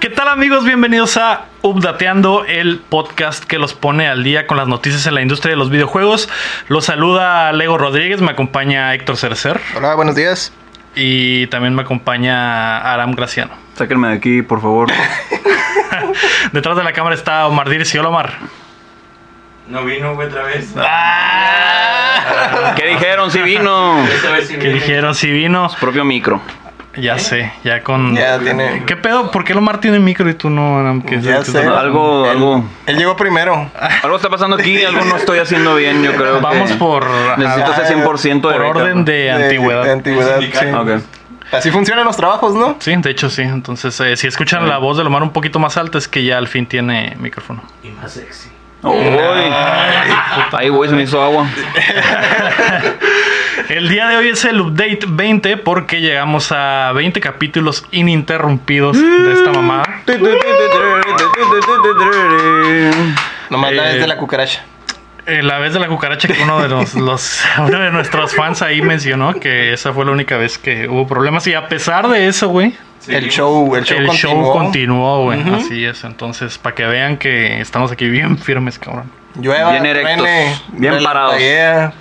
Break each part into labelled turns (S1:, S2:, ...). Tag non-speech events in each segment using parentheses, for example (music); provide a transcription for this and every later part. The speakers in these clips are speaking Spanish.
S1: ¿Qué tal amigos? Bienvenidos a Updateando, el podcast que los pone al día con las noticias en la industria de los videojuegos. Los saluda Lego Rodríguez, me acompaña Héctor Cercer
S2: Hola, buenos días.
S1: y también me acompaña Aram Graciano.
S3: Sáquenme de aquí, por favor.
S1: Detrás de la cámara está Omar Dirci. Hola Omar.
S4: No vino güey, otra vez.
S3: (laughs) ¿Qué dijeron? Si vino.
S4: Esa vez sí
S1: Que
S4: vino.
S1: dijeron si vino.
S3: Propio micro.
S1: Ya sé, ya con...
S2: Ya tiene.
S1: ¿Qué pedo? ¿Por qué el Omar tiene micro y tú no, Aram? ¿Qué-
S2: Ya
S1: qué-
S2: sé.
S3: Algo,
S2: Él-
S3: algo.
S2: Él llegó primero.
S3: Algo está pasando aquí, algo no estoy haciendo bien, yo creo. que
S1: Vamos por, Ah,
S3: Necesito ese 100% de
S1: por
S3: beca.
S1: orden de
S2: De
S1: antigüedad.
S2: antigüedad,
S4: Sindical.
S2: sí.
S3: Ok.
S2: Así funcionan los trabajos, ¿no?
S1: Sí, de hecho sí. Entonces, eh, si escuchan la voz del Omar un poquito más alta, es que ya al fin tiene micrófono.
S4: Y más sexy.
S3: Uy. Ay, güey, se me hizo agua.
S1: El día de hoy es el update 20 porque llegamos a 20 capítulos ininterrumpidos de
S2: Mm.
S1: esta mamada.
S2: Nomás la
S1: Eh,
S2: vez de la cucaracha.
S1: Eh, la vez de la cucaracha que uno de,
S2: (laughs)
S1: los, los- uno de nuestros fans ahí mencionó que esa fue la única vez que hubo problemas. Y a pesar de eso, güey,
S2: El show, el show
S1: el show
S2: continuó.
S1: continuó, güey. Así es. Entonces, para que vean que estamos aquí bien firmes, cabrón.
S2: Llueva,
S3: Bien erectos,
S2: truene,
S3: bien parados.
S2: relampaguea.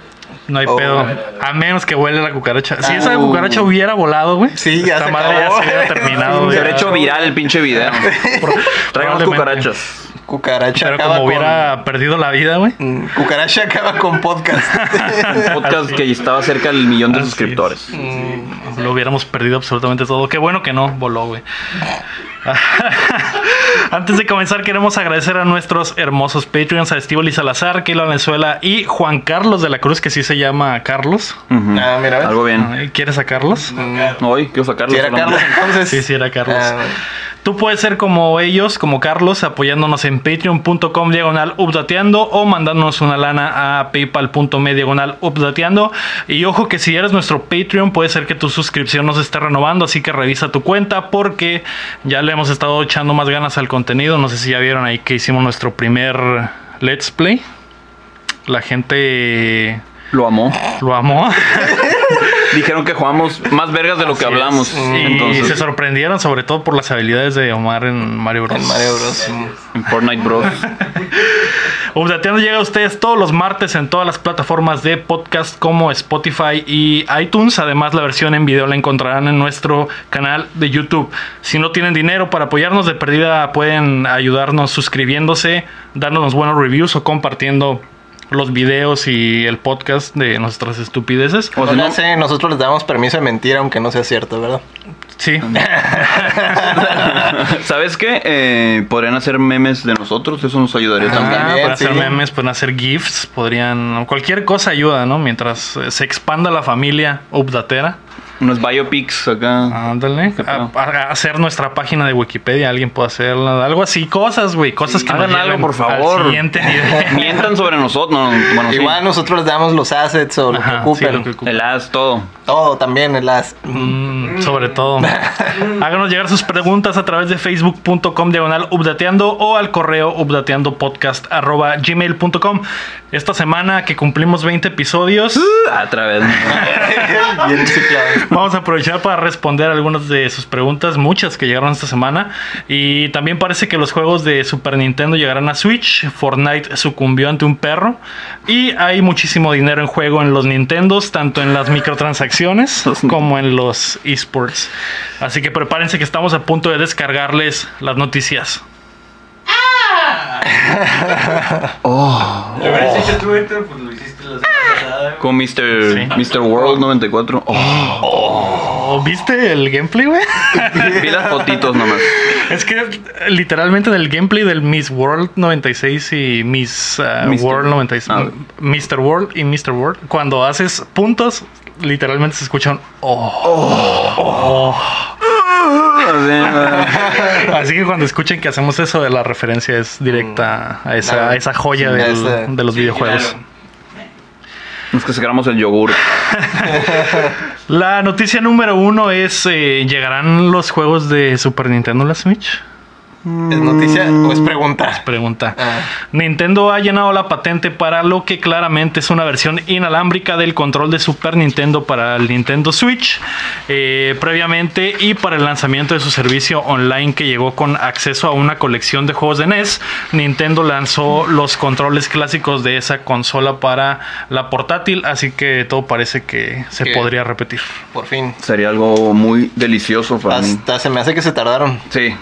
S1: No hay
S2: Oh.
S1: pedo. A menos que huele la cucaracha. Si
S2: Ah.
S1: esa cucaracha hubiera volado, güey.
S2: Sí, ya
S1: esta
S2: se
S1: madre ya
S2: acabó.
S1: se hubiera terminado.
S2: (laughs) Se
S1: güey.
S3: Se ha hecho viral el pinche
S2: (laughs)
S3: video. Traigamos
S1: Probablemente.
S3: cucarachas.
S2: Cucaracha
S1: Pero
S2: acaba
S1: como
S2: con...
S1: hubiera perdido la vida, güey.
S2: Mm, Cucaracha acaba con podcast.
S1: (laughs)
S3: Un podcast que estaba cerca del millón de suscriptores.
S2: Mm,
S1: Lo hubiéramos perdido absolutamente todo. Qué bueno que no voló, güey. (laughs) Antes de comenzar, queremos agradecer a nuestros hermosos Patreons, a Estíbal y Salazar, Kilo Valenzuela y Juan Carlos de la Cruz, que sí se llama Carlos.
S3: Ujú.
S2: Ah, mira, ¿ves?
S3: Algo bien.
S1: Ay, ¿Quieres a Carlos?
S3: Hoy quiero sacarlo.
S2: Si era Carlos
S3: solamente.
S2: entonces.
S1: Sí, sí, era Carlos.
S2: Ah, bueno.
S1: Tú puedes ser como ellos, como Carlos, apoyándonos en patreon.com diagonal updateando o mandándonos una lana a paypal.me diagonal updateando. Y ojo que si eres nuestro Patreon, puede ser que tu suscripción nos esté renovando, así que revisa tu cuenta porque ya le hemos estado echando más ganas al contenido. No sé si ya vieron ahí que hicimos nuestro primer Let's Play. La gente
S3: Lo amó.
S1: lo amó.
S3: Dijeron que jugamos más vergas de lo que hablamos.
S1: (laughs)
S2: Mm.
S1: Y se
S3: Entonces,
S1: sorprendieron sobre todo por las habilidades de Omar en Mario Bros.
S2: En Mario Bros. mm.
S3: en
S2: (laughs)
S3: Fortnite Bros.
S1: Updateando llega a ustedes todos los martes en todas las plataformas de podcast como Spotify y iTunes. Además, la versión en video la encontrarán en nuestro canal de YouTube. Si no tienen dinero para apoyarnos de perdida, pueden ayudarnos suscribiéndose, dándonos buenos reviews o compartiendo los videos y el podcast de nuestras estupideces.
S2: No
S3: O Pues si
S2: le
S3: no,
S2: hace, nosotros les damos permiso de mentir, aunque no sea cierto, ¿verdad?
S1: Sí, (laughs)
S3: ¿Sabes qué? Eh, Podrían hacer memes de nosotros, eso nos ayudaría
S2: Ah,
S3: pues también.
S1: Ah, pueden hacer
S2: sí.
S1: memes, pueden hacer GIFs, podrían... Cualquier cosa ayuda, ¿no? Mientras eh, se expanda la familia updatera.
S3: Unos biopics acá.
S2: Ah.
S1: Ándale,
S3: Qué
S1: a-
S3: pedo.
S1: a- a hacer nuestra página de Wikipedia, alguien puede hacerla, algo así, cosas, güey, cosas que
S3: hagan
S1: nos
S3: algo,
S1: lleven
S3: por favor.
S1: Al siguiente
S3: (laughs)
S1: nivel.
S3: Mientan sobre nosotros. No, bueno, sí.
S2: Igual nosotros les damos los assets o lo que
S1: Ajá, sí,
S2: ocupen.
S1: lo que ocupen.
S3: El as, todo.
S2: Todo también, el as.
S1: Mm, sobre
S3: (laughs)
S1: todo. Háganos llegar sus preguntas a través de facebook.com diagonal updateando o al correo updateandopodcast arroba gmail.com. Esta semana que cumplimos 20 episodios,
S3: A través.
S2: Bien ciclado.
S1: Vamos a aprovechar para responder algunas de sus preguntas, muchas que llegaron esta semana. Y también parece que los juegos de Super Nintendo llegarán a Switch. Fortnite sucumbió ante un perro. Y hay muchísimo dinero en juego en los Nintendos, tanto en las microtransacciones (laughs) como en los esports. Así que prepárense que estamos a punto de descargarles las noticias.
S3: Oh,
S4: Lo hubieras hecho tú, Héctor, pues lo hiciste la semana pasada. güey.
S3: con Mr. Mr. World 94. Oh,
S1: Oh, ¿Viste el gameplay, güey?
S3: vi las
S2: (laughs)
S3: fotitos nomás.
S1: Es que eh, literalmente en el gameplay del Miss World 96 y Miss uh,
S3: Mr.
S1: World 96,
S3: Ah.
S1: Mr. World y Mr. World, cuando haces puntos, literalmente se escuchan oh.
S3: Así,
S1: Así que cuando escuchen que hacemos eso, la referencia es directa a esa,
S2: Claro.
S1: a esa joya
S2: Sí,
S1: del-
S2: ese-
S1: de los
S4: Sí,
S1: videojuegos.
S4: claro.
S3: Nos que sacáramos el yogur.
S1: La noticia número uno es, eh, ¿llegarán los juegos de Super Nintendo a la Switch?
S2: ¿Es
S3: Mm.
S2: noticia o es pregunta?
S1: Pregunta.
S2: Ah.
S1: Nintendo ha llenado la patente para lo que claramente es una versión inalámbrica del control de Super Nintendo para el Nintendo Switch eh, previamente y para el lanzamiento de su servicio online que llegó con acceso a una colección de juegos de NES. Nintendo lanzó los controles clásicos de esa consola para la portátil, así que todo parece que se
S2: Que-
S1: podría repetir.
S2: Por fin.
S3: Sería algo muy delicioso para mí.
S2: Hasta se me hace que se tardaron.
S3: Sí.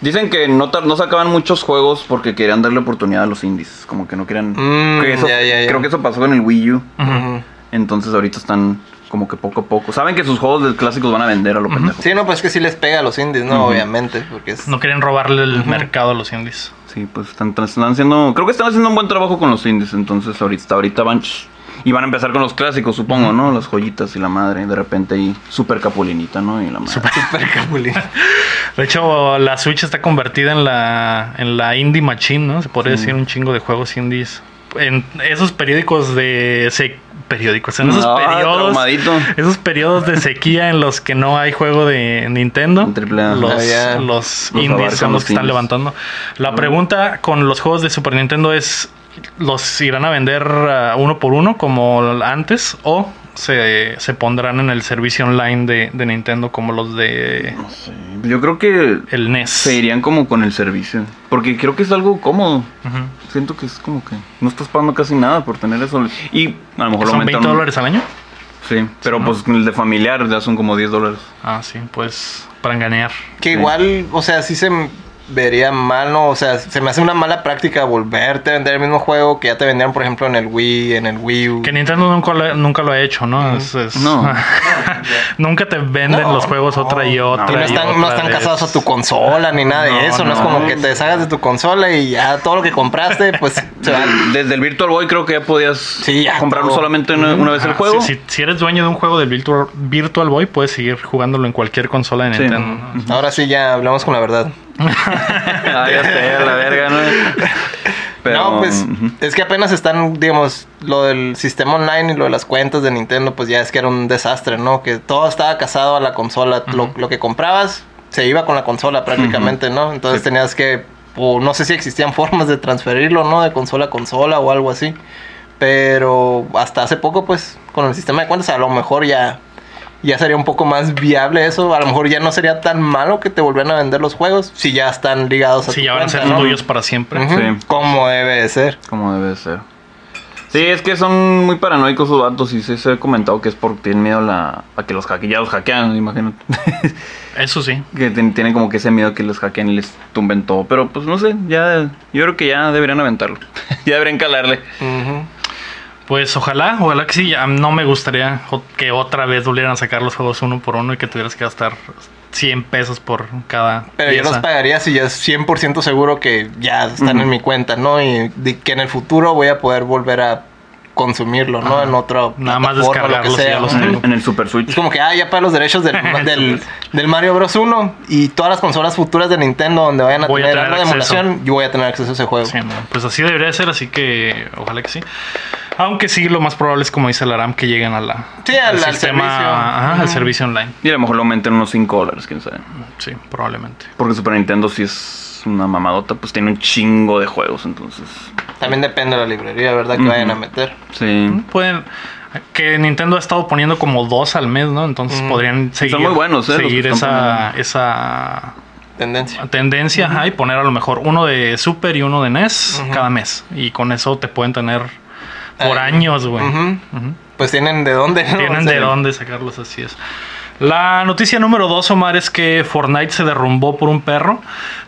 S3: Dicen que no, tar- no sacaban muchos juegos porque querían darle oportunidad a los indies. Como que no querían.
S2: Mm,
S3: que eso-
S2: ya, ya, ya.
S3: Creo que eso pasó con el Wii U.
S2: Ujú.
S3: Entonces ahorita están como que poco a poco. Saben que sus juegos de clásicos van a vender a lo pendejo.
S2: Sí, no, pues es que sí les pega a los indies, ¿no?
S3: Ujú.
S2: Obviamente, porque es... (laughs)
S1: No quieren robarle el mercado a los indies.
S3: Sí, pues están, tras- están haciendo. Creo que están haciendo un buen trabajo con los indies. Entonces ahorita, ahorita van. sh- Y van a empezar con los clásicos, supongo, ¿no? Las joyitas y la madre. Y de repente ahí, super capulinita, ¿no? Y la madre.
S2: Super capulín.
S1: De hecho, la Switch está convertida en la, en la indie machine, ¿no? Se podría decir un chingo de juegos indies. En esos periódicos de... se- periódicos, en esos
S3: Ah,
S1: periodos...
S2: (laughs)
S3: traumadito.
S1: Esos periodos de sequía en los que no hay juego de Nintendo.
S3: Un triple A.
S1: Los,
S2: Ah, ya.
S1: los
S3: Los
S1: indies
S3: abarcan
S1: son los
S3: los
S1: que están
S3: indies. Ah.
S1: levantando. La pregunta con los juegos de Super Nintendo es... ¿Los irán a vender ah, uno por uno como antes? ¿O se, se pondrán en el servicio online de, de Nintendo como los de
S3: Sí, Yo creo que
S1: el E NES?
S3: se irían como con el servicio. Porque creo que es algo cómodo.
S1: Ujú.
S3: Siento que es como que no estás pagando casi nada por tener eso. Y a lo mejor lo
S1: ¿Son 20
S3: aumentaron.
S1: dólares al año?
S3: Sí, pero pues con el de familiar ya son como 10 dólares.
S1: Ah, sí, pues para engañar.
S2: Que
S3: Sí.
S2: igual, o sea, sí se m- vería mal, ¿no? O sea, se me hace una mala práctica volverte a vender el mismo juego que ya te vendieron, por ejemplo, en el Wii, en el Wii U.
S1: Que Nintendo nunca lo, nunca lo ha hecho, ¿no? Es- es-
S3: No.
S1: (laughs) nunca te venden
S2: No,
S1: los juegos otra y
S2: no.
S1: otra.
S2: Y no
S1: y
S2: están, no
S1: otra
S2: están
S1: vez.
S2: casados a tu consola ni nada de
S1: No,
S2: eso. No, es
S1: no.
S2: como que te deshagas de tu consola y ya todo lo que compraste, pues se va. al-
S3: Ah, Desde el Virtual Boy creo que ya podías
S2: Sí, ya
S3: comprar
S2: todo.
S3: solamente una, una vez el
S1: Ah,
S3: juego.
S1: Si, si- si eres dueño de un juego de Virtual, Virtual Boy, puedes seguir jugándolo en cualquier consola de
S3: Sí. (laughs)
S1: Nintendo. ¿no?
S2: Ahora sí, ya hablamos con la verdad.
S3: Ah, ya sé, la verga,
S2: (laughs)
S3: ¿no? Pero,
S2: no, pues
S3: ujú.
S2: es que apenas están, digamos, lo del sistema online y lo de las cuentas de Nintendo, pues ya es que era un desastre, ¿no? Que todo estaba casado a la consola. lo, lo que comprabas se iba con la consola prácticamente, ¿no? Entonces
S3: Sí.
S2: tenías que, o no sé si existían (laughs) formas de transferirlo, ¿no? De consola a consola o algo así. Pero hasta hace poco, pues, con el sistema de cuentas, a lo mejor ya, ya sería un poco más viable eso. A lo mejor ya no sería tan malo que te volvieran a vender los juegos si ya están ligados a
S1: Si
S2: tu
S1: ya van a ser
S2: cuenta, ¿no?
S1: tuyos para siempre.
S2: Ujú,
S3: Sí.
S2: Como debe de ser.
S3: Como debe ser. Sí, es que son muy paranoicos sus datos y sí se ha comentado que es porque tienen miedo a, la- a que los hacke- ya los hackean, imagínate. (laughs)
S1: Eso sí.
S3: que ten- tienen como que ese miedo que les hackeen y les tumben todo. Pero pues no sé, ya yo creo que ya deberían aventarlo. (laughs) ya deberían calarle.
S2: Ujú.
S1: Pues ojalá, ojalá que sí. A mí No me gustaría o- que otra vez volvieran a sacar los juegos uno por uno y que tuvieras que gastar 100 pesos por cada.
S2: Pero yo los
S1: pieza.
S2: pagaría si ya es 100% seguro que ya están en mi cuenta, ¿no? Y de que en el futuro voy a poder volver a consumirlo, ¿no?
S1: Ajá.
S2: En otro.
S1: Nada más descargarlos y ya los
S3: En el, en el Super Switch.
S2: Es como que, ah, ya para los
S1: (laughs)
S2: derechos del, del, del Mario Bros. 1 y todas las consolas futuras de Nintendo donde vayan a
S1: Voy a
S2: tener,
S1: tener
S2: algo de
S1: acceso.
S2: emulación, yo voy a tener acceso a ese juego.
S1: Sí, no, pues así debería ser, así que ojalá que sí. Aunque sí, lo más probable es como dice el Aram, que lleguen a la,
S2: Sí, al- al servicio.
S1: ajá, al
S2: Ujú.
S1: servicio online.
S3: Y a lo mejor lo aumenten unos 5 dólares, quién sabe.
S1: Sí, probablemente.
S3: Porque Super Nintendo sí es una mamadota, pues tiene un chingo de juegos, entonces.
S2: También depende de la librería, ¿verdad? Que
S3: Ujú.
S2: vayan a meter.
S3: Sí.
S1: Pueden que Nintendo ha estado poniendo como dos al mes, ¿no? Entonces
S2: Mm.
S1: podrían seguir,
S3: muy buenos, ¿eh?
S1: seguir
S3: Los que están
S1: esa, esa Ah,
S2: Tendencia.
S1: tendencia ajá, y poner a lo mejor uno de Super y uno de NES
S2: Ujú.
S1: cada mes. Y con eso te pueden tener por
S2: Ahí.
S1: años, güey.
S2: Ujú.
S1: Ujú.
S2: Pues tienen de dónde, ¿no?
S1: Tienen
S2: (laughs) O sea,
S1: de dónde sacarlos, así es. La noticia número dos, Omar, es que Fortnite se derrumbó por un perro.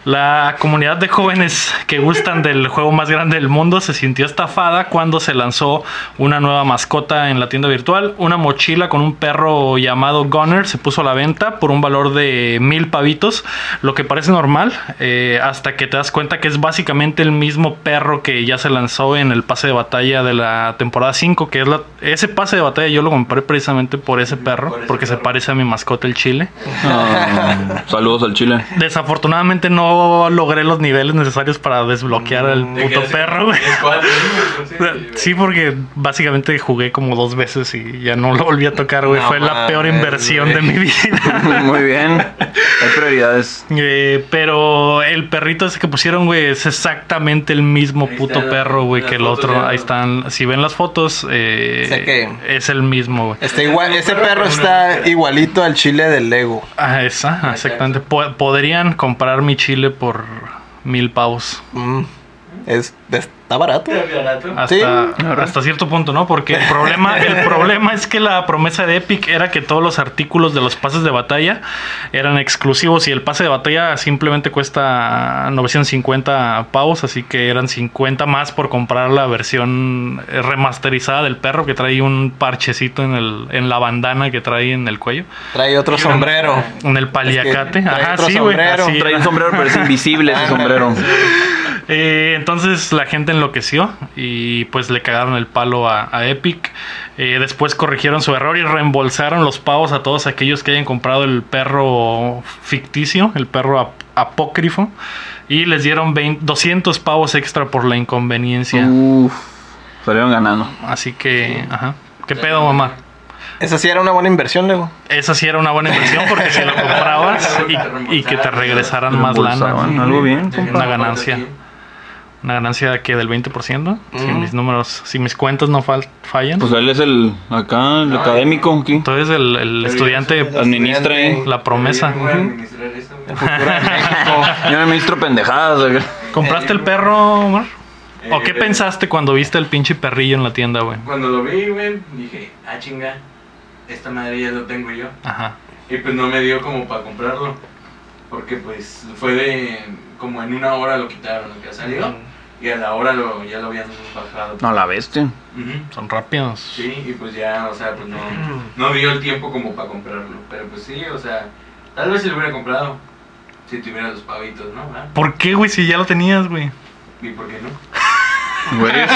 S1: La comunidad de jóvenes que gustan del juego más grande del mundo se sintió estafada cuando se lanzó una nueva mascota en la tienda virtual. Una mochila con un perro llamado Gunner se puso a la venta por un valor de mil pavitos, lo que parece normal, eh, hasta que te das cuenta que es básicamente el mismo perro que ya se lanzó en el pase de batalla de la temporada 5, que es la, ese pase de batalla yo lo compré precisamente por ese perro,
S4: Por ese
S1: porque se
S4: perro.
S1: parece a mi mascota el chile.
S3: (laughs) Ah, saludos al Chile.
S1: Desafortunadamente no logré los niveles necesarios para desbloquear al
S2: Mm,
S1: puto perro, güey.
S4: Es cuatro, güey,
S1: (laughs) Sí, porque básicamente jugué como dos veces y ya no lo volví a tocar, güey.
S2: No
S1: Fue la
S2: mames,
S1: peor inversión
S2: güey.
S1: de mi vida. (laughs)
S3: Muy bien. Hay prioridades.
S1: Eh, pero el perrito ese que pusieron, güey, es exactamente el mismo
S5: Ahí
S1: puto
S5: está la-
S1: perro, güey,
S5: las
S1: que el
S5: fotos
S1: otro.
S5: ya.
S1: Ahí están. Si ven las fotos, eh,
S2: O sea que-
S1: es el mismo, güey.
S2: Está igual, ese perro está igualito al chile del Lego.
S1: Ah, es, ajá, exactamente. Po- podrían comprar mi chile por mil pavos.
S2: Mm, es, está barato.
S5: Campeonato.
S1: Hasta,
S2: Sí.
S1: hasta cierto punto, ¿no? Porque el
S2: (laughs)
S1: problema, el problema es que la promesa de Epic era que todos los artículos de los pases de batalla eran exclusivos y el pase de batalla simplemente cuesta 950 pavos, así que eran 50 más por comprar la versión eh, remasterizada del perro que trae un parchecito en, el, en la bandana que trae en el cuello,
S2: Trae otro sombrero.
S1: en el paliacate.
S2: Es que trae
S1: Ajá,
S2: otro
S1: sí, güey.
S2: sombrero,
S1: así,
S3: Trae un sombrero, pero es invisible ese sombrero.
S1: Eh, entonces la gente enloqueció y pues le cagaron el palo a, a Epic. Eh, después corrigieron su error y reembolsaron los pavos a todos aquellos que hayan comprado el perro ficticio, el perro ap- apócrifo. Y les dieron 20 200 pavos extra por la inconveniencia.
S3: Uf, salieron ganando.
S1: Así que, ajá. ¿Qué pedo, mamá?
S2: Esa sí era una buena inversión, Lego.
S1: Esa sí era una buena inversión porque si lo comprabas y, y que te regresaran más lana.
S3: Reembolsaban, pues, ah, Algo bien,
S5: Dejen
S1: Una
S5: la
S1: ganancia.
S5: foto
S1: Una ganancia que del 20%, si
S2: Ujú.
S1: mis números, si mis cuentas no fal- fallan.
S3: Pues él es el acá, el académico aquí.
S1: Entonces el, el estudiante
S2: Pero
S3: Administra ahí.
S1: la
S5: aquí.
S1: promesa.
S5: Voy a administrar eso,
S1: (laughs)
S5: güey.
S3: Yo me ministro pendejadas. acá.
S1: ¿Compraste el perro, Omar? ¿O qué
S5: Eh,
S1: pensaste cuando viste el pinche perrillo en la tienda, güey?
S5: Cuando lo vi, güey, dije, ah, chinga, esta madre ya lo tengo yo.
S1: Ajá.
S5: Y pues no me dio como para comprarlo. Porque pues fue de. como en una hora lo quitaron lo que ha salido. Y a la hora lo, ya lo habían bajado.
S3: No, la bestia.
S5: Ujú.
S1: Son rápidos.
S5: Sí, y pues ya, o sea, pues no, no dio el tiempo como para comprarlo. Pero pues sí, o sea, tal vez si lo hubiera comprado. Si tuviera los pavitos, ¿no? Ah,
S1: ¿Por qué, güey? Si ya lo tenías, güey.
S5: ¿Y por qué no?
S3: Güey,
S1: (laughs)
S3: es,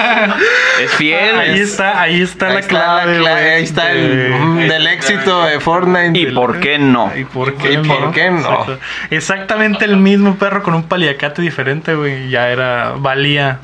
S3: es fiel.
S1: Ahí
S3: es-
S1: está, ahí está
S2: Ahí
S1: la
S2: está la
S1: clave,
S2: cla-
S1: güey.
S2: Ahí está el
S1: de-
S2: mm,
S5: Ahí está
S2: del
S5: la
S2: éxito
S5: clave.
S2: de Fortnite.
S3: ¿Y por qué no?
S1: ¿Y por qué,
S2: ¿Y
S1: no?
S2: por qué no?
S1: Exacto. Exactamente el mismo perro con un paliacate diferente, güey. Ya era, valía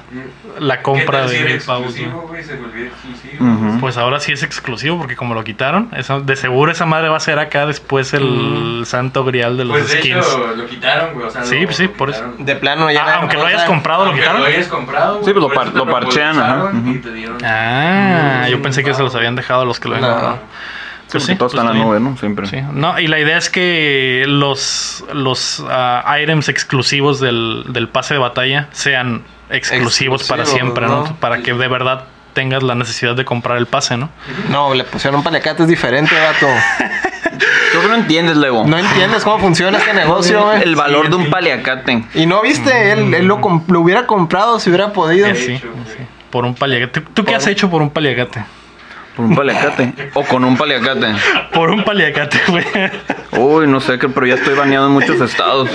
S1: la compra
S5: ¿Qué tal si
S1: de
S5: era
S1: mil pavos, güey.
S5: exclusivo, güey? Se volvió exclusivo.
S3: Ujú.
S1: Pues ahora sí es exclusivo porque como lo quitaron, esa- de seguro esa madre va a ser acá después el santo grial de los
S5: Pues de
S1: skins.
S5: hecho, lo quitaron, güey. O sea,
S1: Sí, pues
S5: lo-
S1: sí,
S5: lo
S1: por
S5: quitaron.
S2: De plano ya
S1: Ah,
S2: no
S1: aunque lo
S2: cosa.
S1: hayas comprado, lo
S5: Aunque
S1: quitaron.
S5: lo hayas comprado. güey,
S3: Sí, pues lo
S5: por
S3: par-
S5: eso
S3: lo
S5: te
S3: parchean,
S5: reembolsaron
S3: ajá,
S5: y
S3: ujú.
S5: te dieron- (laughs)
S1: Ah, yo pensé que se los habían dejado a los que lo habían
S2: No.
S1: comprado.
S3: Sí,
S1: Pues
S3: porque todo está en la
S1: bien.
S3: nube, ¿no? Siempre.
S1: Sí, no, y la idea es que los, los ah, items exclusivos del, del pase de batalla sean exclusivos para
S2: Exclusivos,
S1: siempre, ¿no?
S2: ¿no?
S1: Para que de verdad tengas la necesidad de comprar el pase, ¿no?
S2: No, le pusieron paliacates diferente, vato.
S3: Tú no entiendes, Lego.
S2: No entiendes cómo funciona este negocio, güey.
S3: el valor de un paliacate.
S2: Y no viste, él, él lo, comp- lo hubiera comprado si hubiera podido.
S1: Eh,
S5: De
S1: sí,
S5: hecho, güey.
S1: sí. Por un paliacate. ¿Tú qué
S2: Por-
S1: has hecho por un paliacate?
S3: Por un paliacate. O con un paliacate.
S1: Por un paliacate, güey. (laughs)
S3: Uy, no sé qué, pero ya estoy baneado en muchos estados.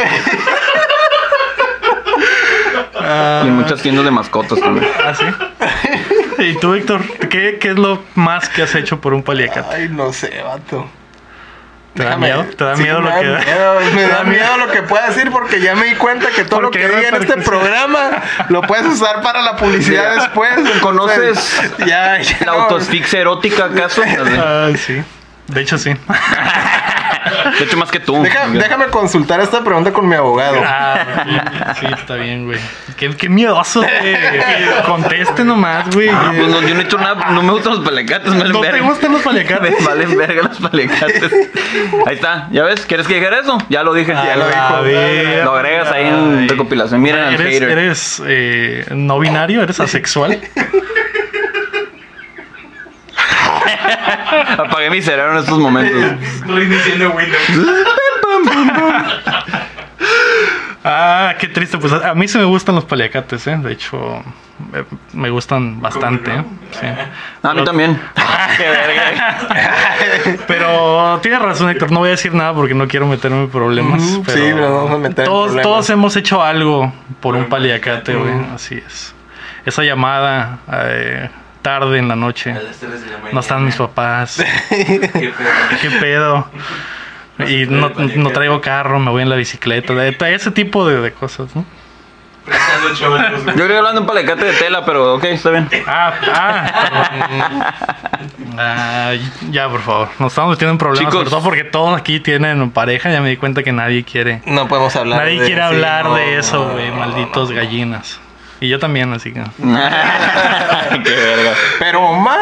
S3: Y en muchas tiendas de mascotas también.
S1: ¿Ah, sí? ¿Y tú, Víctor? ¿qué, qué es lo más que has hecho por un paliacate?
S2: Ay, no sé, vato.
S1: ¿Te da
S2: Déjame-
S1: miedo? ¿Te da
S2: Sí,
S1: miedo
S2: me
S1: lo que da?
S2: (laughs) miedo, me da miedo lo que pueda decir porque ya me di cuenta que todo lo
S1: Porque
S2: que
S1: hay
S2: diga en este
S1: repercusiones.
S2: programa lo puedes usar para la publicidad después. entonces,
S3: ¿Conoces
S2: Ya, ya
S3: ¿La
S2: no.
S3: autoasfixia erótica acaso? De
S1: Ay, Ah, sí. De hecho, sí.
S3: hecho, más que tú.
S2: Deja- déjame consultar esta pregunta con mi abogado.
S1: (laughs) Ah, sí, está bien, güey. Qué, qué miedoso, güey. Conteste nomás, güey.
S3: Ah, pues no, yo no he hecho nada, no me gustan los paliacates, me valen
S1: ¿No te
S3: verga.
S1: gustan los paliacates?
S3: (laughs) Me valen verga los paliacates. Ahí está, ¿ya ves? ¿Quieres que dijera eso? Ya lo dije.
S2: ya lo dijo.
S1: A ver.
S3: Lo agregas ahí en
S1: Ay.
S3: recopilación. Miren al
S1: ¿Eres,
S3: hater.
S1: eres eh, no binario? ¿Eres asexual?
S3: Apagué mi cerebro en estos momentos. (laughs)
S5: Reiniciando Windows.
S1: Ah, qué triste. Pues a a mí sí me gustan los paliacates, ¿eh? De hecho, me- me gustan bastante, ¿eh? Sí.
S3: Ah, a mí también. Qué verga.
S1: Pero tienes razón, Héctor. No voy a decir nada porque no quiero meterme en problemas.
S2: Ujú,
S1: pero
S2: sí, pero no vamos a meter en
S1: todos,
S2: problemas. Mm.
S1: todos hemos hecho algo por un
S5: Ujú.
S1: paliacate, güey. Así es. Esa llamada eh, tarde en la noche.
S5: A las 3 de la mañana.
S1: No están mis
S2: (laughs)
S1: papás.
S5: (laughs) Qué pedo.
S1: ¿Qué pedo?
S5: No se
S1: Y
S5: puede
S1: no,
S5: paliacate.
S1: no traigo carro, me voy en la bicicleta. de- de- Ese tipo de, de cosas, ¿no?
S5: prestando cholos,
S3: Yo estoy hablando de un palecate de tela, pero ok,
S1: (laughs)
S3: está bien.
S1: Ah, ah, perdón. Ah, ya, por favor. Nos estamos metiendo en problemas.
S3: Chicos.
S1: Sobre todo porque todos aquí tienen pareja. Ya me di cuenta que nadie quiere.
S2: No podemos hablar
S1: Nadie
S2: de-
S1: quiere
S2: sí,
S1: hablar
S2: no,
S1: de eso,
S2: no,
S1: güey.
S2: no, no,
S1: malditos gallinas. Y yo también, así
S2: (laughs)
S1: que.
S3: Qué verga.
S2: no. Pero Omar.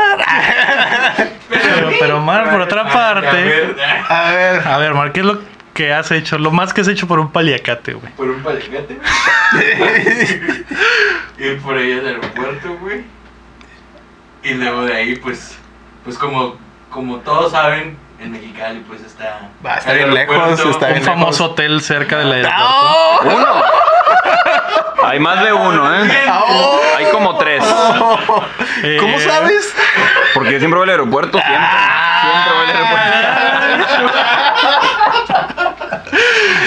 S1: Pero, pero Mar, por otra
S5: A
S1: parte.
S5: ver, ah,
S2: A ver.
S1: A ver, Mar, ¿qué es lo que has hecho? Lo más que has hecho por un paliacate, güey.
S5: Por un
S2: (laughs)
S5: palecate. Ir por ahí al aeropuerto, güey. Y luego de ahí, pues, pues como, como todos saben, en Mexicali, pues está.
S2: Va, está
S5: el
S2: bien
S5: aeropuerto,
S2: lejos, está
S1: Un
S2: bien
S1: famoso hotel cerca del aeropuerto.
S2: ¡Oh!
S3: Uno. Hay más de uno, ¿eh?
S2: ¡Oh!
S3: Hay como tres.
S2: ¿Cómo
S1: Eh,
S2: sabes?
S3: Porque yo siempre voy al aeropuerto, siempre. Siempre voy al aeropuerto.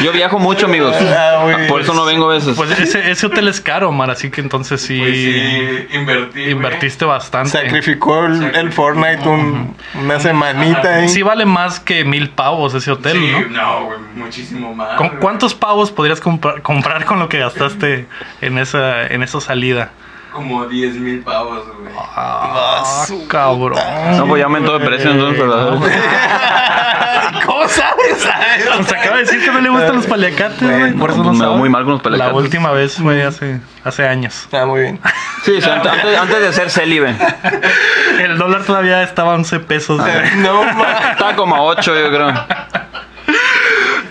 S3: Yo viajo mucho, amigos.
S2: Ah, muy bien.
S3: Por eso no vengo a veces.
S1: Pues ese, ese hotel es caro, Mar, así que entonces sí.
S5: Pues sí, invertí. güey.
S1: Invertiste bastante.
S2: Sacrificó el, el Fortnite un- una semanita ahí.
S1: Sí vale más que mil pavos ese hotel,
S5: Sí,
S1: ¿no?
S5: no, güey, muchísimo más.
S1: ¿Con
S5: güey.
S1: ¿Cuántos pavos podrías comprar, comprar con lo que gastaste en esa, en esa salida?
S5: Como 10 mil pavos, güey.
S1: Ah,
S2: su
S1: cabrón.
S3: No, pues ya aumentó de precio entonces. ¿verdad?
S2: ¿Cómo sabes? Ah,
S1: Nos acaba de decir que no le gustan los paliacates, güey.
S3: Bueno,
S1: Por eso
S3: pues
S1: no
S3: me va
S1: sabe.
S3: muy mal con los paliacates.
S1: La última vez fue hace, hace años.
S2: Está Ah, muy bien.
S3: Sí, sí, ante- antes, antes de ser célibe.
S1: El dólar todavía estaba a 11 pesos,
S3: Ah,
S1: güey.
S2: No ma-
S3: Estaba como a ocho, yo creo.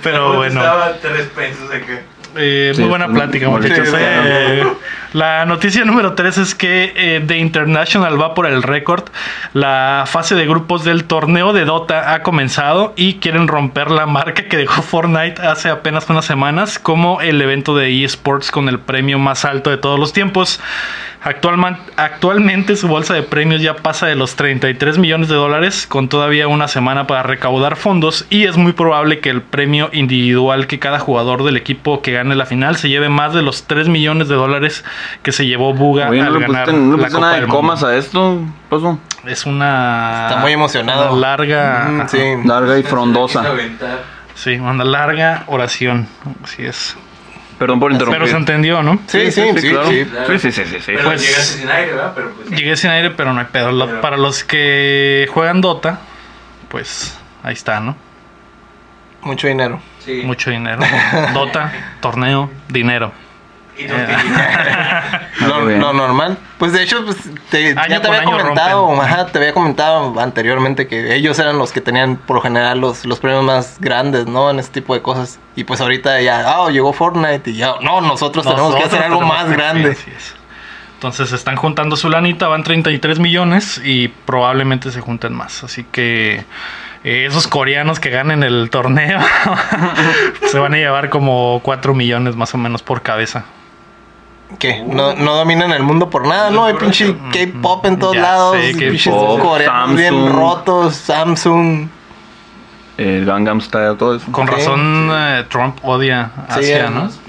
S1: pero bueno.
S5: Pues Estaba 3 pesos acá.
S1: Eh,
S3: Pues Sí,
S1: muy buena
S3: está muy-
S1: plática,
S3: muy
S1: muchachos.
S2: bien.
S1: Eh, la noticia número 3 es que eh, The International va por el récord. La fase de grupos del torneo de Dota ha comenzado y quieren romper la marca que dejó Fortnite hace apenas unas semanas como el evento de eSports con el premio más alto de todos los tiempos. Actualman- actualmente su bolsa de premios ya pasa de los 33 millones de dólares con todavía una semana para recaudar fondos y es muy probable que el premio individual que cada jugador del equipo que gane la final se lleve más de los 3 millones de dólares que se llevó Buga
S3: Oye, no
S1: al
S3: le
S1: ganar
S3: pusiste, no le
S1: la
S3: pusiste
S1: Copa
S3: nada de
S1: del Mundo.
S3: comas a esto. ¿Qué pasó?
S1: Es una
S2: Está muy emocionado.
S1: una larga
S2: Mm, Sí.
S3: Larga y
S5: Quiso
S3: frondosa.
S5: aventar.
S1: sí, una larga oración, así es.
S3: Perdón por interrumpir.
S1: Pero se entendió, ¿no?
S2: Sí, sí, sí,
S3: claro.
S2: sí.
S3: Sí, sí, sí, sí, sí.
S5: Pero
S1: Pues-
S5: llegaste sin aire, ¿verdad? Pero pues.
S1: Llegué sin aire, pero no hay pedo. Lo-
S5: Pero-
S1: Para los que juegan Dota, pues ahí está, ¿no?
S2: Mucho dinero.
S5: Sí.
S1: Mucho dinero. (laughs) Dota, torneo, dinero. Eh, (laughs)
S5: Y tortillita.
S3: Ah,
S2: Lo,
S3: muy bien.
S2: lo normal. Pues de hecho, pues, te,
S1: Año
S2: ya te
S1: con
S2: había
S1: año
S2: comentado,
S1: rompen.
S2: ajá, te había comentado anteriormente que ellos eran los que tenían por lo general los, los premios más grandes, ¿no? En este tipo de cosas. Y pues ahorita ya, ah, llegó Fortnite y ya, no, nosotros, tenemos que hacer algo
S1: tenemos
S2: más
S1: que-
S2: grande.
S1: sí, así es. Entonces están juntando su lanita, van 33 millones y probablemente se junten más. Así que eh, esos coreanos que ganen el torneo (laughs) se van a llevar como 4 millones más o menos por cabeza.
S2: ¿Qué? No, no dominan el mundo por nada, ¿no? Hay pinche K-pop en todos
S1: Ya
S2: lados,
S1: sé,
S2: pinches
S3: K-pop,
S2: coreanos bien
S3: Samsung.
S2: rotos, Samsung.
S3: El Gangnam Style, todo eso.
S1: Con
S2: Sí,
S1: razón eh, Trump odia
S2: Sí,
S1: Asia, ¿no?
S2: además.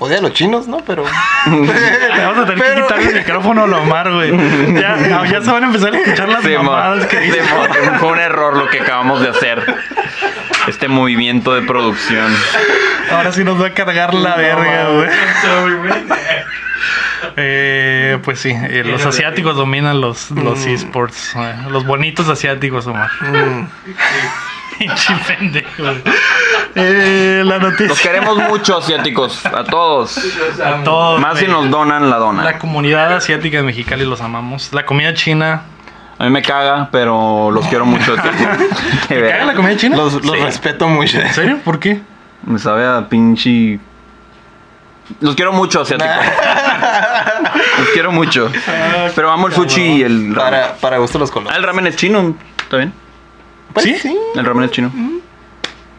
S2: Odia a los chinos, ¿no? Pero...
S1: Le vamos a tener que
S2: Pero-
S1: quitarle el micrófono a Lomar,
S2: (laughs)
S1: güey. Ya, ya se van a empezar a escuchar las
S3: Sí, mo.
S1: mamadas que
S3: Sí,
S1: dice.
S3: mo. Fue un error lo que acabamos de hacer. Este movimiento de producción.
S1: Ahora sí nos va a cargar la verga, güey.
S5: (laughs)
S1: Eh, pues sí, eh, los asiáticos dominan los, los esports. eh, los bonitos asiáticos, Omar.
S2: mm,
S1: (laughs) Pinche pendejo, güey. Eh, la
S3: Los
S1: noticia.
S3: queremos mucho, asiáticos. A todos.
S1: Todos,
S3: Más si
S1: güey.
S3: nos donan la
S1: La
S3: dona.
S1: comunidad asiática de Mexicali los amamos. La comida china.
S3: A mí me caga, pero los quiero mucho. asiáticos. Qué
S1: ¿Te caga la
S3: verga.
S1: comida china?
S2: los los
S1: Sí.
S2: respeto mucho.
S1: ¿En serio? ¿Por qué?
S3: Me sabe a pinche. Los quiero mucho, asiáticos. Los quiero mucho. Pero amo el sushi y el ramen.
S2: Para, para gusto los
S3: Ah,
S2: colores.
S3: el ramen es chino. ¿Está bien?
S2: Pues,
S1: ¿Sí?
S3: El ramen es chino.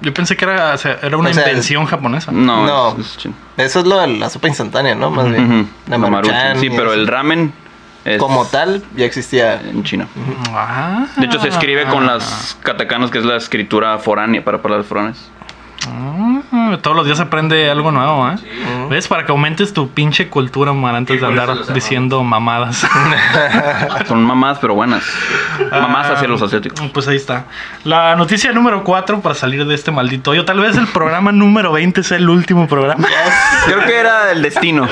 S1: Yo pensé que era, o sea, era una
S2: O sea,
S1: invención japonesa.
S3: No,
S2: No.
S3: Es, es chino.
S2: Eso es lo de la sopa instantánea, ¿no? Más bien.
S3: Ujú.
S2: La
S3: La maruchan.
S2: maruchan
S3: Sí,
S2: y
S3: pero
S2: eso.
S3: el ramen es
S2: Como tal, ya existía.
S3: en China.
S1: Ah.
S3: De hecho, se escribe con las katakanas, que es la escritura foránea para palabras foráneas.
S1: Mm, Ah, todos los días se aprende algo nuevo, ¿eh?
S2: Mm, Ujú.
S1: ¿Ves? Para que aumentes tu pinche cultura, Omar, antes
S5: Y
S1: de
S5: por eso
S1: andar
S5: los
S1: diciendo
S5: (laughs)
S1: mamadas.
S3: Son mamás, pero buenas. Mamás hacia los asiáticos.
S1: Pues ahí está. La noticia número 4 para salir de este maldito hoyo. Tal vez el programa número 20 sea el último programa. (laughs)
S3: Creo que era el destino.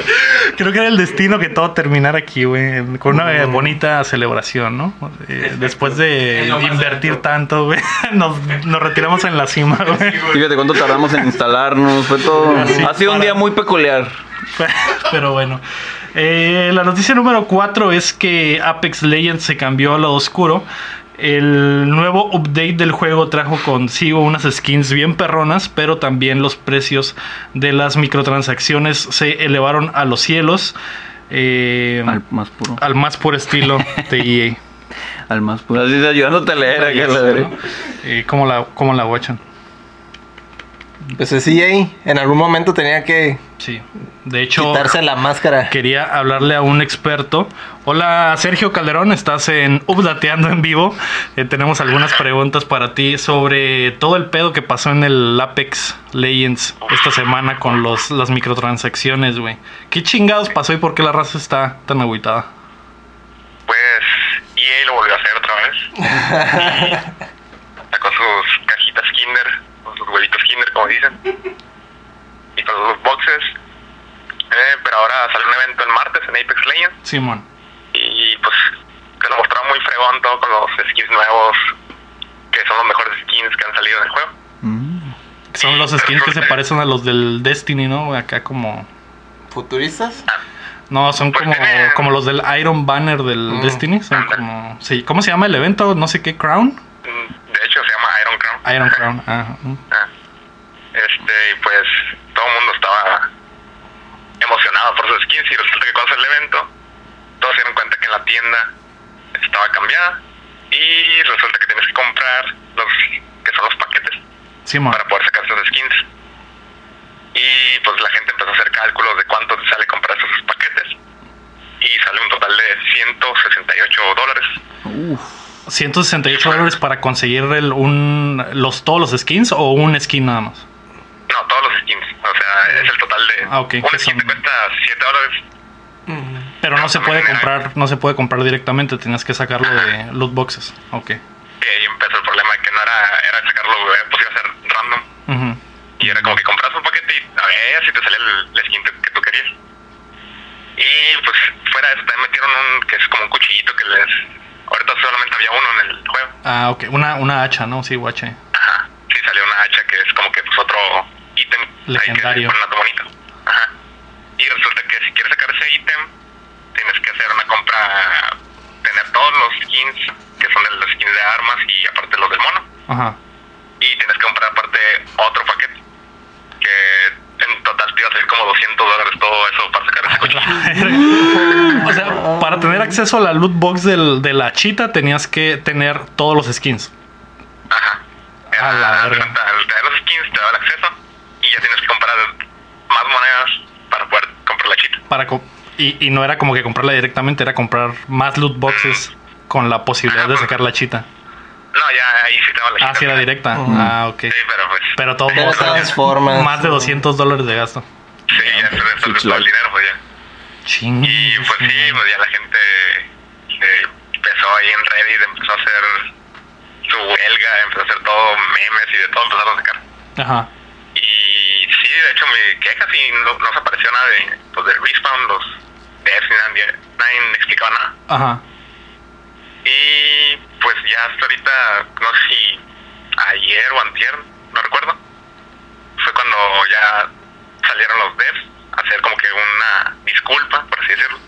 S1: Creo que era el destino que todo terminara aquí, güey. Con una eh, bonita celebración, ¿no? Eh, después de
S5: Mm. Es lo más
S1: invertir
S5: alto.
S1: tanto, güey, (laughs) nos, nos retiramos en la
S5: (laughs)
S1: cima, güey.
S3: Fíjate cuánto tardamos en instalarnos. Fue todo.
S1: Sí,
S3: ha sido un
S1: para-
S3: día muy peculiar.
S1: (laughs) Pero bueno. Eh, la noticia número 4 es que Apex Legends se cambió a lo oscuro. El nuevo update del juego trajo consigo unas skins bien perronas, pero también los precios de las microtransacciones se elevaron a los cielos. eh,
S3: Al más puro.
S1: al más puro estilo de E EA.
S3: Al más puro. Así de ayudándote a leer. acá, la verga.
S1: Eh, ¿Cómo la, cómo la guachan?
S2: Pues es EA. En algún momento tenía que
S1: Sí. De hecho,
S2: quitarse la máscara.
S1: quería hablarle a un experto. Hola, Sergio Calderón, estás en Updateando en vivo. Eh, tenemos algunas preguntas para ti sobre todo el pedo que pasó en el Apex Legends esta semana con los, las microtransacciones, güey. ¿Qué chingados pasó y por qué la raza está tan agüitada?
S6: Pues EA lo volvió a hacer otra vez. Sacó sus cajitas Kinder, o sus huevitos Kinder, como dicen. Y con sus boxes. Eh, pero ahora sale un evento el martes en Apex Legends.
S1: Simón.
S6: Y pues te lo mostraron muy fregón todo con los skins nuevos, que son los mejores skins que han salido en el juego.
S1: Mm. Son los skins que se parecen a los del Destiny, ¿no? Acá como...
S2: ¿Futuristas?
S1: No, son
S6: Pues
S1: como,
S6: tiene-
S1: como los del Iron Banner del
S2: Mm,
S1: Destiny. Son
S6: ándale.
S1: como... Sí, ¿cómo se llama el evento? No sé qué, Crown.
S6: Mm, De hecho, se llama Iron Crown.
S1: Iron Crown. ajá.
S6: Ah. Este, y pues todo el mundo estaba emocionado por sus skins y resulta que cuando hace el evento, todos se dieron cuenta que en la tienda estaba cambiada y resulta que tienes que comprar los que son los paquetes
S1: Simón.
S6: para poder sacar sus skins. Y pues la gente empezó a hacer cálculos de cuánto te sale comprar esos paquetes y sale un total de 168 dólares.
S1: 168 dólares para conseguir el, un, los, todos los skins o un skin nada más.
S6: No, todos los skins. O sea, es el total de...
S1: Ah, ok, que
S6: Un skin te
S1: son-
S6: cuesta 7 dólares
S1: Pero no se puede comprar, no se puede comprar directamente, tenías que sacarlo de loot boxes. Ok.
S6: Y ahí empezó el problema de que no era, era sacarlo, güey, pues iba a ser random.
S1: Ujú.
S6: Y era como que compras un paquete y a ver si te sale el, el skin que tú querías. Y pues fuera de eso también metieron un que es como un cuchillito que les... Ahorita solamente había uno en el juego.
S1: Ah, ok. Una, una hacha, ¿no? Sí, guache.
S6: Ajá. Sí, salió una hacha que es como que pues otro ítem. ahí
S1: Legendario.
S6: Que le ponen a tu monito. Ajá. Y resulta que si quieres sacar ese ítem, tienes que hacer una compra, tener todos los skins, que son los skins de armas y aparte los del mono.
S1: Ajá. (laughs)
S6: y tienes que comprar aparte otro paquete que en total te iba a salir como 200 dólares todo eso para sacar
S1: Ah,
S6: ese coche.
S1: o sea, para tener acceso a la loot box del, de la chita tenías que tener todos los skins.
S6: Ajá.
S1: A la
S6: Era-
S1: verga.
S6: Al traer los skins te da el acceso y ya tienes que comprar más monedas para poder comprar la chita.
S1: Para co- y, y no era como que comprarla directamente, era comprar más loot boxes con la posibilidad de sacar la chita.
S6: No, ya ahí sí te daba la chita.
S1: Ah, sí, era directa.
S2: Ujú.
S1: Ah, ok.
S6: Sí, pero pues.
S1: Pero todo (laughs)
S2: Pero transformas.
S1: Más de 200 dólares de gasto.
S6: Sí, ya se
S3: Six
S6: después todo el
S3: Flags.
S6: dinero, pues ya.
S1: Mm, Ching.
S6: Y pues sí, pues ya la gente eh, empezó ahí en Reddit, empezó a hacer su huelga, empezó a hacer todo memes y de todo empezaron a sacar.
S1: Ajá.
S6: Y sí, de hecho, mi queja sí no, no se apareció nada de, pues, del Respawn, los devs, ni nadie, nadie me explicaba nada.
S1: Ajá.
S6: Y pues ya hasta ahorita, no sé si ayer o antier, no recuerdo, fue cuando ya salieron los devs a hacer como que una disculpa, por así decirlo.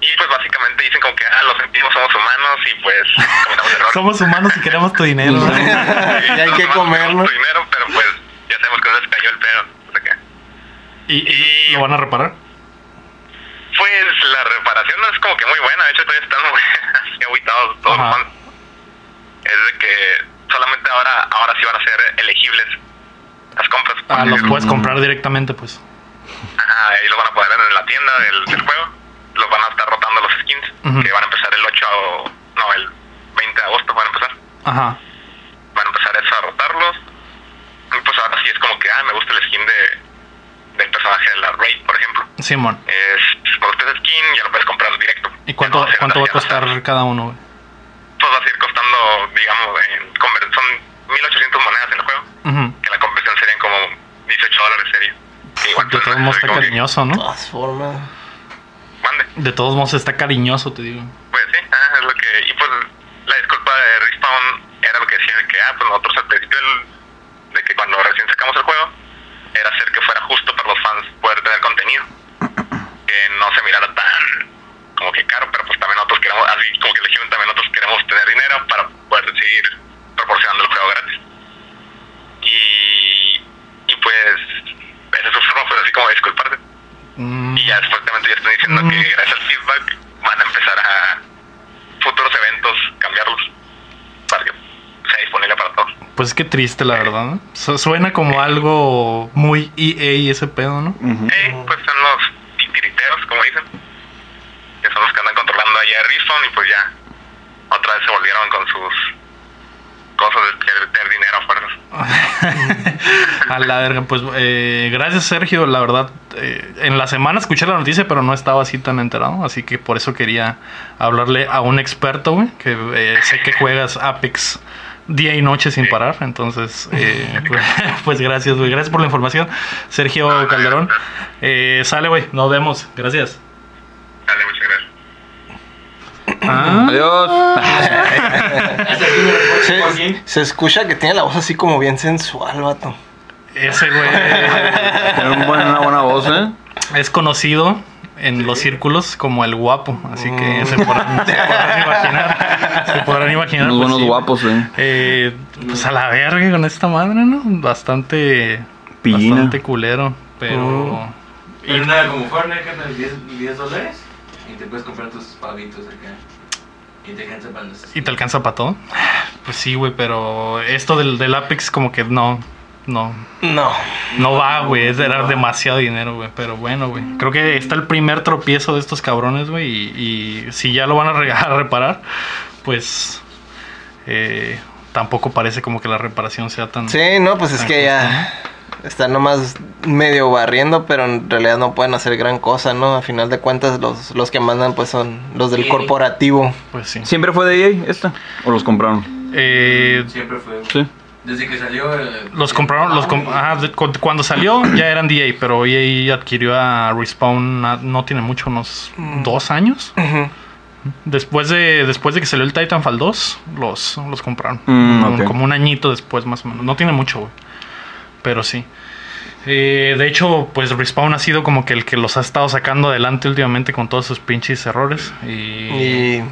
S6: Y pues básicamente dicen como que, ah, lo sentimos, somos humanos y pues
S2: (laughs)
S6: cometemos errores.
S1: Somos humanos y queremos tu dinero. ¿no?
S2: (laughs)
S6: (laughs)
S2: y hay que
S6: Somos humanos,
S2: comerlo.
S6: tenemos Dinero, pero pues ya sabemos que no les cayó el pedo. o sea que-
S1: ¿Y, y lo van a reparar?
S6: Pues la reparación no es como que muy buena, de hecho todavía están muy (laughs) así aguitados todos
S1: Ajá.
S6: los fans. Es de que solamente ahora, ahora sí van a ser elegibles las compras.
S1: Ah, los puedes
S3: Mm.
S1: comprar directamente, pues.
S6: Ajá, ahí lo van a poder en la tienda del, del juego. Los van a estar rotando los skins,
S1: Ujú.
S6: que van a empezar el 8, o- no, el 20 de agosto van a empezar.
S1: Ajá.
S6: Van a empezar eso a rotarlos. Y pues ahora sí es como que, ah, me gusta el skin de, del personaje de la Raid, por ejemplo.
S1: Simón.
S6: Es, cuando estés skin ya lo puedes comprar directo.
S1: ¿Y cuánto,
S6: Ya no hace
S1: cuánto va a
S6: falta que hagas.
S1: costar cada uno, güey?
S6: Pues va a seguir costando, digamos, en conver- son 1800 monedas en el juego,
S1: Ujú.
S6: que la conversión serían como 18 dólares sería. Igual,
S1: De
S6: pues,
S1: todos modos
S6: así
S1: está
S6: como que-
S1: cariñoso,
S2: De
S1: ¿no?
S2: todas formas.
S6: Mande.
S1: De todos modos está cariñoso, te digo.
S6: Pues sí, ah, es lo que. Y pues la disculpa de Respawn era lo que decían que, ah, pues nosotros al principio del- de que cuando recién sacamos el juego, era hacer que fuera justo para los fans poder tener contenido. Que no se mirara tan como que caro, pero pues también nosotros queremos, así como que eligieron también nosotros queremos tener dinero para poder seguir proporcionando el juego gratis. Y, y pues, esa es su forma, pues así como de disculparte.
S1: Mm,
S6: Y ya supuestamente ya están diciendo
S1: Mm.
S6: que gracias al feedback van a empezar a futuros eventos cambiarlos para que sea disponible para todos.
S1: Pues qué triste, la verdad, ¿no? Su- Suena como algo muy EA y ese pedo, ¿no?
S3: Ujú.
S6: Eh, pues son los titiriteros, como dicen, que son los que andan controlando allá a Rifton y pues ya otra vez se volvieron con sus cosas de querer tener dinero a fuerzas.
S1: a la verga, pues eh, gracias Sergio, la verdad, eh, en la semana escuché la noticia, pero no estaba así tan enterado, así que por eso quería hablarle a un experto, güey, que eh, sé que juegas Apex día y noche sin parar, entonces, eh, pues, (laughs) pues, gracias, güey, gracias por la información, Sergio Calderón, Eh, sale, güey, nos vemos, gracias.
S6: Dale, muchas gracias.
S1: Ah,
S3: Adiós.
S2: Se, se escucha que tiene la voz así como bien sensual, vato.
S1: ese güey
S3: Tiene un buen- una buena voz, ¿eh?
S1: es conocido en los círculos como el guapo, así que se podrán, se podrán imaginar, se podrán imaginar. pues,
S3: Unos
S1: (laughs)
S3: buenos
S1: sí.
S3: guapos, ¿eh?
S1: Eh, pues a la verga con esta madre, ¿no? Bastante.
S3: Pillina.
S1: Bastante culero, pero.
S2: Mm.
S5: Pero nada, como Fortnite, carnal, 10, 10 dólares y te puedes comprar tus pavitos acá. Y te alcanza para los.
S1: ¿Y te alcanza para todo? Pues sí, güey, pero esto del, del Apex, como que no. No,
S2: No.
S1: no va, güey. es- Era demasiado dinero, güey. Pero bueno, güey. Creo que está el primer tropiezo de estos cabrones, güey. Y, y si ya lo van a, re- (laughs) a reparar, pues. eh, tampoco parece como que la reparación sea tan.
S2: Sí, no, pues es que ya están nomás medio barriendo, pero en realidad no pueden hacer gran cosa, ¿no? A final de cuentas, los, los que mandan pues son los del
S5: Sí.
S2: corporativo.
S1: Pues sí.
S3: ¿Siempre fue de EA esta? ¿O los compraron?
S1: Eh,
S5: Siempre fue. güey.
S3: Sí.
S5: Desde que salió. eh,
S1: Los compraron, los com- ajá, de- cu- cuando salió ya eran DA, pero EA adquirió a Respawn na- no tiene mucho, unos dos años.
S2: Ujú.
S1: Después de, después de que salió el Titanfall 2, los, los compraron.
S3: Mm,
S1: como,
S3: ok.
S1: como un añito después más o menos. No tiene mucho, güey. Pero sí. Eh, de hecho, pues Respawn ha sido como que el que los ha estado sacando adelante últimamente con todos sus pinches errores. Y...
S2: Y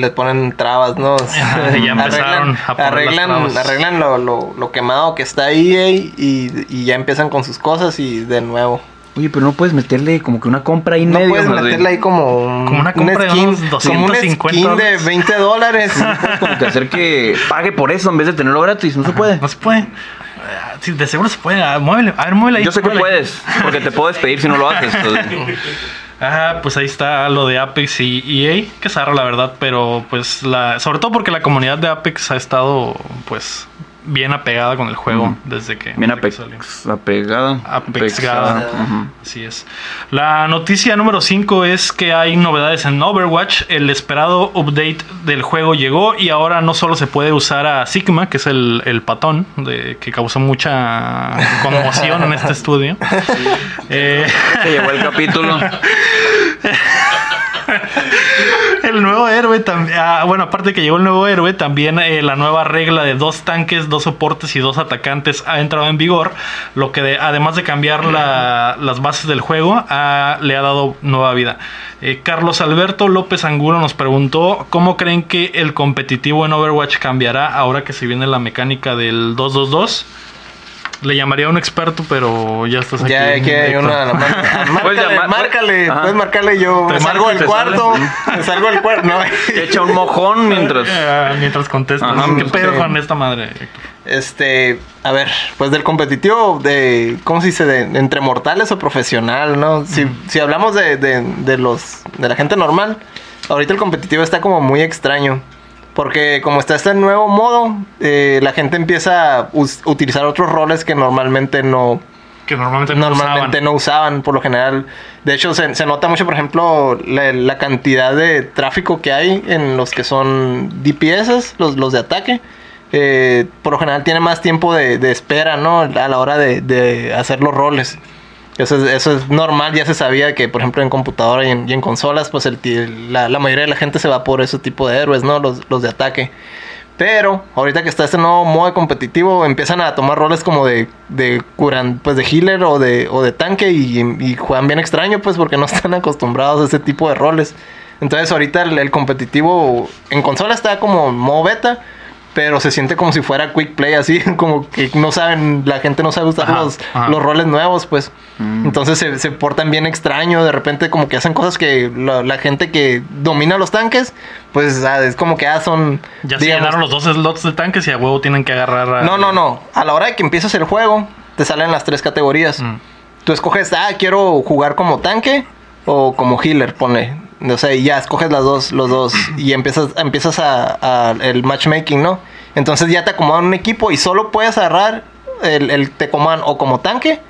S2: le ponen trabas, ¿no?
S1: Ajá, (laughs) ya empezaron a poner
S2: arreglan,
S1: las trabas.
S2: arreglan lo, lo, lo quemado que está ahí eh, y, y ya empiezan con sus cosas y de nuevo.
S3: Oye, pero no puedes meterle como que una compra ahí
S2: No
S3: medio.
S2: puedes
S3: más bien.
S2: meterle ahí como, un-
S1: Como una compra de unos
S2: como un
S1: 250
S2: skin de
S1: dólares.
S2: 20
S1: (laughs)
S2: dólares.
S3: Puedes como que hacer que pague por eso en vez de tenerlo gratis. No se puede.
S1: No se puede. Ah, sí, de seguro se puede. Ah, Muévele. A ver, muévele ahí.
S3: Yo sé que
S1: muévele.
S3: puedes, porque te puedo despedir si no
S1: (laughs)
S3: lo haces. Entonces,
S1: Ah, pues ahí está lo de Apex y E EA, que zarra la verdad, pero pues la, sobre todo porque la comunidad de Apex ha estado pues bien apegada con el juego
S3: Ujú.
S1: desde que
S3: Bien
S1: desde que salió.
S3: apex, apegada.
S1: Apexgada.
S3: Ujú.
S1: Así es. La noticia número 5 es que hay novedades en Overwatch. El esperado update del juego llegó y ahora no solo se puede usar a Sigma, que es el, el patón de, que causó mucha conmoción en
S3: (laughs)
S1: este estudio. Eh,
S3: Se
S1: (laughs)
S3: llevó el capítulo.
S1: El nuevo héroe también. ah, bueno, aparte de que llegó el nuevo héroe, también eh, la nueva regla de dos tanques, dos soportes y dos atacantes ha entrado en vigor. Lo que de- además de cambiar la- las bases del juego, ha- le ha dado nueva vida. Eh, Carlos Alberto López Angulo nos preguntó: ¿Cómo creen que el competitivo en Overwatch cambiará ahora que se viene la mecánica del 2-2-2? Le llamaría a un experto, pero ya estás pues aquí.
S2: Ya aquí hay
S1: Héctor. (laughs)
S2: una.
S3: Puedes
S2: Márcale,
S3: llamar-
S2: márcale,
S3: Ajá.
S2: puedes marcarle yo.
S3: Te
S2: Me salgo
S3: marco y
S2: del
S3: te
S2: cuarto. Me salgo del cuarto.
S1: (laughs)
S2: No.
S3: Te echa un mojón mientras.
S1: Ah, mientras contestas.
S3: Ajá,
S1: ¿Qué
S3: sí.
S1: pedo con esta madre, Héctor?
S2: Este, a ver, pues del competitivo, de, ¿cómo se dice? De, entre mortales o profesional, ¿no? Si, si hablamos de, de- de los, de la gente normal, ahorita el competitivo está como muy extraño. Porque como está este nuevo modo, eh, la gente empieza a us- utilizar otros roles que normalmente no,
S1: que normalmente,
S2: normalmente
S1: usaban.
S2: no usaban por lo general. De hecho, se, se nota mucho, por ejemplo, la, la cantidad de tráfico que hay en los que son DPS, los, los de ataque. Eh, por lo general tiene más tiempo de, de espera, ¿no? A la hora de, de hacer los roles. Eso es, eso es normal, ya se sabía que, por ejemplo, en computadora y en, y en consolas, pues el, ti- la, la mayoría de la gente se va por ese tipo de héroes, ¿no? Los, los de ataque. Pero ahorita que está este nuevo modo competitivo, empiezan a tomar roles como de, de curan, pues de healer o de, o de tanque y, y juegan bien extraño, pues porque no (laughs) están acostumbrados a ese tipo de roles. Entonces ahorita el, el competitivo en consola está como en modo beta, pero se siente como si fuera quick play, así (laughs) como que no saben, la gente no sabe usar
S1: Ajá,
S2: los,
S1: ajá.
S2: los roles nuevos, pues.
S3: Mm.
S2: Entonces se, se portan bien extraño, de repente como que hacen cosas que la, la gente que domina los tanques, pues ah, es como que ah, son...
S1: Ya se
S2: digamos,
S1: llenaron los dos slots de tanques y a huevo tienen que agarrar a...
S2: no, no, no. A la hora de que empiezas el juego, te salen las tres categorías.
S1: Mm.
S2: Tú escoges, ah, quiero jugar como tanque o como healer, ponle. No sé, y ya escoges las dos, los dos y empiezas, empiezas a, a el matchmaking, ¿no? Entonces ya te acomodan un equipo y solo puedes agarrar el, el te coman o como tanque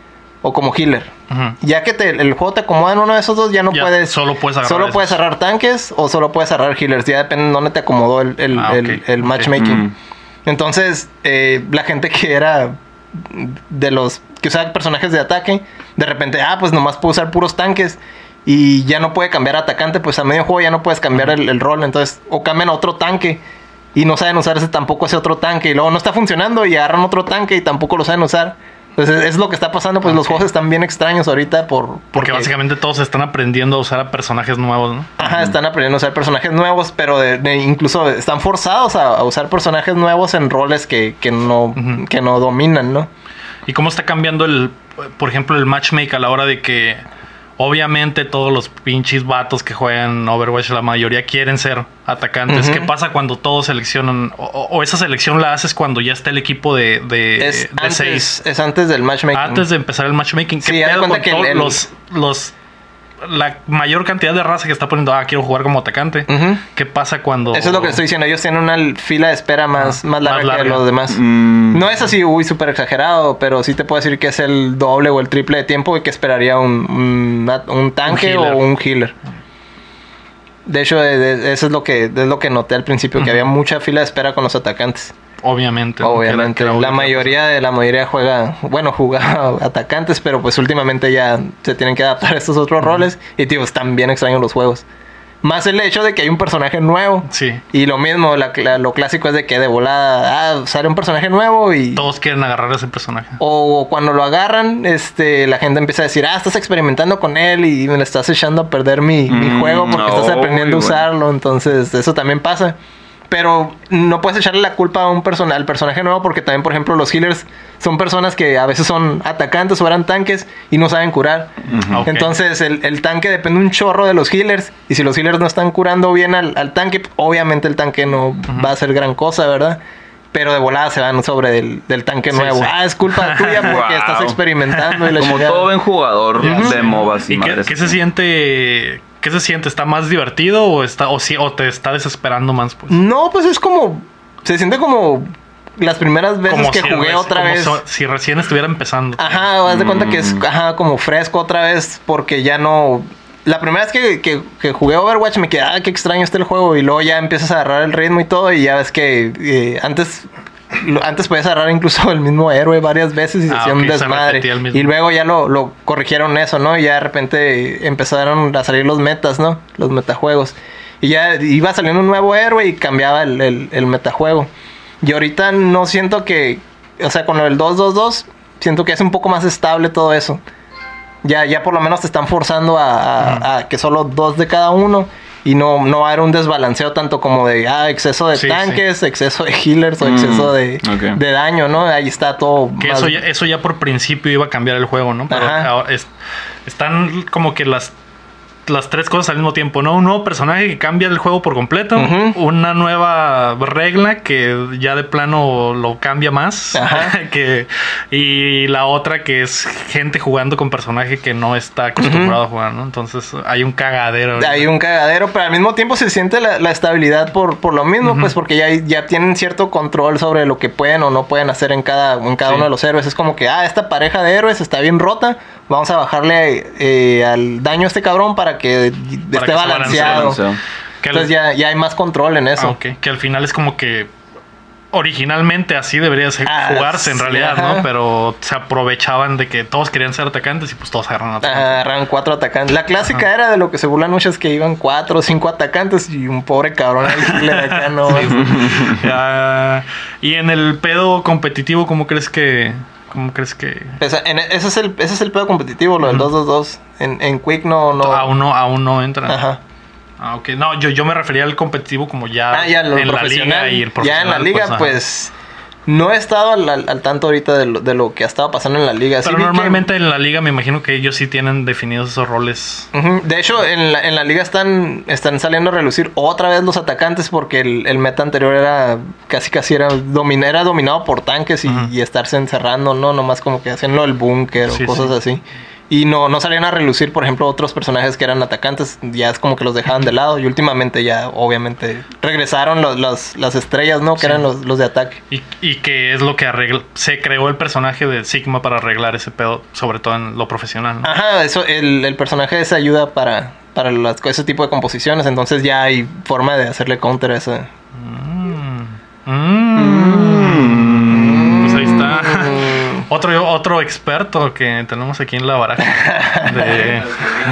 S2: o como healer.
S1: Ujú.
S2: Ya que te- el juego te acomoda en uno de esos dos, ya no
S1: Ya,
S2: puedes.
S1: solo puedes agarrar
S2: Solo
S1: esos.
S2: puedes agarrar tanques o solo puedes agarrar healers. Ya depende de dónde te acomodó el, el-
S1: Ah,
S2: el-
S1: ok,
S2: el
S1: ok.
S2: matchmaking.
S3: Mm.
S2: Entonces, eh, la gente que era de los que usaba personajes de ataque, de repente, ah, pues nomás puedo usar puros tanques. Y ya no puede cambiar atacante, pues a medio juego ya no puedes cambiar el, el rol. Entonces, o cambian a otro tanque y no saben usar ese, tampoco ese otro tanque. Y luego no está funcionando y agarran otro tanque y tampoco lo saben usar. Entonces, es, es lo que está pasando. Pues los juegos están bien extraños ahorita por.
S1: Porque básicamente todos están aprendiendo a usar a personajes nuevos, ¿no?
S2: Ajá, están aprendiendo a usar personajes nuevos, pero de- de- incluso están forzados a, a usar personajes nuevos en roles que, que no,
S1: Ujú.
S2: que no dominan, ¿no?
S1: ¿Y cómo está cambiando el, por ejemplo, el matchmake a la hora de que obviamente todos los pinches vatos que juegan Overwatch, la mayoría quieren ser atacantes?
S2: Ujú.
S1: ¿Qué pasa cuando todos seleccionan? O, o- o esa selección la haces cuando ya está el equipo de, de,
S2: es,
S1: Eh, de
S2: antes,
S1: seis.
S2: es antes del matchmaking.
S1: Antes de empezar el matchmaking, ¿qué
S2: Sí, haz de
S1: pedo
S2: cuenta
S1: con
S2: que el-
S1: todos los,
S2: el-
S1: los la mayor cantidad de raza que está poniendo, ah, quiero jugar como atacante?
S2: Ujú.
S1: ¿Qué pasa cuando
S2: Eso es lo que estoy diciendo. Ellos tienen una l- fila de espera más,
S1: Ajá,
S2: más larga
S1: más
S2: que
S1: larga.
S2: los demás.
S3: Mm.
S2: No es así, uy, súper exagerado, pero sí te puedo decir que es el doble o el triple de tiempo que esperaría un, un, at- un tanque
S1: healer.
S2: o un healer. De hecho, eh, de- eso es lo que es lo que noté al principio, que
S1: Ujú.
S2: había mucha fila de espera con los atacantes.
S1: obviamente, ¿no? Que era- que
S2: Obviamente,
S1: era obvio
S2: la
S1: que-
S2: mayoría de la mayoría juega, (laughs) bueno, jugaba atacantes, pero pues últimamente ya se tienen que adaptar a estos otros roles y tío, están bien extraños los juegos. Más el hecho de que hay un personaje nuevo.
S1: Sí.
S2: Y lo mismo, la- la- lo clásico es de que de volada, ah, sale un personaje nuevo y
S1: Todos quieren agarrar a ese personaje.
S2: o cuando lo agarran, este, la gente empieza a decir, ah, estás experimentando con él y me le estás echando a perder mi, mi
S3: Mm,
S2: juego porque estás
S3: no,
S2: aprendiendo a
S3: güey.
S2: usarlo. Entonces, eso también pasa. Pero no puedes echarle la culpa a un persona, al personaje nuevo porque también, por ejemplo, los healers son personas que a veces son atacantes o eran tanques y no saben curar.
S3: Ujú.
S1: Ah, ok.
S2: Entonces, el, el tanque depende un chorro de los healers. Y si los healers no están curando bien al, al tanque, obviamente el tanque no va a hacer gran cosa, ¿verdad? Pero de volada se van sobre del, del tanque
S1: Sí,
S2: nuevo.
S1: sí.
S2: Ah,
S1: (laughs)
S2: es culpa tuya porque
S3: Wow.
S2: estás experimentando y la
S3: Como
S2: chingada.
S3: todo buen jugador
S1: Ya sé.
S3: de MOBAs y,
S1: ¿Y qué,
S3: madres.
S1: qué se siente? ¿Qué se siente? ¿Está más divertido o está o sí, o te está desesperando más pues?
S2: No, pues es como. Se siente como las primeras veces que
S1: si
S2: jugué
S1: reci-
S2: otra
S1: como
S2: vez.
S1: so- si recién estuviera empezando.
S2: Ajá, haz de cuenta que es
S3: Mm.
S2: ajá, como fresco otra vez porque ya no... La primera vez que, que- que jugué Overwatch me quedé, ah, qué extraño está el juego. Y luego ya empiezas a agarrar el ritmo y todo. Y ya ves que eh, antes lo- antes podías agarrar incluso el mismo héroe varias veces y se
S1: Ah,
S2: hacía
S1: ok,
S2: un
S1: se
S2: desmadre.
S1: repetía el mismo.
S2: Y luego ya lo, lo corrigieron eso, ¿no? Y ya de repente empezaron a salir los metas, ¿no? Los metajuegos. Y ya iba saliendo un nuevo héroe y cambiaba el, el- el metajuego. Y ahorita no siento que. O sea, con el 2-2-2, siento que es un poco más estable todo eso. Ya, ya por lo menos te están forzando a, a- a que solo dos de cada uno. Y no, no va a haber un desbalanceo tanto como de ah, exceso de
S1: Sí, sí.
S2: tanques, exceso de healers o exceso
S3: Mm,
S2: de,
S3: ok.
S2: de daño, ¿no? Ahí está todo.
S1: Que
S2: más-
S1: eso ya, eso ya por principio iba a cambiar el juego, ¿no? Pero
S2: Ajá.
S1: ahora es- están como que las las tres cosas al mismo tiempo, ¿no? Un nuevo personaje que cambia el juego por completo,
S2: Ujú.
S1: una nueva regla que ya de plano lo cambia más,
S2: Ajá.
S1: (laughs) que, y la otra que es gente jugando con personaje que no está acostumbrado a jugar, ¿no? Entonces hay un cagadero. ahorita.
S2: Hay un cagadero, pero al mismo tiempo se siente la, la estabilidad por, por lo mismo, pues porque ya, ya tienen cierto control sobre lo que pueden o no pueden hacer en cada, en cada
S1: Sí.
S2: uno de los héroes. Es como que, ah, esta pareja de héroes está bien rota, vamos a bajarle eh, al daño a este cabrón para que esté
S1: que se
S2: balanceado.
S1: balancee.
S3: Demasiado.
S1: Que al-
S2: Entonces ya, ya hay más control en
S1: Ah,
S2: eso.
S1: ok. Que al final es como que originalmente así debería ser-
S2: Ah,
S1: jugarse en
S2: sí,
S1: realidad,
S2: ajá.
S1: ¿no? Pero se aprovechaban de que todos querían ser atacantes y pues todos agarran atacantes.
S2: (laughs) Ajá, Agarran cuatro atacantes. La clásica era de lo que se burlan muchas que iban cuatro o cinco atacantes y un pobre cabrón
S1: (laughs)
S2: ahí le da acá, no.
S1: Ya, y en el pedo competitivo, ¿cómo crees que.? ¿Cómo crees que.?
S2: Pues, en- ese, es el, ese es el pedo competitivo, lo del
S1: Ujú.
S2: 2-2-2. En, en Quick no. no
S1: Aún no, aún no entra.
S2: Ajá.
S1: Ah, ok. No, yo, yo me refería al competitivo como ya,
S2: Ah, ya, lo
S1: en la
S2: profesional.
S1: liga y el
S2: ya en la
S1: profesional,
S2: liga,
S1: ajá.
S2: pues, no he estado al, al- al tanto ahorita de lo, de lo que ha estado pasando en la liga. Sí
S1: Pero
S2: vi que-
S1: normalmente en la liga me imagino que ellos sí tienen definidos esos roles.
S2: Ujú. De hecho, en la, en la liga están, están saliendo a relucir otra vez los atacantes porque el, el meta anterior era casi casi era, domina- era dominado por tanques y,
S1: Ajá.
S2: y estarse encerrando, ¿no? Nomás como que hacen lo del búnker o
S1: Sí,
S2: cosas así. Y no, no salían a relucir, por ejemplo, otros personajes que eran atacantes, ya es como que los dejaban de lado y últimamente ya obviamente regresaron los- las- las estrellas, ¿no? Que
S1: Sí.
S2: eran los, los de ataque.
S1: Y, y que es lo que arregla. Se creó el personaje de Sigma para arreglar ese pedo, sobre todo en lo profesional. ¿no?
S2: Ajá, eso, el, el personaje ese ayuda para, para las, ese tipo de composiciones, entonces ya hay forma de hacerle counter a ese.
S1: Mm.
S2: Ah.
S1: Mm. Pues ahí está.
S2: Mm.
S1: Otro, otro experto que tenemos aquí en la baraja
S2: (laughs)
S1: de, de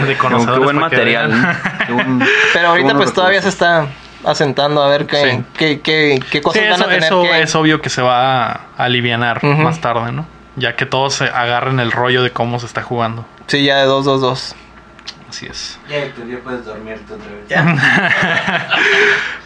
S3: Qué
S1: conocedores.
S3: qué buen
S1: para que
S3: material.
S1: vean. (laughs)
S3: ¿eh? Qué buen- qué
S2: Pero ahorita
S3: buenos
S2: pues todavía se
S3: recursos.
S2: está asentando a ver qué,
S1: Sí.
S2: qué, qué, qué
S1: Sí,
S2: cosas van a
S1: eso,
S2: tener
S1: eso
S2: que...
S1: es obvio que se va a alivianar
S2: Ujú.
S1: más tarde, ¿no? Ya que todos se agarren el rollo de cómo se está jugando.
S2: Sí, ya de 2-2-2.
S1: Así es.
S5: Ya, Héctor, ya puedes dormirte otra vez.
S1: (laughs)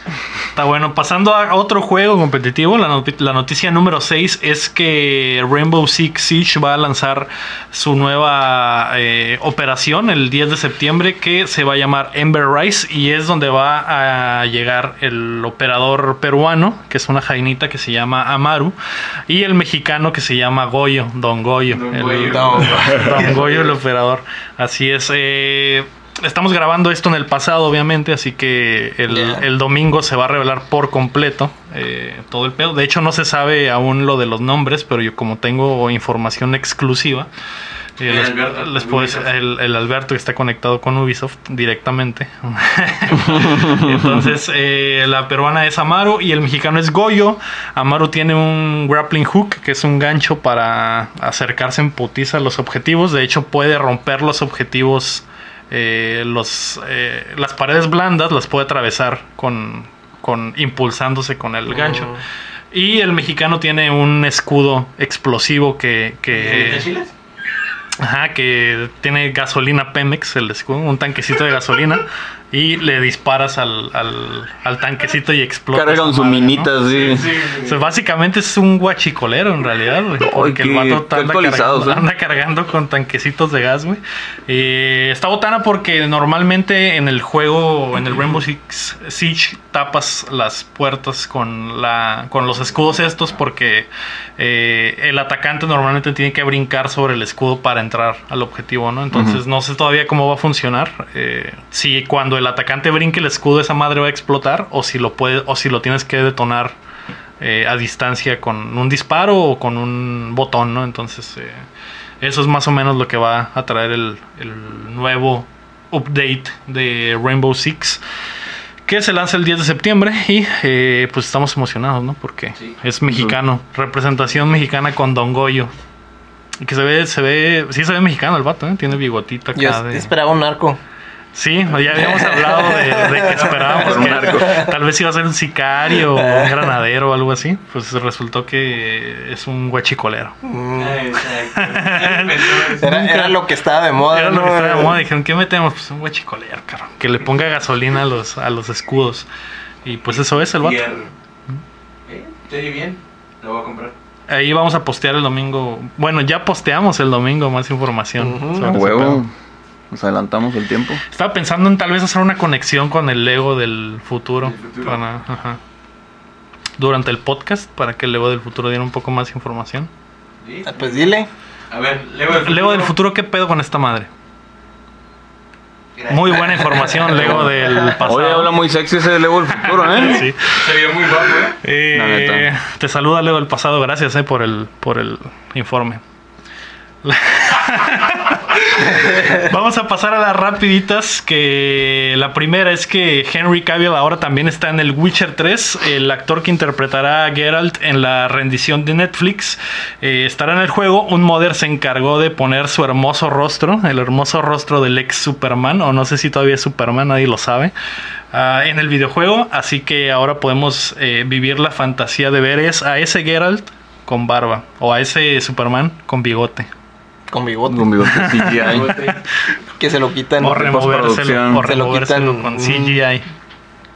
S1: Está bueno, pasando a otro juego competitivo, la, noti- la noticia número 6 es que Rainbow Six Siege va a lanzar su nueva eh, operación el 10 de septiembre que se va a llamar Ember Rise y es donde va a llegar el operador peruano, que es una jainita que se llama Amaru, y el mexicano que se llama Goyo, Don Goyo.
S5: Don
S1: el-
S5: Goyo.
S1: Don Goyo el operador. Así es. eh, estamos grabando esto en el pasado, obviamente, así que el,
S2: Yeah.
S1: el domingo se va a revelar por completo eh, todo el pedo. De hecho, no se sabe aún lo de los nombres, pero yo como tengo información exclusiva, eh,
S5: El
S1: les,
S5: Alberto,
S1: les
S5: el
S1: puedo
S5: Ubisoft.
S1: decir- el, el Alberto que está conectado con Ubisoft directamente. (laughs) Entonces, eh, la peruana es Amaru y el mexicano es Goyo. Amaru tiene un grappling hook, que es un gancho para acercarse en putiza a los objetivos. De hecho, puede romper los objetivos, eh, los, eh, las paredes blandas las puede atravesar con, con impulsándose con el gancho.
S5: Oh.
S1: Y el mexicano tiene un escudo explosivo que... que
S5: ¿Te chiles?
S1: Ajá, que tiene gasolina Pemex, el escudo, un tanquecito de gasolina, y le disparas al, al, al tanquecito y explota.
S3: Carga con
S1: esa
S3: su
S1: madre, ¿no?
S3: minita, sí.
S5: Sí,
S1: O
S5: sí.
S1: sea, básicamente es un guachicolero en realidad, güey. Porque el
S3: qué-
S1: vato
S3: qué
S1: está anda
S3: actualizados,
S1: cargando,
S3: ¿eh?
S1: anda cargando con tanquecitos de gas, güey. Eh, está botana porque normalmente en el juego, en el Rainbow Six Siege, tapas las puertas con, la, con los escudos estos porque eh, el atacante normalmente tiene que brincar sobre el escudo para entrar al objetivo, ¿no? Entonces no sé todavía cómo va a funcionar. eh, si cuando el atacante brinque el escudo, esa madre va a explotar o si lo, puede, o si lo tienes que detonar eh, a distancia con un disparo o con un botón, ¿no? Entonces, eh, eso es más o menos lo que va a traer el, el nuevo update de Rainbow Six. Que se lanza el 10 de septiembre y eh, pues estamos emocionados, ¿no? Porque
S5: Sí.
S1: es mexicano, representación mexicana con Don Goyo. Y que se ve, se ve, sí se ve mexicano el vato, ¿eh? Tiene bigotita acá
S2: Yo
S1: de-
S2: esperaba un arco.
S1: Sí, ya habíamos hablado de, de que esperábamos
S3: Por un
S1: que
S3: arco.
S1: tal vez iba a ser un sicario o un granadero o algo así. Pues resultó que es un huachicolero.
S2: Mm.
S5: Ah,
S1: (laughs)
S5: Exacto. Pensó eso.
S2: Era, era lo que estaba de moda.
S1: Era lo que
S2: ¿no?
S1: estaba de moda. Dijeron, ¿qué metemos? Pues un huachicolero, cabrón. Que le ponga gasolina a los, a los escudos. Y pues eso es el vato.
S5: Hierro. ¿Eh? ¿Te oye bien? Lo voy a comprar.
S1: Ahí vamos a postear el domingo. Bueno, ya posteamos el domingo más información.
S2: Ujú.
S1: sobre ese
S3: Huevo.
S1: pedo.
S3: Nos adelantamos el tiempo.
S1: Estaba pensando en tal vez hacer una conexión con el Lego del futuro.
S5: Del futuro.
S1: para- ajá. Durante el podcast, para que el Lego del futuro diera un poco más información.
S5: ¿Sí?
S2: Ah, Pues dile.
S5: A ver, Leo del futuro.
S1: Lego del futuro, ¿qué pedo con esta madre?
S5: Gracias.
S1: Muy buena información,
S5: (laughs)
S1: Lego del pasado.
S3: Oye, habla muy sexy ese Lego del futuro, ¿eh?
S1: Sí.
S5: Se vio muy guapo, ¿eh?
S1: Eh,
S3: La neta.
S1: te saluda Leo del pasado, gracias eh, por el por el informe. Vamos a pasar a las rapiditas que la primera es que Henry Cavill ahora también está en el Witcher 3, el actor que interpretará a Geralt en la rendición de Netflix eh, estará en el juego, un modder se encargó de poner su hermoso rostro, el hermoso rostro del ex Superman, o no sé si todavía es Superman, nadie lo sabe, ah, en el videojuego, así que ahora podemos eh, vivir la fantasía de ver es a ese Geralt con barba, o a ese Superman con bigote.
S2: Con bigote.
S3: Con bigote
S1: (laughs)
S3: CGI.
S2: Que se lo quitan.
S1: O
S3: postproducción.
S1: removérselo, o
S2: Se lo
S1: removérselo
S2: quitan
S1: con
S2: un-
S1: CGI.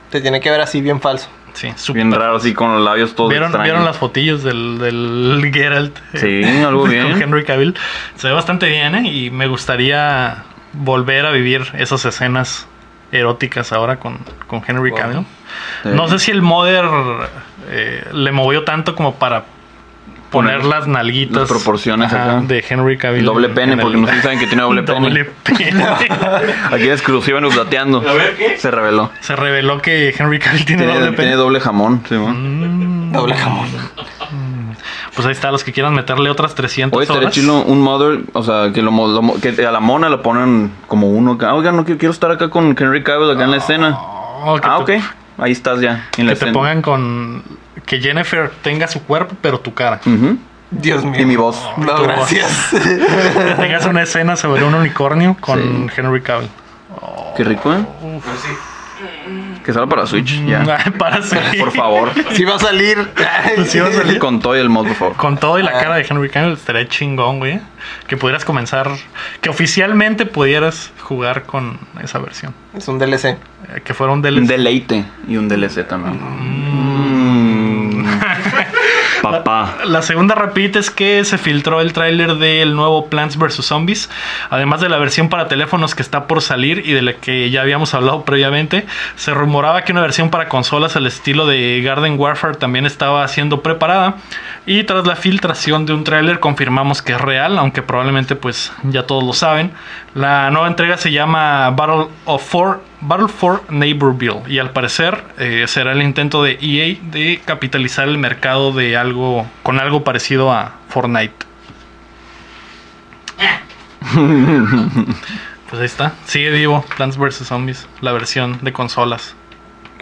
S2: Te tiene que ver así bien falso.
S1: Sí, súper.
S3: Bien raro, así con los labios todos
S1: ¿Vieron,
S3: extraños.
S1: ¿Vieron las fotillos del, del (laughs) Geralt?
S3: Sí,
S1: (laughs)
S3: algo
S1: Con
S3: bien.
S1: Henry Cavill. Se ve bastante bien, ¿eh? Y me gustaría volver a vivir esas escenas eróticas ahora con, con Henry
S2: Wow.
S1: Cavill.
S3: Sí.
S1: No sé si el modder eh, le movió tanto como para poner
S3: Poner
S1: las nalguitas
S3: las proporciones
S1: ajá,
S3: acá.
S1: de Henry Cavill.
S3: El doble pene,
S1: en el-
S3: porque no sé si saben que
S1: (laughs)
S3: tiene doble pene.
S1: Doble
S3: (laughs)
S1: pene.
S3: Aquí es exclusiva nos dateando.
S5: A ver, ¿qué?
S3: Se reveló.
S1: Se reveló que Henry Cavill tiene,
S3: Tiene
S1: doble
S3: doble,
S1: pene.
S3: tiene doble jamón, sí, ¿no?
S1: Mm,
S2: Doble jamón.
S1: Pues ahí está, los que quieran meterle otras 300
S3: Oye, estaría
S1: horas.
S3: chilo un mother, o sea, que, lo, mo- lo mo- que a la mona lo ponen como uno acá. Oiga, no quiero, quiero estar acá con Henry Cavill acá en la escena.
S1: Oh, Ah, que
S3: Ah, ok.
S1: te-
S3: Ahí estás ya, en la
S1: Que te
S3: escena.
S1: pongan con... Que Jennifer tenga su cuerpo, pero tu cara.
S3: Ujú.
S2: Dios mío.
S3: Y mi voz.
S2: No,
S1: Tu voz.
S2: (laughs) gracias.
S1: Que tengas una escena sobre un unicornio con Henry Cavill.
S3: Qué rico, ¿eh?
S5: Pues sí.
S3: Que salga para Switch, ya.
S1: (laughs) Ay, para seguir.
S3: Por
S1: (laughs)
S3: favor.
S2: Si va a salir.
S1: Sí va a salir.
S3: Con todo y el mod, por favor.
S1: Con todo y la
S2: Ah.
S1: cara de Henry Cavill estaría chingón, güey. Que pudieras comenzar... Que oficialmente pudieras jugar con esa versión.
S2: Es un DLC.
S1: Eh, Que fuera un
S3: Un
S1: DLC.
S3: deleite y un DLC también. (laughs) Mm. Papá.
S1: La segunda rapidita es que se filtró el tráiler del nuevo Plants vs. Zombies, además de la versión para teléfonos que está por salir y de la que ya habíamos hablado previamente. Se rumoraba que una versión para consolas al estilo de Garden Warfare también estaba siendo preparada y tras la filtración de un tráiler confirmamos que es real, aunque probablemente pues ya todos lo saben. La nueva entrega se llama Battle of Four Battle for Neighborville y al parecer eh, será el intento de EA de capitalizar el mercado de algo con algo parecido a Fortnite. Pues ahí está, sigue vivo Plants vs Zombies, la versión de consolas.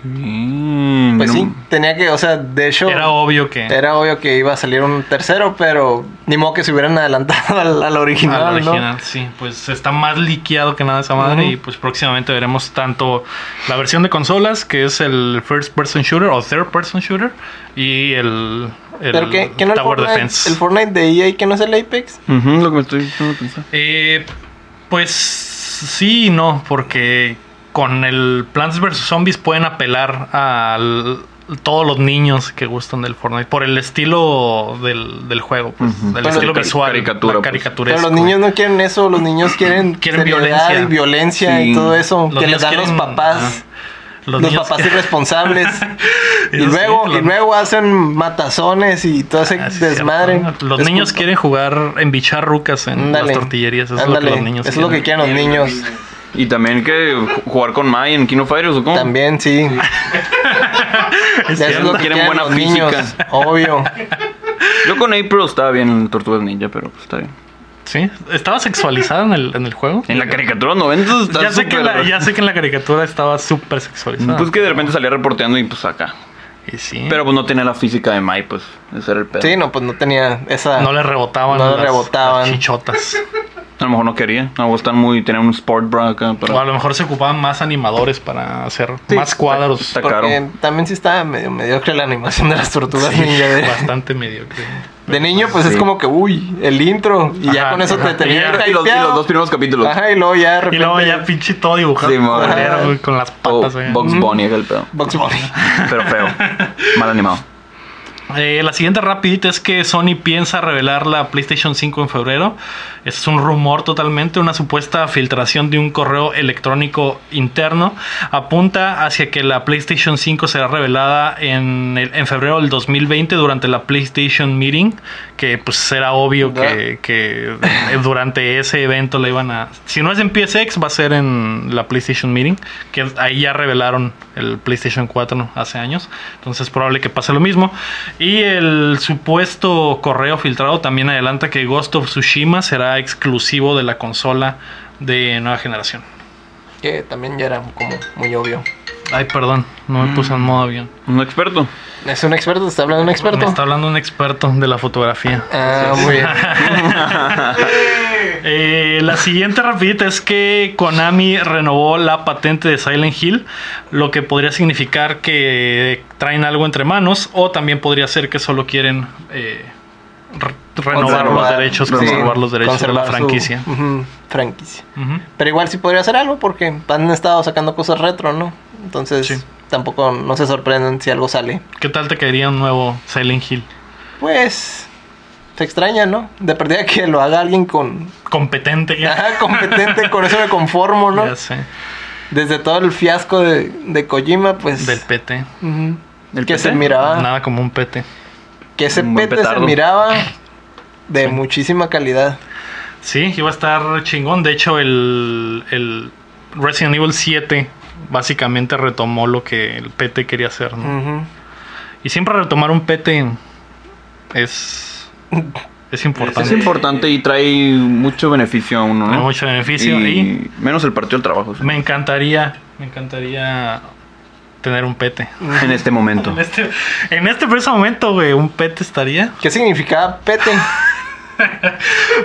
S3: Mm,
S2: Pues
S3: no-
S2: sí, tenía que, o sea, de hecho.
S1: Era obvio que
S2: Era obvio que iba a salir un tercero, pero ni modo que se hubieran adelantado (laughs) al, al original,
S1: al
S2: ¿no?
S1: original, sí, pues está más liqueado que nada esa madre
S2: Ujú.
S1: y pues próximamente veremos tanto la versión de consolas que es el first person shooter o third person shooter y el, el
S2: Pero que, que no el
S1: Tower
S2: Fortnite,
S1: Defense.
S2: el Fortnite de EA que no es el Apex.
S3: Ujú, lo que me estoy diciendo pensar.
S1: Eh, pues sí y no, porque con el Plants vs. Zombies pueden apelar a todos los niños que gustan del Fortnite por el estilo del, del juego, pues,
S3: Ujú.
S1: el
S2: Pero-
S1: estilo
S3: Cari-
S1: visual, la
S3: caricatura, pues.
S1: caricaturesco.
S2: Pero los niños no quieren eso,
S1: (coughs)
S2: los niños quieren,
S1: Quieren
S2: seriedad
S1: violencia.
S2: y violencia
S3: Sí.
S2: y todo eso
S1: Los
S2: que
S1: niños
S2: les dan
S1: quieren-
S2: los papás. Los,
S1: niños-
S2: papás
S1: (laughs)
S2: irresponsables. (laughs) y
S1: Eso sí,
S2: luego, y
S1: los-
S2: luego hacen matazones y todo ese
S1: Ah, sí, es
S2: desmadre.
S1: cierto. Los niños quieren jugar en bichar rucas en
S2: Ándale,
S1: las tortillerías, eso es lo
S2: ándale,
S1: que los niños
S2: eso es lo que quieren los niños.
S3: Y también que ju- jugar con Mai en Kino Fighters o cómo.
S2: También, sí.
S1: (laughs) Es
S2: Eso es lo
S1: cierto.
S2: que
S3: Quieren
S2: quieren
S3: buena
S2: los
S3: física.
S2: niños. Obvio.
S3: Yo con April estaba bien en Tortugas Ninja, pero pues está bien.
S1: Sí, estaba sexualizada en el, en el juego.
S3: En la caricatura de los 90 está
S1: Ya sé, que en la,
S3: súper-
S1: ya sé que en la caricatura estaba súper sexualizada.
S3: Pues que de repente salía reporteando y pues acá.
S1: Y sí.
S3: Pero pues no tenía la física de Mai, pues. Ese era el pedo.
S2: Sí, no, pues no tenía esa.
S1: No le rebotaban.
S2: No le
S1: las-
S2: rebotaban.
S1: las chichotas.
S3: A lo mejor no quería. A lo mejor están muy. Tenían un sport bra
S1: O
S3: acá
S1: a
S3: para.
S1: lo mejor se ocupaban más animadores para hacer
S3: Sí,
S1: más cuadros.
S2: (laughs)
S3: está- está
S2: porque
S3: caro.
S2: también sí estaba medio mediocre la animación de las
S1: (laughs)
S2: tortugas
S1: Sí,
S2: ninja. De,
S1: bastante mediocre.
S2: de niño, pues
S3: Sí.
S2: es como que, uy, el intro. Y ya
S1: Ajá,
S2: con eso
S1: ajá.
S2: te tenía
S1: Y
S3: (laughs) Y los, y los
S2: hypeado.
S3: dos primeros capítulos.
S2: Ajá, y luego ya de repente.
S1: Y luego
S2: (laughs)
S1: ya pinche todo dibujado.
S3: Sí, mo- Oh,
S1: culero, güey, con las
S3: O
S1: patas. güey.
S3: Box Bunny acá el pedo.
S2: Bugs Bunny.
S3: Pero feo. Mal animado.
S1: Eh, la siguiente rapidita es que Sony piensa revelar la PlayStation 5 en febrero. Es un rumor totalmente, una supuesta filtración de un correo electrónico interno. Apunta hacia que la PlayStation 5 será revelada en, el- en febrero del 2020 durante la PlayStation Meeting, que pues será obvio
S2: ¿Verdad?
S1: que, que durante ese evento la iban a... Si no es en PSX, va a ser en la PlayStation Meeting, que ahí ya revelaron el PlayStation 4 hace años. Entonces es probable que pase lo mismo. Y el supuesto correo filtrado también adelanta que Ghost of Tsushima será exclusivo de la consola de nueva generación.
S2: Que también ya era como muy obvio.
S1: Ay, perdón, no me puse en modo avión.
S3: Un experto.
S2: ¿Es un experto? ¿Te ¿Está hablando un experto?
S1: Me está hablando un experto de la fotografía.
S2: Ah, muy
S1: (laughs)
S2: bien.
S1: Eh, la siguiente rapidita es que Konami renovó la patente de Silent Hill, lo que podría significar que traen algo entre manos o también podría ser que solo quieren eh, re- renovar los
S2: Conservar,
S1: derechos,
S2: sí,
S1: conservar los derechos de la
S2: conservar su-
S1: franquicia.
S2: Ujú, franquicia.
S1: Ujú.
S2: Pero igual sí podría hacer algo porque han estado sacando cosas retro, ¿no? Entonces
S1: Sí.
S2: tampoco no se sorprenden si algo sale.
S1: ¿Qué tal te caería un nuevo Silent Hill?
S2: Pues se extraña, ¿no? De perdida que lo haga alguien con
S1: Competente ya.
S2: Ajá, competente, con eso me conformo, ¿no?
S1: Ya sé,
S2: Desde todo el fiasco de, de Kojima, pues...
S1: Del PT.
S2: ujú,
S3: ¿Del
S2: que
S3: PT?
S2: se miraba,
S1: Nada como un PT.
S2: que ese
S3: Un buen
S2: pete se
S3: petardo.
S2: miraba de muchísima calidad.
S1: Sí, iba a estar chingón. De hecho, el, el Resident Evil 7 básicamente retomó lo que el PT quería hacer. ¿no?
S2: Ujú.
S1: Y siempre retomar un PT es, es
S3: (laughs) Es
S1: importante.
S5: Sí.
S3: importante y trae mucho beneficio a uno,
S1: Hay
S3: ¿no?
S1: mucho beneficio y,
S3: menos el partido del trabajo. sí.
S1: me encantaría, me encantaría tener un PT.
S2: Mm.
S3: En este
S1: (laughs)
S3: momento.
S1: En este, en este preciso momento, güey, un PT estaría.
S2: ¿Qué significaba pete?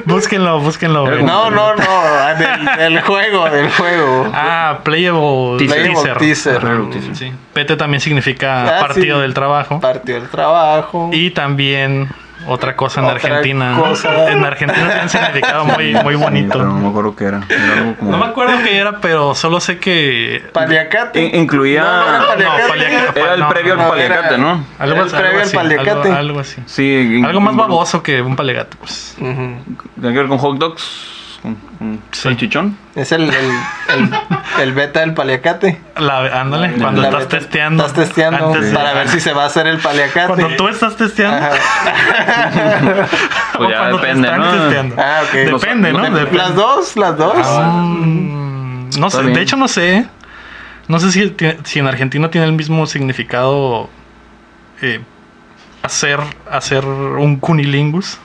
S1: Búsquenlo, búsquenlo. güey.
S2: No, no, no, del, del juego, del juego.
S1: Ah, playable
S2: Teaser.
S1: teaser.
S2: Playable teaser.
S1: Ajá, sí. PT también significa
S2: Ah,
S1: partido
S2: sí.
S1: del trabajo.
S2: Partió el trabajo.
S1: Y también otra cosa en
S2: Otra
S1: Argentina. ¿no?
S2: cosa.
S1: (laughs) En Argentina tiene un significado muy, muy
S3: Sí, pero
S1: bonito.
S3: no me acuerdo qué era. Era algo como-
S1: No me acuerdo qué era, pero solo sé que.
S2: Paliacate.
S3: In- incluía-
S2: No, no,
S1: No,
S2: era
S1: paliacate.
S2: paliacate.
S3: Era el
S1: No,
S3: previo
S1: no,
S3: al
S2: no,
S3: paliacate,
S2: era-
S3: ¿no?
S1: Algo,
S2: El
S1: algo
S2: previo al
S1: así, algo,
S2: paliacate.
S1: algo así.
S3: Sí.
S1: Algo más baboso que un palegato. Pues.
S2: Ujú.
S3: Tiene que ver con hot dogs, con, con
S1: Sí. (laughs)
S3: salchichón.
S2: Es el, el, el, el beta del paliacate.
S1: La- ándale, cuando
S2: La
S1: estás
S2: beta-
S1: testeando.
S2: Estás testeando
S1: antes de-
S2: para ver si se va a hacer el paliacate.
S1: (laughs) Cuando tú estás testeando.
S2: Ajá.
S1: (laughs) o
S3: Pues ya
S1: cuando te
S3: depende,
S1: están
S3: ¿no?
S1: testeando.
S2: Ah, ok.
S1: Depende, ¿no?
S3: Los- los-
S1: Depende.
S2: Las dos, las dos.
S1: Pues, Ah, Mm, no
S3: Está
S1: sé,
S3: bien.
S1: de hecho no sé. No sé si, ti- si en Argentina tiene el mismo significado eh, hacer, hacer un cunilingus.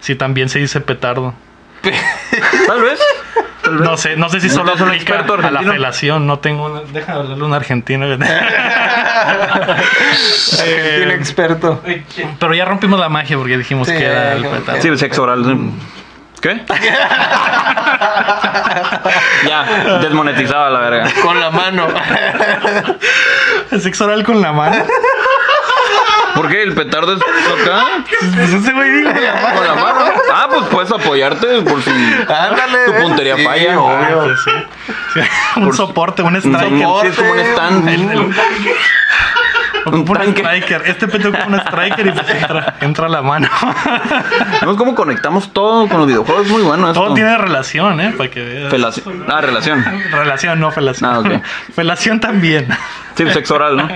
S1: Si también se dice petardo.
S3: Tal vez. Tal vez.
S1: No sé, no sé si
S3: No
S1: solo
S3: estás un
S1: aplica
S3: experto
S1: a la
S3: argentino.
S1: apelación. No tengo una, Deja de hablarle a un
S3: (laughs)
S1: argentino. (laughs)
S2: (laughs) Argentino
S1: Eh,
S2: experto.
S1: Pero ya rompimos la magia porque dijimos
S2: Sí,
S1: que era el
S2: ya,
S1: petardo.
S3: Sí, sexo oral. sí. ¿Qué? (laughs) ya, desmonetizado a la verga.
S2: Con la mano.
S1: El (laughs) sexo oral con la mano.
S3: ¿Por qué el petardo es acá?
S1: Pues (laughs) ese güey dijo la mano.
S3: Con la mano. Ah, pues puedes apoyarte por si
S2: Ándale.
S3: tu
S2: ¿ves?
S3: puntería
S2: Sí,
S3: falla.
S2: obvio.
S1: Ah, Sí, sí. (laughs) Un
S3: Por-
S1: soporte, un
S3: Un
S1: striker.
S3: soporte, es como un stand.
S1: El- el-
S3: un
S1: un
S3: tanque.
S1: striker. Este peto ocupa un striker y pues entra, entra la
S3: (laughs)
S1: mano.
S3: Vemos cómo conectamos todo con los videojuegos. Es muy bueno esto.
S1: Todo tiene relación, ¿eh? Para que veas.
S3: Felación. Ah, relación.
S1: Relación, no felación.
S3: Ah, ok.
S1: (laughs) Felación también.
S3: Sí, pues sexo oral, ¿no?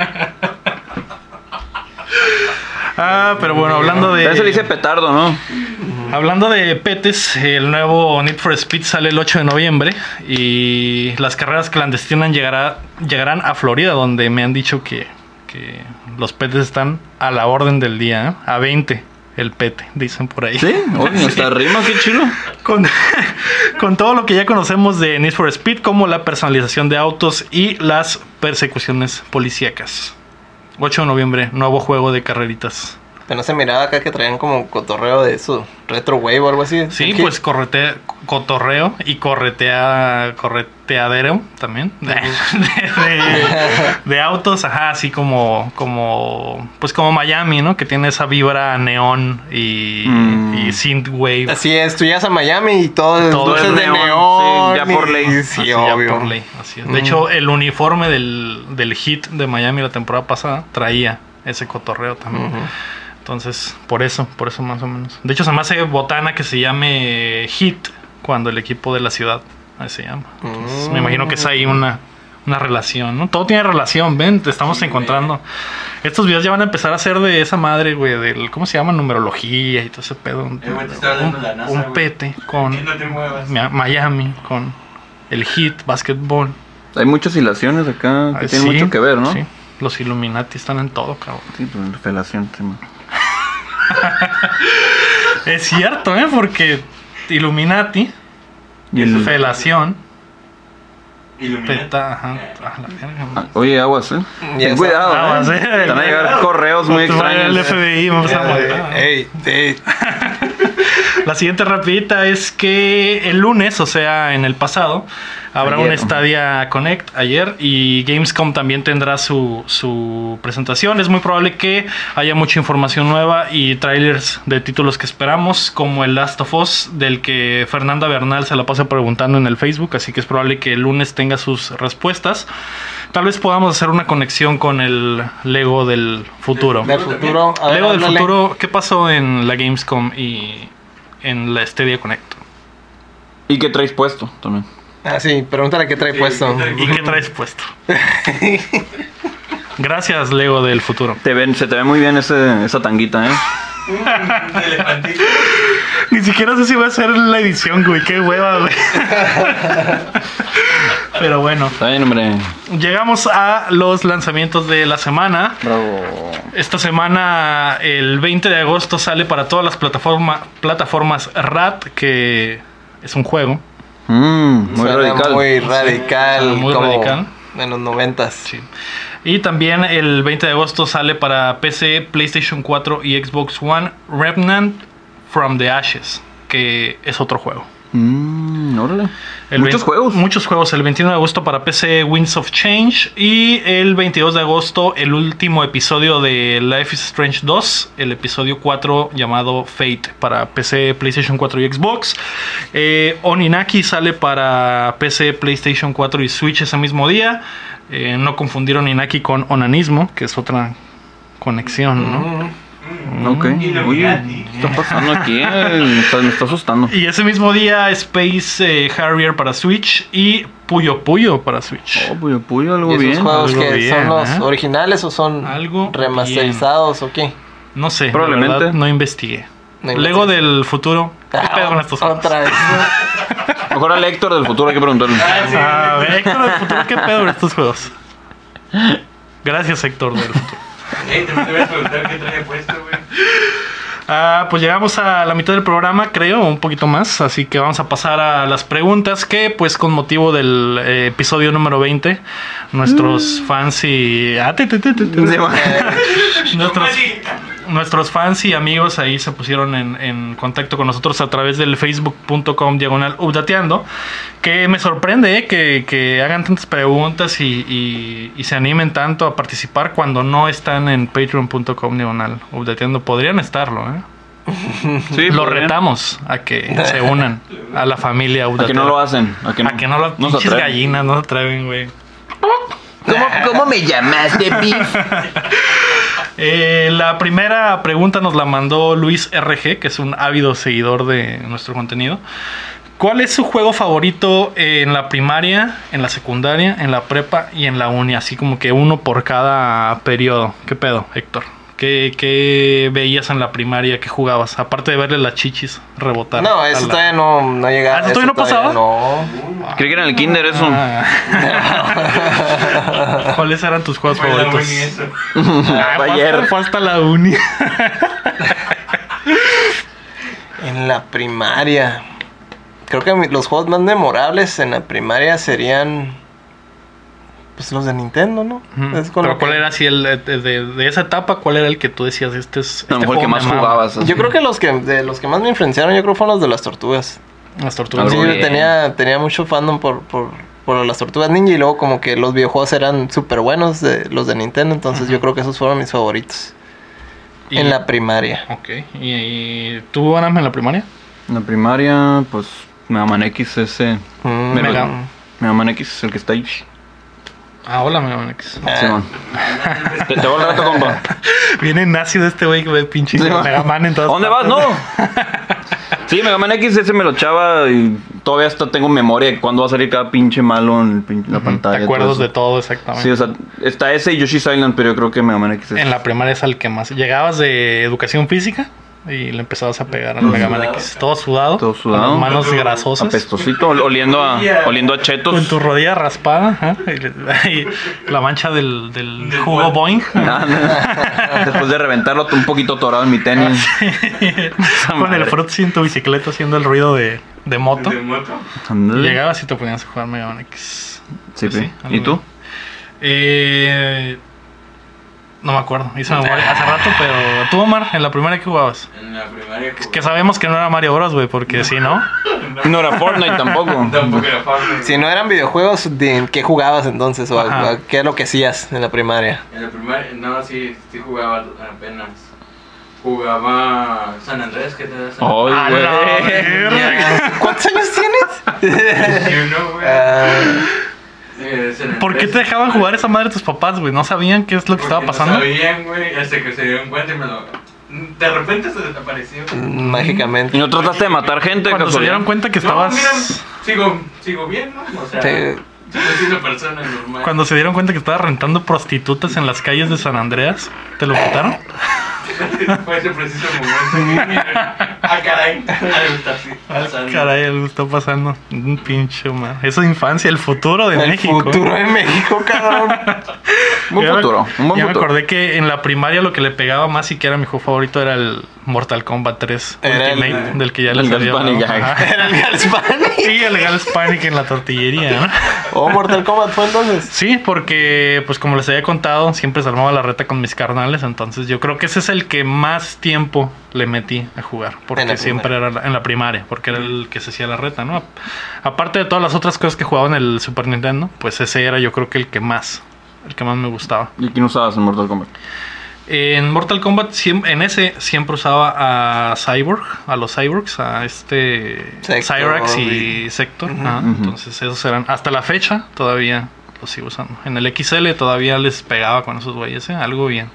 S1: Ah, pero bueno, hablando de.
S3: También se le dice petardo, ¿no?
S1: Hablando de petes, el nuevo Need for Speed sale el 8 de noviembre y las carreras clandestinas llegará, llegarán a Florida, donde me han dicho que, que los petes están a la orden del día, ¿eh? a 20 el pete, dicen por ahí.
S3: Sí, oye, nuestra rima, qué chido.
S1: Con, (laughs) con todo lo que ya conocemos de Need for Speed, como la personalización de autos y las persecuciones policíacas. 8 de noviembre, nuevo juego de carreritas.
S2: Pero no se miraba acá que traían como cotorreo de eso. Retro wave o algo así.
S1: Sí,
S2: ¿Qué?
S1: pues correte, cotorreo y corretea, correteadero también. De, de- de autos, ajá, así como, como, pues como Miami, ¿no? Que tiene esa vibra neón y,
S3: Mm.
S1: y synthwave.
S2: (laughs) Así es, tú llegas a Miami y todo,
S1: Todo
S2: luces
S1: es
S2: de
S3: neón,
S2: neón.
S3: sí, ya por
S2: y-
S3: ley.
S2: Sí,
S1: Así ya
S2: obvio.
S1: por ley, así es. De
S2: Mm.
S1: hecho, el uniforme del, del hit de Miami la temporada pasada traía ese cotorreo también.
S2: Ujú.
S1: Entonces, por eso, por eso más o menos. De hecho, se me hace botana que se llame Hit cuando el equipo de la ciudad ahí se llama. Entonces, me imagino que es
S2: Mm.
S1: ahí una, una relación, ¿no? Todo tiene relación, ven, te estamos
S5: Sí, güey.
S1: encontrando. Estos videos ya van a empezar a ser de esa madre, güey, del, ¿cómo se llama? Numerología y todo ese pedo. Un,
S5: Eh, güey, te estaba dando la NASA,
S1: un
S5: güey.
S1: pete con
S5: Que no te muevas.
S1: Mia- Miami, con el Hit, Basketball.
S3: Hay muchas ilaciones acá que
S1: Ah,
S3: tienen
S1: sí,
S3: mucho que ver, ¿no?
S1: sí.
S3: Sí.
S1: Los Illuminati están en todo, cabrón.
S3: pues, la felación, sí, man.
S1: Es cierto, ¿eh? Porque Illuminati,
S3: Y el-
S1: felación,
S5: Ilumina.
S1: peta, ajá, a la verga, güey.
S3: Ah, Oye, aguas, ¿eh?
S2: Ya
S3: Ten cuidado,
S1: aguas,
S3: ¿eh?
S1: eh.
S3: Te van a
S1: (laughs)
S3: llegar correos muy
S1: Te va El
S3: extraños.
S1: FBI, vamos a
S2: Ya,
S1: matar, ¿no?
S2: eh, ey, ey.
S1: La siguiente rapidita es que el lunes, o sea, en el pasado, habrá
S3: Ayer.
S1: un Stadia Connect ayer y Gamescom también tendrá su, su presentación. Es muy probable que haya mucha información nueva y trailers de títulos que esperamos, como el Last of Us, del que Fernanda Bernal se la pasa preguntando en el Facebook, así que es probable que el lunes tenga sus respuestas. Tal vez podamos hacer una conexión con el Lego del futuro.
S2: Del futuro. a ver,
S1: Lego del
S2: háblale.
S1: futuro, ¿qué pasó en la Gamescom y en la Stadia Connect?
S3: Y que traes puesto también.
S2: Ah, sí, pregúntale qué trae
S5: Sí,
S2: puesto.
S5: ¿qué trae?
S1: ¿Y qué traes puesto? Gracias, Lego del futuro.
S3: Te ven, se te ve muy bien ese, esa tanguita, ¿eh?
S5: Un elefantito.
S1: Ni siquiera sé si va a ser la edición, güey. Qué hueva, güey. Pero bueno,
S3: Está bien, hombre.
S1: llegamos a los lanzamientos de la semana.
S3: Bravo.
S1: Esta semana, el 20 de agosto, sale para todas las plataforma- plataformas RAT, que es un juego.
S3: Mm, muy
S2: Suena
S3: radical.
S2: Muy radical.
S1: Muy
S2: como
S1: radical.
S2: En los noventas.
S1: Sí. Y también el 20 de agosto sale para PC, PlayStation 4 y Xbox One Remnant from the Ashes, que es otro juego.
S3: Mm, órale.
S1: El
S3: Muchos
S1: 20
S3: juegos.
S1: Muchos juegos. El 21 de agosto para PC Winds of Change y el 22 de agosto el último episodio de Life is Strange 2, el episodio 4 llamado Fate para PC, PlayStation 4 y Xbox. Eh, Oninaki sale para PC, PlayStation 4 y Switch ese mismo día. Eh, no confundir Oninaki con onanismo, que es otra conexión,
S3: Mm.
S1: ¿no?
S3: Ok. Oye,
S5: Illuminati.
S3: ¿qué está pasando aquí? eh? Me está, me está asustando.
S1: Y ese mismo día Space eh, Harrier para Switch y Puyo Puyo para Switch.
S3: Oh, puyo, puyo, algo
S2: ¿Y esos
S3: bien.
S2: juegos
S1: algo
S2: que
S1: bien,
S2: son los
S1: ¿eh?
S2: originales o son
S1: Algo
S2: remasterizados o qué?
S1: No sé, probablemente
S3: Probablemente.
S1: no investigué.
S2: No
S1: Lego
S2: investigué.
S1: del futuro. ¿Qué
S2: Ah,
S1: pedo con estos juegos?
S2: Otra vez.
S3: Mejor al Héctor del futuro hay que preguntarle.
S5: Ah, sí.
S1: Ah, güey, Héctor del futuro, ¿qué pedo con estos juegos? Gracias, Héctor del futuro.
S5: Ey, te me debes preguntar qué trae puesto, güey.
S1: Ah, pues llegamos a la mitad del programa, creo, un poquito más. Así que vamos a pasar a las preguntas que, pues, con motivo del eh, episodio número 20, nuestros fans y... ah, te, te, te, te, te.
S3: Se va.
S1: Nuestros,
S5: Maldita.
S1: nuestros fans y amigos ahí se pusieron en, en contacto con nosotros a través del facebook.com diagonal updateando. Que me sorprende eh, que, que hagan tantas preguntas y, y- y se animen tanto a participar cuando no están en patreon.com diagonal updateando. Podrían estarlo, ¿eh?
S3: Sí,
S1: Lo
S3: pues, bien.
S1: retamos a que se unan a la familia
S3: A
S1: updateando.
S3: que no lo hacen. A que no,
S1: A que no lo
S3: no se
S1: pinches
S3: atreven.
S1: gallinas, no se atreven, güey.
S2: (laughs) ¿Cómo, ¿Cómo me llamaste, Beef?
S1: Eh, la primera pregunta nos la mandó Luis RG, que es un ávido seguidor de nuestro contenido. ¿Cuál es su juego favorito eh, en la primaria, en la secundaria, en la prepa y en la uni? Así como que uno por cada periodo. ¿Qué pedo, Héctor? ¿Qué, qué veías en la primaria? ¿Qué jugabas? Aparte de verle las chichis rebotar.
S2: No,
S1: a
S2: eso
S1: la-
S2: todavía no, no llegaba.
S1: Ah, ¿eso todavía no pasaba?
S2: No.
S3: Creí que era en el kinder eso.
S1: Ah. (laughs) ¿Cuáles eran tus juegos
S5: Fue la
S1: favoritos?
S5: uni eso.
S1: Ah, fue hasta-
S3: Ayer.
S1: fue hasta la uni.
S2: En la primaria. Creo que mi- los juegos más memorables en la primaria serían. Pues los de Nintendo, ¿no?
S1: Ujú.
S2: Es con
S1: Pero
S2: lo
S1: ¿cuál
S2: que-
S1: era así el de, de- de esa etapa? ¿Cuál era el que tú decías este es
S3: A lo
S1: este
S3: mejor el que
S1: juego me
S3: más
S1: amaba"?
S3: jugabas. así.
S2: Yo creo que los que de los que más me influenciaron, yo creo fueron los de las tortugas.
S1: Las
S3: Ah,
S1: tortugas.
S2: Sí,
S3: bro. bien.
S2: tenía, tenía mucho fandom por, por, por las tortugas ninja y luego como que los videojuegos eran súper buenos de, los de Nintendo, entonces yo creo que esos fueron mis favoritos.
S1: Y-
S2: En la primaria.
S1: Ok. ¿Y, y tú, Anam, en la primaria?
S3: En la primaria, pues, me aman X eh, ese.
S2: Mm,
S3: Me
S1: Mega.
S3: Me aman X, el que está ahí.
S1: Ah, hola, Megamanix.
S3: Simón. (laughs) Te, te voy al rato, compa.
S1: (laughs) Viene nazi de este güey que ve pinche
S3: Sí, va.
S1: Megaman en
S3: ¿A
S1: todas
S3: dónde vas?
S1: partes.
S3: No. Sí, Mega Man X ese me lo echaba y todavía hasta tengo memoria de cuándo va a salir cada pinche malo en el pin- la pantalla.
S1: Te acuerdas
S3: todo
S1: de
S3: eso.
S1: todo exactamente.
S3: Sí, o sea, está ese y Yoshi's Island, pero yo creo que Mega Man X es.
S1: En la primaria es al que más. Llegabas de educación física y le empezabas a pegar al Mega Man
S5: sudado.
S1: X. Todo sudado.
S3: Todo sudado.
S1: Con las manos grasosas.
S3: Apestosito, ol- oliendo a, oliendo a chetos.
S1: Con tu rodilla raspada. ajá, y le- (laughs) y la mancha del, del
S5: Del
S1: jugo
S5: huevo.
S1: Boeing.
S3: Ah,
S1: (laughs)
S3: no. Después de reventarlo un poquito torado en mi tenis.
S1: (laughs) con el
S3: madre.
S1: frutzi en tu bicicleta haciendo el ruido de, de moto.
S5: ¿De moto?
S1: Y
S3: Ándale.
S1: Llegabas y te ponías a jugar Mega Man X. Pues
S3: Sí,
S1: Sí,
S3: sí.
S1: algo
S3: ¿Y tú?
S1: Eh, no me acuerdo. Hice
S3: (laughs)
S1: memoria hace rato, pero tú, Omar, en la primaria que jugabas.
S5: En la primaria. jugaba-
S1: Que sabemos que no era Mario Bros, güey, porque si no.
S3: No era Fortnite tampoco.
S5: Tampoco era Fortnite.
S2: Si no eran videojuegos, ¿de qué jugabas entonces? ¿O a-
S1: Ajá.
S2: a qué es lo que hacías en la primaria?
S5: En la primaria, no, sí, sí jugaba apenas. Jugaba San Andrés, ¿qué te da San
S3: Ay,
S1: ¡A la verga!
S3: güey.
S2: ¿Cuántos años
S1: (laughs)
S2: tienes?
S5: Andrés? Sí, no, güey.
S2: Ah,
S5: Eh, San Andrés.
S1: ¿Por qué te dejaban jugar esa madre tus papás, güey? ¿No sabían qué es lo que
S5: Porque
S1: estaba
S5: no
S1: pasando?
S5: sabían, güey, hasta que se dieron cuenta y me lo. De repente se desapareció.
S3: ¿Y
S2: mágicamente.
S3: no trataste de matar gente?
S1: Cuando se
S3: casualidad?
S1: dieron cuenta que
S5: No,
S1: estabas.
S5: mira, sigo, sigo bien, ¿no? O
S1: Mm.
S5: sea,
S2: Sí.
S5: sigo siendo persona normal.
S1: Cuando se dieron cuenta que estabas rentando prostitutas en las calles de San Andreas, ¿te lo quitaron?
S5: (laughs) Fue ese preciso momento. que- ah, caray. Algo está así. pasando.
S1: Ah, Caray, algo está pasando. Un pinche man. Eso es infancia, el futuro de
S2: El
S1: México.
S2: futuro de México, cabrón.
S3: Buen
S1: Ya me-
S3: futuro, un buen
S1: ya
S3: futuro.
S1: me acordé que en la primaria lo que le pegaba más y que era mi juego favorito era el Mortal Kombat 3
S2: Era el-
S1: Ultimate, del que ya
S3: el
S1: les había
S3: Galvani
S1: hablado.
S3: Gag.
S1: Ajá.
S2: (laughs) Era el Galspani.
S1: Sí, el Gals Panic en la tortillería, ¿no?
S2: ¿O Oh, Mortal Kombat fue entonces?
S1: Sí, porque pues como les había contado, siempre se armaba la reta con mis carnales, entonces yo creo que ese es el que más tiempo le metí a jugar,
S2: En la
S1: porque siempre era la- en la primaria, porque era el que se hacía la reta, ¿no? Aparte de todas las otras cosas que jugaba en el Super Nintendo, pues ese era yo creo que el que más, el que más me gustaba.
S3: ¿Y quién usabas en Mortal Kombat?
S1: En Mortal Kombat, siem- en ese siempre usaba a Cyborg, a los Cyborgs, a este
S2: Sector
S1: Cyrax
S2: y-
S1: y Sector. ajá.
S3: Ujú.
S1: Entonces esos eran, hasta la fecha todavía los sigo usando. En el XL todavía les pegaba con esos güeyes, ¿eh? algo bien.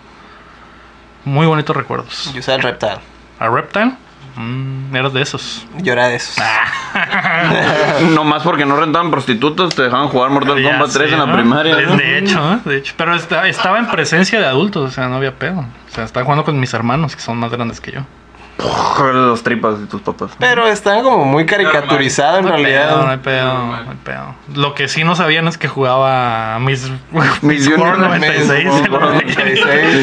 S1: Muy bonitos recuerdos.
S2: Yo usaba el Reptar.
S1: A Reptile, mm, eras de esos.
S2: Yo era de esos.
S1: Ah. (laughs)
S3: No más porque no rentaban prostitutas, te dejaban jugar Mortal
S1: Ya
S3: Kombat 3
S1: sé,
S3: en la
S1: ¿no?
S3: primaria.
S1: De,
S3: ¿no?
S1: de hecho, ¿eh? de hecho. Pero esta- estaba en presencia de adultos, o sea, no había pedo. O sea, estaba jugando con mis hermanos, que son más grandes que yo.
S3: Joder, Las tripas de
S1: (laughs)
S3: tus papás.
S2: Pero están como muy caricaturizados en
S1: No hay pedo, no hay
S2: realidad.
S1: pedo, no hay pedo. Lo que sí no sabían es que jugaba Miss,
S3: (laughs)
S1: Miss
S3: Junior
S1: World 96.
S2: Miss World
S3: Sí,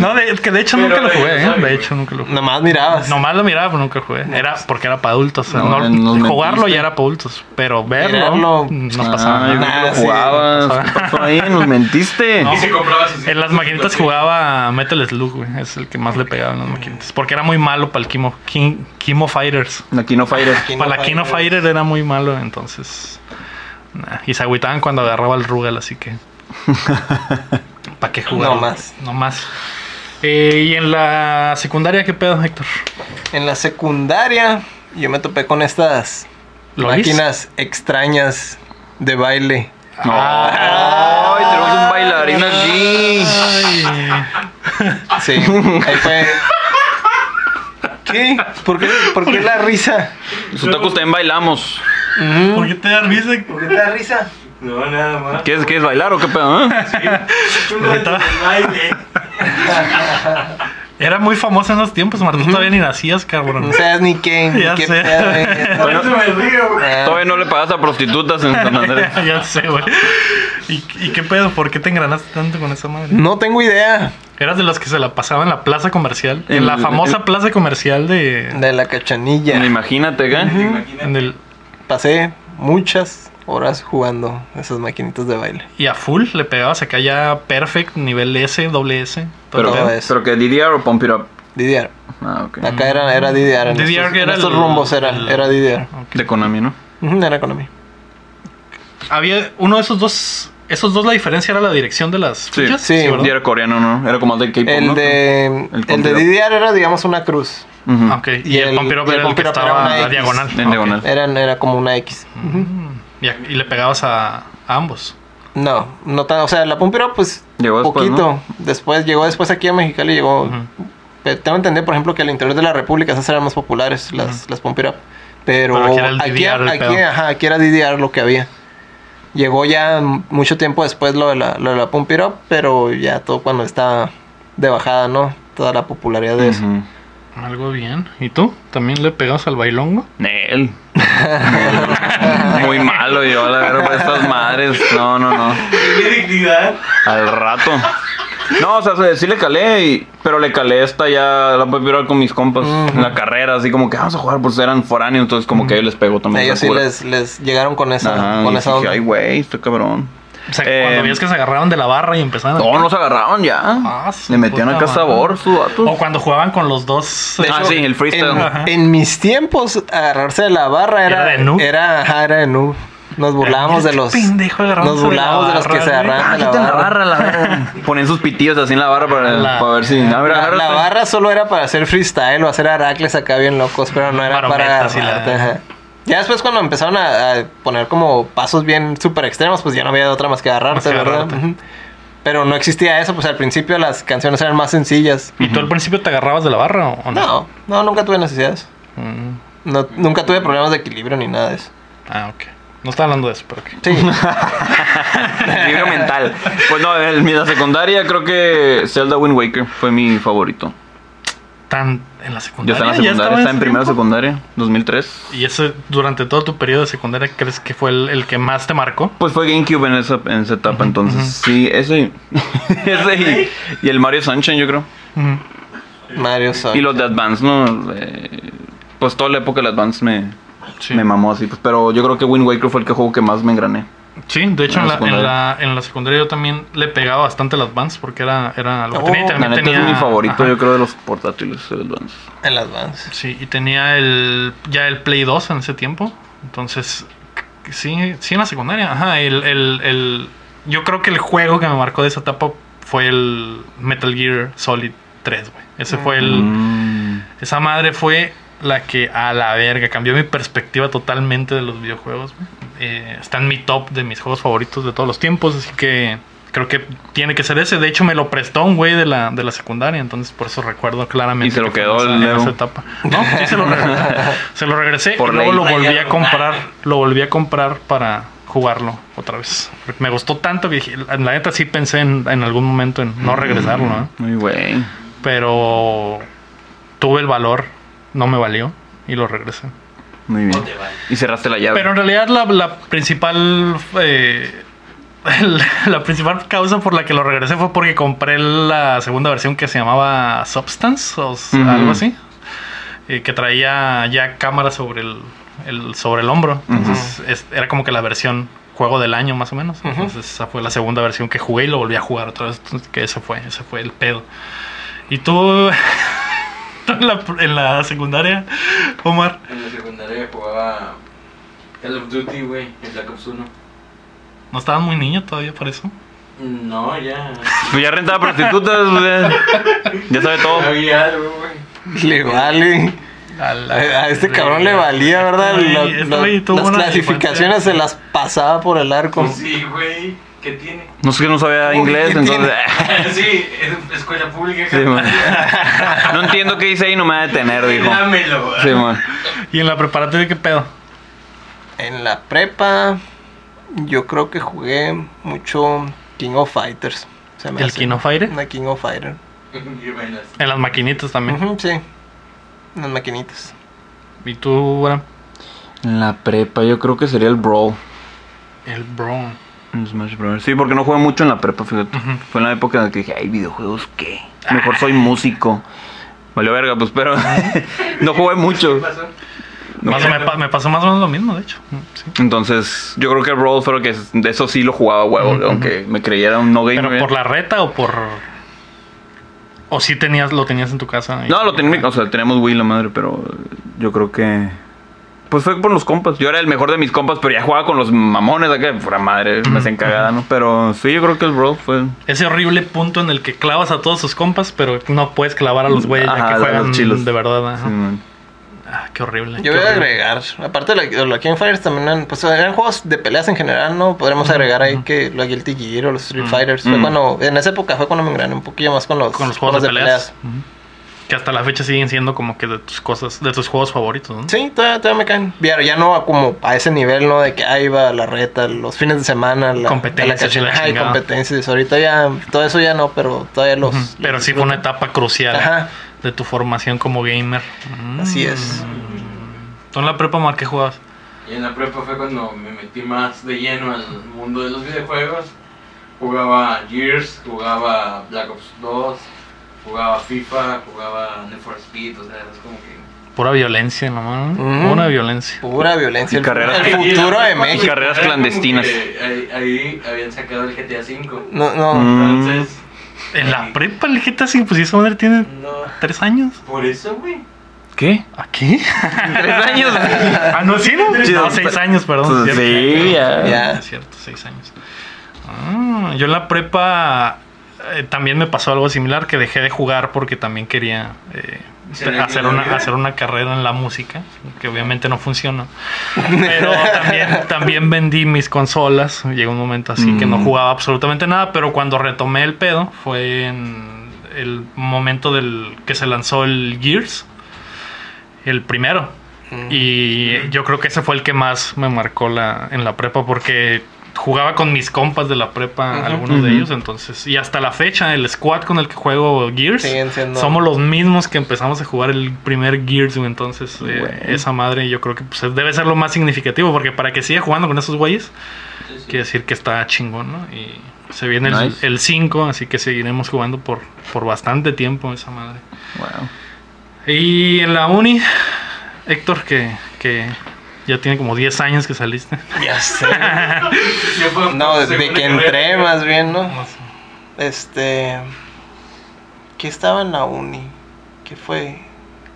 S1: (laughs) no, de, que de hecho
S5: Pero
S1: nunca lo
S5: ellos
S1: jugué, ¿eh?
S5: saben,
S1: De
S5: güey.
S1: hecho nunca lo jugué.
S2: Nomás mirabas.
S1: Nomás lo miraba, pero nunca jugué. Era porque era para adultos. o sea,
S3: No,
S1: no-
S3: nos
S1: jugarlo
S3: mentiste.
S1: ya era para adultos, pero verlo
S2: Mirarlo,
S1: no pasaba
S3: Ah, yo
S1: nada.
S3: creo que
S2: nada,
S3: lo
S2: sí,
S3: jugabas.
S1: pasaba.
S3: ¿Qué pasó ahí? Nos mentiste.
S1: No.
S5: Y se compraba sus-
S1: En las maquinitas jugaba Metal Slug, güey. Es el que más le pegaba en las maquinitas. Porque era muy malo para el Kimo, King- Kimo Fighters.
S3: Aquí no fires.
S2: Kino
S1: Para la Kino
S2: Fighter.
S1: Fighter era muy malo, entonces. nah, Y se agüitaban cuando agarraba el Rugal, así que. ¿Para qué jugar?
S2: No más.
S1: No más. Eh, y en la secundaria, ¿qué pedo, Héctor?
S2: En la secundaria, yo me topé con estas
S1: ¿Lo oís?
S2: máquinas extrañas de baile.
S3: No.
S1: Ah.
S3: Ay, tenemos un bailarín aquí.
S1: Ay, Ah.
S2: Sí, ahí fue. ¿Qué? ¿Por qué, por qué la risa?
S3: Los otakus también bailamos.
S1: (laughs) ¿Por qué te da risa?
S2: ¿Por qué la risa?
S5: No, nada más.
S3: ¿Quieres, quieres bailar o qué (laughs) pedo? eh?
S5: Tú no eres del baile.
S1: (laughs) Era muy famosa en los tiempos, Martín. Todavía ni nacías, cabrón.
S2: No sabes ni qué, ni
S1: (laughs) Ya
S2: qué
S1: sé.
S2: pedo, eh.
S5: Por eso me río, güey.
S2: Ah,
S3: Todavía no le pagas a prostitutas en San Andrés.
S1: (laughs) ya sé, güey. ¿Y, y qué pedo? ¿Por qué te engranaste tanto con esa madre?
S2: No tengo idea
S1: Eras de los que se la pasaba en la plaza comercial. En
S3: El-
S1: la famosa
S3: el-
S1: plaza comercial de.
S2: de la cachanilla.
S3: Imagínate, ¿qué?
S5: Imagínate.
S1: en el-
S2: Pasé muchas horas jugando esas maquinitas de baile.
S1: y a full le pegabas acá ya perfect, nivel S, doble S. todo
S3: Pero, eh,
S1: el pedo.
S2: eso.
S3: pero que DDR o Pump It Up.
S2: Didier.
S3: Ah, ok.
S2: Acá era, era Didier. En
S1: DDR
S2: estos, en
S1: era
S2: estos
S1: el-
S2: rumbos era,
S1: el-
S2: era Didier.
S3: De Konami, ¿no?
S2: Ujú, Era economía.
S1: Había uno de esos dos. Esos dos, la diferencia era la dirección de las fichas.
S2: Sí,
S1: ¿verdad?
S3: Y era coreano, ¿no? Era como de K-pop. ¿no?
S2: El de,
S3: El
S2: el de
S3: Pompero.
S2: Didier era, digamos, una cruz.
S3: Ujú.
S1: Ah, ok. Y,
S2: Y
S1: el
S2: el-
S1: Pompiro
S2: y el
S1: era el que
S2: Pompiro era
S1: estaba
S2: una
S1: a
S2: X.
S1: diagonal.
S3: En
S1: Ok.
S3: diagonal.
S2: Eran, era como una X.
S1: Y, a- y le pegabas a, a ambos.
S2: No, no tan, o sea, la Pumpiro pues
S3: Llegó después,
S2: poquito.
S3: ¿no?
S2: Después llegó después aquí a Mexicali, llegó.
S1: Ujú.
S2: pero tengo que entender, por ejemplo, que al interior de la República esas eran más populares, las, las Pump It Up. Pero
S1: Pero aquí era el
S2: aquí,
S1: DDR el
S2: aquí,
S1: pedo.
S2: ajá, aquí era DDR lo que había. Llegó ya m- mucho tiempo después lo de la, lo de la Pump It Up, pero ya todo cuando está de bajada, ¿no? Toda la popularidad de eso.
S3: Ujú.
S1: Algo bien. ¿Y tú? ¿También le pegabas al bailongo?
S2: (laughs)
S3: Nel. Muy malo, yo a la verga para estas madres. No, no, no.
S5: Qué dignidad.
S3: Al rato. No, o sea, se- sí le calé, y- pero le calé esta ya la papiro con mis compas en la carrera, así como que vamos a jugar, pues eran foráneos, entonces como que ahí les pegó también.
S2: Ellos
S3: esa
S2: sí
S3: cura.
S2: les, les llegaron con esa,
S3: Ajá,
S2: con
S3: y
S2: esa
S3: dije,
S2: onda.
S3: Ay, güey, este cabrón.
S1: O sea,
S3: Eh,
S1: cuando veías que se agarraban de la barra y empezaban a...
S3: No, nos agarraban ya.
S1: Ah, su
S3: le metían
S1: puta
S3: acá
S1: madre.
S3: sabor, su dato.
S1: O cuando jugaban con los dos...
S2: De
S1: eh,
S3: Ah, sí, el freestyle.
S2: En,
S1: Ajá.
S2: en mis tiempos, agarrarse de la barra era.
S1: ¿Era de nu?
S2: Era, ajá, era de nu. Nos burlábamos de
S1: Qué
S2: los.
S1: pendejo agarrándose
S2: nos
S1: de la
S2: burlábamos de los que
S1: barra,
S2: se
S1: güey.
S2: agarraban
S3: Ah,
S2: de la
S3: quítate
S2: barra.
S3: la barra,
S1: (laughs)
S3: la verga. Ponían sus pitidos así en la barra para,
S1: La-
S3: para ver si. A ver,
S2: La, la
S3: agárrate.
S2: barra solo era para hacer freestyle o hacer aracles acá bien locos, pero no era para
S1: Marometas y la-
S2: agarrarte, ajá. Ya después cuando empezaron a, a poner como pasos bien súper extremos, pues ya no había de otra más que agarrarte,
S1: Más que
S2: ¿verdad?
S1: agarrarte.
S2: Ujú. Pero no existía eso, pues al principio las canciones eran más sencillas.
S1: ¿Y tú al principio te agarrabas de la barra o o no?
S2: No, no, nunca tuve necesidades.
S1: Mm.
S2: No, nunca tuve problemas de equilibrio ni nada de eso.
S1: Ah, ok. No estaba hablando de eso, pero... ok. (laughs)
S2: Sí.
S3: (laughs) Libro mental. Pues no, en mi- la secundaria creo que Zelda Wind Waker fue mi favorito.
S1: Tan en la
S3: Yo
S1: secundaria.
S3: estaba en la
S1: ¿Ya
S3: secundaria,
S1: estaba
S3: estaba en
S1: ese
S3: primera
S1: tiempo?
S3: secundaria, 2003.
S1: ¿Y ese durante todo tu periodo de secundaria crees que fue el, el que más te marcó?
S3: Pues fue GameCube en esa, en esa etapa, entonces sí, ese, (laughs) ese y, y el Mario Sunshine, yo creo.
S1: Mm.
S2: Mario Sol.
S3: Y los de Advance, ¿no? Eh, pues toda la época del Advance me,
S1: Sí.
S3: me mamó así. Pues, pero yo creo que Wind Waker fue el que juego que más me engrané.
S1: Sí, de hecho
S3: En
S1: en
S3: la
S1: la, en, la, en la secundaria yo también le pegaba bastante las bands porque era, era lo que
S2: Oh,
S1: tenía. y
S3: La
S1: También
S3: neta
S1: tenía,
S3: es mi favorito,
S1: ajá.
S3: yo creo, de los portátiles del Advance.
S2: El Advance.
S1: Sí, y tenía el ya el Play 2 en ese tiempo. Entonces, c- sí, sí en la secundaria. Ajá, el, el, el- yo creo que el juego que me marcó de esa etapa fue el Metal Gear Solid 3, güey. Ese fue el...
S3: Mm.
S1: Esa madre fue la que a la verga cambió mi perspectiva totalmente de los videojuegos. güey. Eh, está en mi top de mis juegos favoritos de todos los tiempos, así que creo que tiene que ser ese. De hecho, me lo prestó un güey de la, de la secundaria, entonces por eso recuerdo claramente.
S3: Y se lo
S1: que
S3: quedó
S1: fue en
S3: el
S1: esa- en
S3: Leo.
S1: esa etapa. No, sí se lo
S3: (laughs)
S1: regresé. se lo regresé
S3: Por
S1: y luego
S3: ley.
S1: lo volví a comprar. Lo volví a comprar para jugarlo otra vez. Porque Me gustó tanto que dije, la neta sí pensé en, en algún momento en no regresarlo. ¿eh?
S3: Muy güey.
S1: pero tuve el valor, no me valió y lo regresé.
S3: Muy bien.
S5: No te vale.
S3: Y cerraste la llave.
S1: Pero en realidad la, la principal eh, (laughs) la, principal causa por la que lo regresé fue porque compré la segunda versión que se llamaba Substance o s-
S3: Ujú.
S1: algo así, eh, que traía ya cámara sobre el, el- sobre el hombro, entonces es- era como que la versión juego del año más o menos, entonces esa fue la segunda versión que jugué y lo volví a jugar otra vez, entonces, que ese fue, ese fue el pedo. Y tú (laughs) tú en la, en la secundaria, Omar.
S5: En la secundaria jugaba Call of Duty, güey, en Black Ops 1.
S1: ¿No estabas muy niño todavía por eso?
S5: No, ya.
S3: Pues ya rentaba prostitutas, (laughs) güey. ya sabe todo.
S5: Había algo, güey.
S2: Le vale. A, a este cabrón le valía, ¿verdad?
S1: Este güey-
S2: Lo-
S1: este
S2: lo-
S1: güey tuvo
S2: las
S1: una
S2: clasificaciones se
S1: infancia.
S2: las pasaba por el arco.
S5: Pues sí, güey. ¿Qué tiene? (laughs)
S3: No sé que no sabía
S2: Uy,
S3: inglés,
S2: ¿qué
S3: entonces.
S5: sí, es escuela pública.
S3: (laughs) Sí, man. No entiendo qué dice ahí, no me va a detener, dijo.
S5: Dámelo, güey.
S3: Sí, man.
S1: ¿Y en la preparatoria qué pedo?
S2: En la prepa, yo creo que jugué mucho King of Fighters. Se me
S1: ¿El
S2: hace.
S1: King of Fire?
S2: Una King of Fighter.
S5: (laughs) Y bailas.
S1: En las maquinitas también.
S2: Ujú, sí. Unas maquinitas.
S1: ¿Y tú, Abraham?
S3: La prepa, yo creo que sería el Brawl.
S1: El Bro.
S3: el Smash Bros. Sí, porque no jugué mucho en la prepa, fíjate. Fue en la época en la que dije, ay, videojuegos, ¿qué?
S1: Ah.
S3: Mejor soy músico. Valió verga, pues, pero (laughs) no jugué mucho. No
S1: Más o
S3: jugué.
S1: me, pa- me pasó más o menos lo mismo, de hecho. Sí.
S3: Entonces, yo creo que el Brawl fue lo que de eso sí lo jugaba a huevo,
S1: Ujú,
S3: aunque me creyera un no gamer.
S1: ¿Pero por la reta o por...? ¿O si tenías, lo tenías en tu casa? y-
S3: No, lo teníamos, o sea, teníamos Wii la madre, pero yo creo que pues fue por los compas. Yo era el mejor de mis compas, pero ya jugaba con los mamones acá, fuera madre, me hacen cagada, ¿no? Pero sí, yo creo que el Brawl fue
S1: Ese horrible punto en el que clavas a todos sus compas, pero no puedes clavar a los güeyes ya
S3: Ajá,
S1: que
S3: a los
S1: juegan
S3: chilos.
S1: de verdad. ajá.
S3: Sí, man.
S1: Ah, qué horrible. qué
S2: Yo voy a
S1: horrible.
S2: agregar, aparte de la, de la King Fighters también, eran- pues eran juegos de peleas en general, ¿no? Podremos agregar ahí que la Guilty Gear o los Street Fighters, fue
S3: Mm.
S2: cuando, en esa época fue cuando me engrané un poquillo más con los,
S1: Con los juegos de peleas. Ujú. Que hasta la fecha siguen siendo como que de tus cosas, de tus juegos favoritos, ¿no?
S2: Sí, todavía, todavía me caen. Pero ya no a como a ese nivel, ¿no? De que ahí va la reta, los fines de semana, la
S1: Competencias y la
S2: cachanilla y
S1: chingada.
S2: competencias. Ahorita ya, todo eso ya no, pero todavía los.
S1: Ujú. Pero sí fue una etapa crucial
S2: Ajá.
S1: de tu formación como gamer. Mm.
S2: Así es.
S1: ¿Tú en la prepa, Mar, qué jugabas?
S5: Y en la prepa fue cuando me metí más de lleno al mundo de los videojuegos. Jugaba Gears, jugaba Black Ops 2, jugaba FIFA, jugaba Need for Speed, o sea, es como que...
S1: Pura violencia, nomás. ¿no?
S2: Mm.
S1: Pura violencia.
S2: Pura violencia.
S3: Y
S2: El,
S3: carreras-
S2: el futuro de
S5: Y la prepa,
S2: México.
S3: Carreras
S5: era como
S3: clandestinas.
S5: que Ahí, ahí habían sacado el GTA V.
S2: No, no.
S3: Mm.
S5: Entonces,
S1: En la prepa, el GTA sí, pues esa madre tiene
S5: no,
S1: tres años.
S5: por eso, güey.
S3: ¿Qué?
S1: ¿A qué?
S3: ¿Tres años?
S1: (laughs) ah, no, sí, no.
S3: Sí,
S1: No,
S3: no,
S1: seis
S3: pero-
S1: años, perdón.
S3: Pues,
S1: cierto.
S3: sí, ya.
S2: Ya.
S1: Es cierto, seis años. Ah, yo en la prepa eh, también me pasó algo similar, que dejé de jugar porque también quería eh,
S5: ¿Será que
S1: hacer,
S5: no
S1: una,
S5: era?
S1: hacer una carrera en la música, que obviamente no funcionó. Pero también, también vendí mis consolas. Llegó un momento así que no
S3: Mm.
S1: jugaba absolutamente nada, pero cuando retomé el pedo fue en el momento del que se lanzó el Gears, el primero.
S2: Mm.
S1: Y yo creo que ese fue el que más me marcó la, en la prepa porque jugaba con mis compas de la prepa,
S2: Ujú.
S1: algunos de
S3: Ujú.
S1: ellos, entonces. Y hasta la fecha, el squad con el que juego Gears,
S2: Siguen siendo-
S1: somos los mismos que empezamos a jugar el primer Gears, güey, entonces eh,
S3: Güey.
S1: esa madre yo creo que pues, debe ser lo más significativo porque para que siga jugando con esos güeyes, quiere decir que está chingón, ¿no? Y se viene el-
S3: Nice.
S1: el 5, así que seguiremos jugando por, por bastante tiempo esa madre.
S3: Wow.
S1: Y en la uni, Héctor, que, que ya tiene como 10 años que saliste.
S2: Ya sé.
S5: Yo fue-
S2: No,
S5: fue
S2: desde
S5: segunda
S2: que
S5: carrera.
S2: entré más bien, ¿no?
S1: No sé.
S2: Este. ¿Qué estaba en la uni? ¿Qué fue?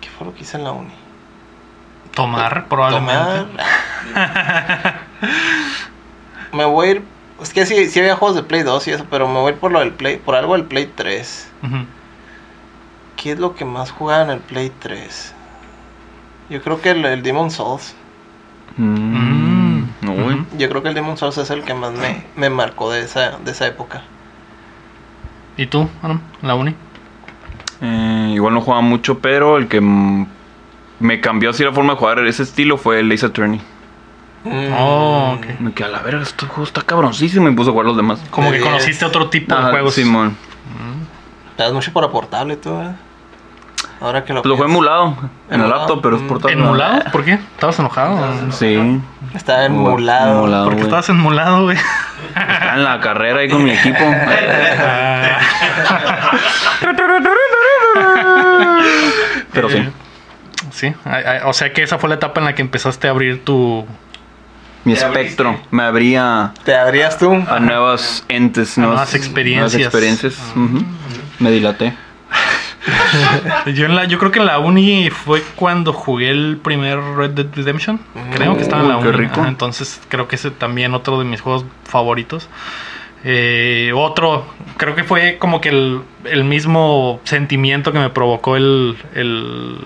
S2: ¿Qué fue lo que hice en la uni?
S1: Tomar, probablemente.
S2: Tomar. (laughs) me voy a ir. Es que sí, sí había juegos de Play 2 y eso, pero me voy a ir por lo del Play, por algo del Play 3.
S1: Ujú.
S2: ¿Qué es lo que más jugaba en el Play 3? Yo creo que el, el Demon Souls.
S3: Mm.
S1: Mm.
S3: No,
S1: Ujú.
S3: güey.
S2: Yo creo que el Demon Souls es el que más me, me marcó de esa, de esa época.
S1: ¿Y tú, Aram, en la uni?
S3: Eh, igual no jugaba mucho, pero el que mm, me cambió así la forma de jugar ese estilo fue el Ace Attorney.
S2: Mm.
S1: Oh, ok.
S3: Me quedé a la verga, este juego está cabroncísimo y me puse a jugar los demás.
S1: Como que
S2: Yes.
S1: conociste otro tipo de
S3: Ajá,
S1: juegos.
S3: Pues, ah, Simón.
S2: Te das mucho por aportable tú, ¿verdad? Ahora que lo
S3: Lo jugué
S2: pienso.
S3: emulado en la
S2: Emulado.
S3: laptop, pero es
S2: Mm.
S3: portátil.
S1: ¿Enmulado? ¿Por qué? ¿Estabas enojado?
S3: Sí.
S2: Está emulado.
S3: Emulado,
S1: Porque
S3: Ah, güey.
S1: estabas enmulado, güey.
S3: Estaba en la carrera ahí con mi equipo.
S1: Ah.
S3: Pero sí,
S1: Eh, Sí, ay, ay, o sea que esa fue la etapa en la que empezaste a abrir tu...
S3: mi
S5: ¿Te abriste?
S3: espectro me abría
S2: ¿Te abrías tú?
S3: a nuevos entes,
S1: nuevas experiencias.
S3: nuevas experiencias.
S1: Ah.
S3: ujú. Me dilaté.
S1: Este, Yo, en la, yo creo que en la uni fue cuando jugué el primer Red Dead Redemption. Creo que estaba en la
S3: Uy, qué
S1: uni.
S3: rico.
S1: Ajá, entonces creo que ese también otro de mis juegos favoritos. Eh, otro, creo que fue como que el, el mismo sentimiento que me provocó el, el,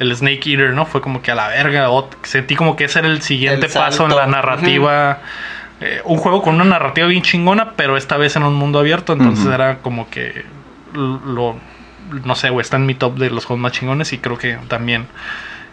S1: el Snake Eater, ¿no? Fue como que a la verga. ot- sentí como que ese era el siguiente
S2: El
S1: paso en la
S2: salto.
S1: narrativa. eh, un juego con una narrativa bien chingona, pero esta vez en un mundo abierto. Entonces
S3: Ujú.
S1: era como que lo. No sé, güey, está en mi top de los juegos más chingones y creo que también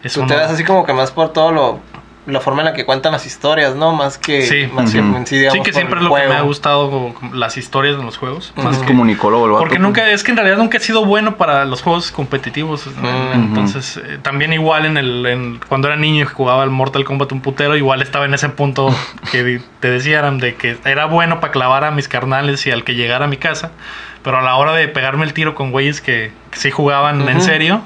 S1: es
S2: Tú
S1: uno-
S2: te das así como que más por todo lo la forma en la que cuentan las historias, ¿no? Más que
S1: Sí.
S2: más que
S3: Ujú.
S2: en sí,
S1: sí,
S2: digamos,
S1: que
S2: por
S1: siempre
S2: el
S1: es lo que
S2: juego.
S1: me ha gustado, como- como las historias en los juegos. más
S3: Es
S1: que-
S3: comunicólogo el vato,
S1: Porque
S3: pues.
S1: nunca, es que en realidad nunca he sido bueno para los juegos competitivos. Entonces, eh, también igual en el, en- cuando era niño y jugaba al Mortal Kombat un putero, igual estaba en ese
S3: (laughs)
S1: punto que di- te decían de que era bueno para clavar a mis carnales y al que llegara a mi casa. Pero a la hora de pegarme el tiro con güeyes que, que sí jugaban en
S2: Ujú.
S1: serio.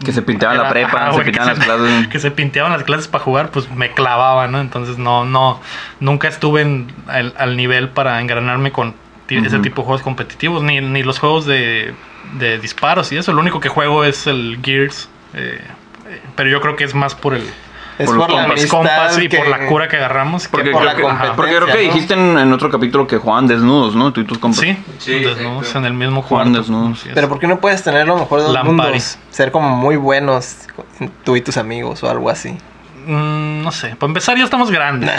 S3: pues, Que se pintaban la
S1: era-
S3: prepa,
S1: ajá,
S3: se
S1: güey, que
S3: pintaban
S1: se-
S3: las
S1: (laughs)
S3: clases.
S1: que se pinteaban las clases para jugar, pues me clavaba, ¿no? Entonces no, no, nunca estuve en- al, al nivel para engranarme con ti- ese
S3: Ujú.
S1: tipo de juegos competitivos, ni, ni los juegos de, de disparos y eso. Lo único que juego es el Gears, eh, eh, pero yo creo que es más por el,
S2: Es
S3: Por los
S2: por la
S3: compas.
S1: Mis
S2: amistad
S1: compas y
S2: que-
S1: por la cura que agarramos. que
S3: Porque,
S2: por
S3: creo
S2: la
S3: que,
S2: competencia,
S3: porque creo que
S2: ¿no?
S3: dijiste en, en otro capítulo que jugaban desnudos, ¿no? Tú y tus compas.
S1: Sí,
S5: Sí,
S1: desnudos
S5: exacto.
S1: en el mismo
S3: Jugaban
S1: cuarto.
S3: desnudos.
S1: Así es.
S2: Pero ¿por qué no puedes tener lo mejor de los
S1: Lampari.
S2: mundos? Ser como muy buenos tú y tus amigos o algo así.
S1: Mm, no sé, para empezar ya estamos
S2: (laughs)
S1: grandes.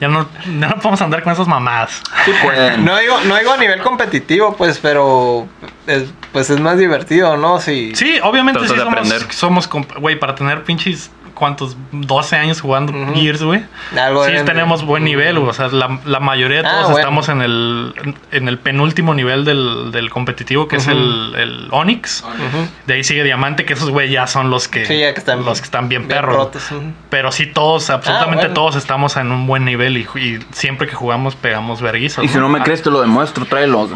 S1: ya no, ya no podemos andar con esas mamadas.
S3: Sí, pues.
S2: No digo, no digo a nivel competitivo, pues, pero es, pues es más divertido, ¿no? Si,
S1: Sí, obviamente
S3: Tratas
S1: sí
S3: de
S1: somos,
S3: aprender.
S1: somos comp- güey, para tener pinches, ¿cuántos? 12 años jugando
S2: Ujú.
S1: Gears, güey.
S2: algo
S1: Sí,
S2: deben de-
S1: tenemos buen nivel, güey. o sea, la, la mayoría de
S2: Ah,
S1: todos
S2: bueno.
S1: estamos en el, en- en el penúltimo nivel del, del competitivo, que es
S2: Ujú.
S1: el, el Onyx.
S2: Ujú.
S1: De ahí sigue Diamante, que esos güey ya son los que,
S2: Sí, ya que están-
S1: los que están bien,
S2: Bien
S1: perros.
S2: rotos, ujú.
S1: Pero sí, todos, absolutamente
S2: bueno.
S1: todos estamos en un buen nivel y, y siempre que jugamos pegamos verguizas.
S3: Y si no me
S1: Ah,
S3: crees, te lo demuestro, tráelo.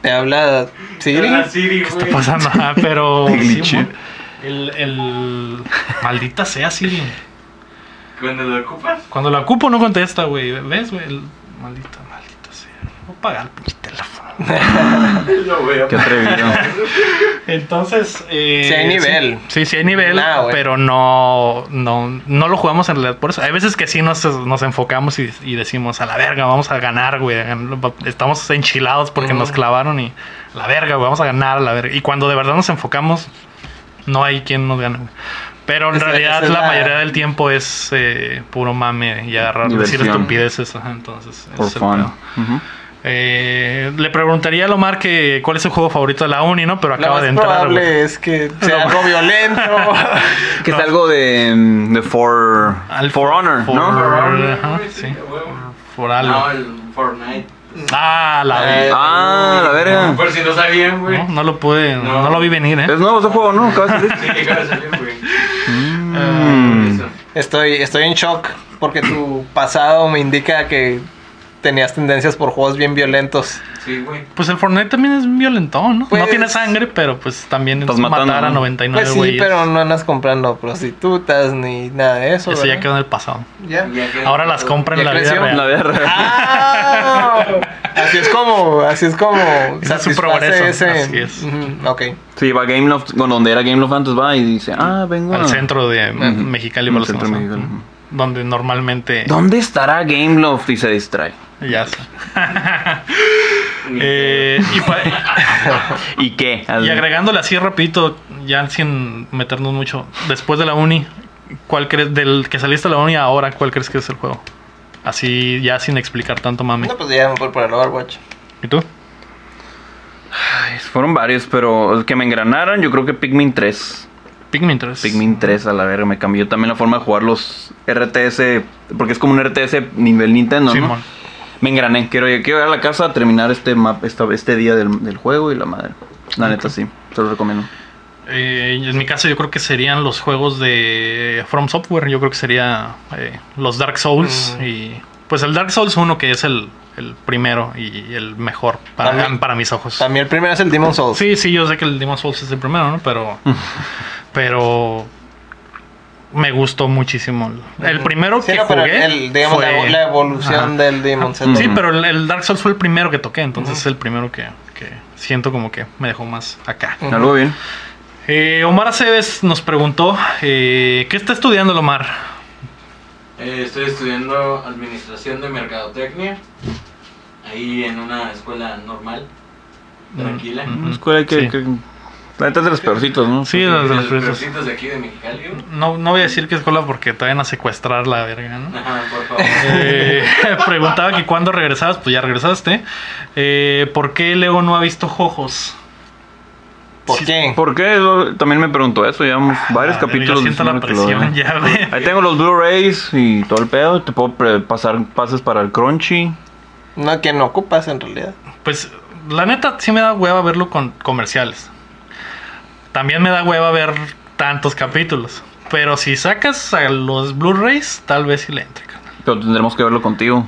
S2: Te habla Siri.
S5: Era Siri,
S1: ¿Qué
S5: güey.
S1: está pasando? Ah, pero.
S3: Te
S1: sí,
S3: glitché.
S1: mon- el, el- Maldita sea, Siri.
S5: Cuando lo ocupas, (laughs)
S1: Cuando la ocupo no contesta, güey. ¿Ves, güey? El- Maldita, maldita sea. Voy a pagar el pinche teléfono.
S5: lo veo.
S3: Qué
S1: (laughs)
S3: atrevido.
S1: Entonces. Eh,
S2: Sí hay nivel.
S1: Sí, sí hay nivel,
S2: Nah, güey.
S1: pero no, no, no lo jugamos en realidad por eso. Hay veces que sí nos, nos enfocamos y, y decimos, a la verga, vamos a ganar, güey. Estamos enchilados porque
S2: Ujú.
S1: nos clavaron y a la verga, güey, vamos a ganar, a la verga. Y cuando de verdad nos enfocamos, no hay quien nos gane, güey. Pero en
S2: Esa-
S1: realidad
S2: esa es
S1: la,
S2: la-
S1: mayoría del tiempo es eh, puro mame y agarrar, decir
S3: Diversión.
S1: estupideces. ajá, entonces, ese
S3: Por
S1: es el
S3: fun.
S1: pedo.
S3: Ujú.
S1: Eh, le preguntaría a Lomar que cuál es su juego favorito de la uni, ¿no? Pero
S2: Lo
S1: acaba
S2: más
S1: de entrar.
S2: probable
S1: güey. (laughs)
S2: es que sea algo violento.
S3: (laughs) Que
S1: No.
S3: es algo de, mm, de For,
S1: Al-
S3: for Honor,
S1: for-
S3: ¿no?
S1: Ajá,
S5: Güey,
S1: sí.
S5: a huevo.
S1: Por algo.
S5: No, el Fortnite.
S1: Ah, la
S2: Eh,
S3: Ah, la verga.
S5: Por si no sabían, güey.
S1: No, no lo pude, no.
S5: No.
S1: lo vi venir, ¿eh?
S3: Es nuevo ese juego, ¿no? Acaba
S1: (laughs)
S3: de salir.
S5: Sí, que acaba de salir, güey.
S3: Mm.
S5: Eso.
S2: Estoy, estoy en shock porque tu pasado me indica que tenías tendencias por juegos bien violentos.
S5: Sí, güey.
S1: Pues el Fortnite también es violentón, ¿no? no
S2: Pues-
S1: tiene sangre, pero pues también
S3: Estás
S1: es matar
S3: matando,
S1: a
S3: ¿no?
S1: 99
S2: Pues sí,
S1: güeyes.
S2: pero no andas comprando prostitutas ni nada de eso.
S1: Eso ya
S2: ¿verdad?
S1: quedó en el pasado.
S2: Ya.
S5: Ya que-
S1: Ahora las compra en
S2: Ya
S1: la vida
S2: creció.
S1: real.
S3: La verga.
S2: ¡Ah! Así es como, así es como
S1: es un
S2: satisface
S1: progreso,
S2: ese.
S1: así es.
S2: Ujú, ok.
S3: Sí, va a Game Loft, bueno, donde era Game Loft antes, va y dice, ah, vengo a-
S1: Al centro de
S3: Ujú.
S1: Mexicali,
S3: Al
S1: por los
S3: centro
S1: que no
S3: de
S1: saben.
S3: Mexicali,
S1: Donde normalmente.
S3: ¿Dónde estará Game Loft? Y se distrae.
S1: Ya sé. (laughs) Eh, y pa- (laughs)
S3: ¿Y qué?
S1: Y agregándole así rapidito, ya sin meternos mucho, después de la uni, ¿cuál crees, del que saliste de la uni a ahora, cuál crees que es el juego? Así, ya sin explicar tanto mami.
S2: No, pues ya me voy por el Overwatch.
S1: ¿Y tú?
S3: Ay, Fueron varios, pero el que me engranaran, yo creo que Pikmin 3.
S1: Pikmin 3.
S3: Pikmin 3, a la verga, me cambió también la forma de jugar los RTS, porque es como un RTS nivel Nintendo, ¿no?
S1: Simón.
S3: Me engrané, quiero, quiero ir a la casa a terminar este map, esta- este día del, del juego y la madre. La neta, sí, se lo recomiendo.
S1: Eh, en mi caso yo creo que serían los juegos de From Software, yo creo que sería eh, los Dark Souls
S2: Mm.
S1: y pues el Dark Souls 1 que es el, el primero y el mejor para,
S2: A mí-
S1: para mis ojos.
S2: También el primero es el Demon Souls.
S1: Sí, sí, yo sé que el Demon Souls es el primero, ¿no? Pero.
S2: (laughs)
S1: pero. Me gustó muchísimo. El, el primero
S2: Sí,
S1: que
S2: no, pero
S1: jugué.
S2: el- digamos,
S1: fue-
S2: la, la evolución
S1: Ajá.
S2: del Demon Souls.
S1: Sí,
S3: Ujú.
S1: pero el, el Dark Souls fue el primero que toqué, entonces es el primero que, que siento como que me dejó más acá.
S2: Ujú.
S3: Algo bien.
S1: Eh, Omar Aceves nos preguntó: eh, ¿Qué está estudiando el Omar?
S5: Eh, estoy estudiando administración de mercadotecnia. Ahí en una escuela normal. Tranquila.
S1: Mm,
S3: Una escuela que,
S1: Sí.
S3: que- La neta es de los peorcitos, ¿no?
S1: Sí,
S5: De
S1: los de
S5: los
S1: los presos.
S5: peorcitos de aquí de Mexicali, güey.
S1: No, no voy a decir qué escuela porque te vayan a secuestrar la verga, ¿no?
S2: (laughs)
S5: Ajá, por favor. (laughs)
S1: Eh, (laughs) preguntaba que cuándo regresabas, pues ya regresaste. Eh, ¿Por qué Leo no ha visto Jojos?
S2: ¿Por
S1: Sí,
S2: qué?
S3: ¿Por qué? Lo- También me preguntó eso, llevamos varios
S1: Ah,
S3: capítulos.
S1: yo siento la
S3: diciendo que lo
S1: presión (laughs)
S3: vean.
S1: ya, güey.
S3: Ahí tengo los Blu-rays y todo el pedo. Te puedo pre- pasar pases para el Crunchy.
S2: No, que no ocupas en realidad.
S1: Pues la neta sí me da hueva verlo con comerciales. También me da hueva ver tantos capítulos. Pero si sacas a los Blu-rays, tal vez sí le entre. carnal.
S3: Pero tendremos que verlo contigo.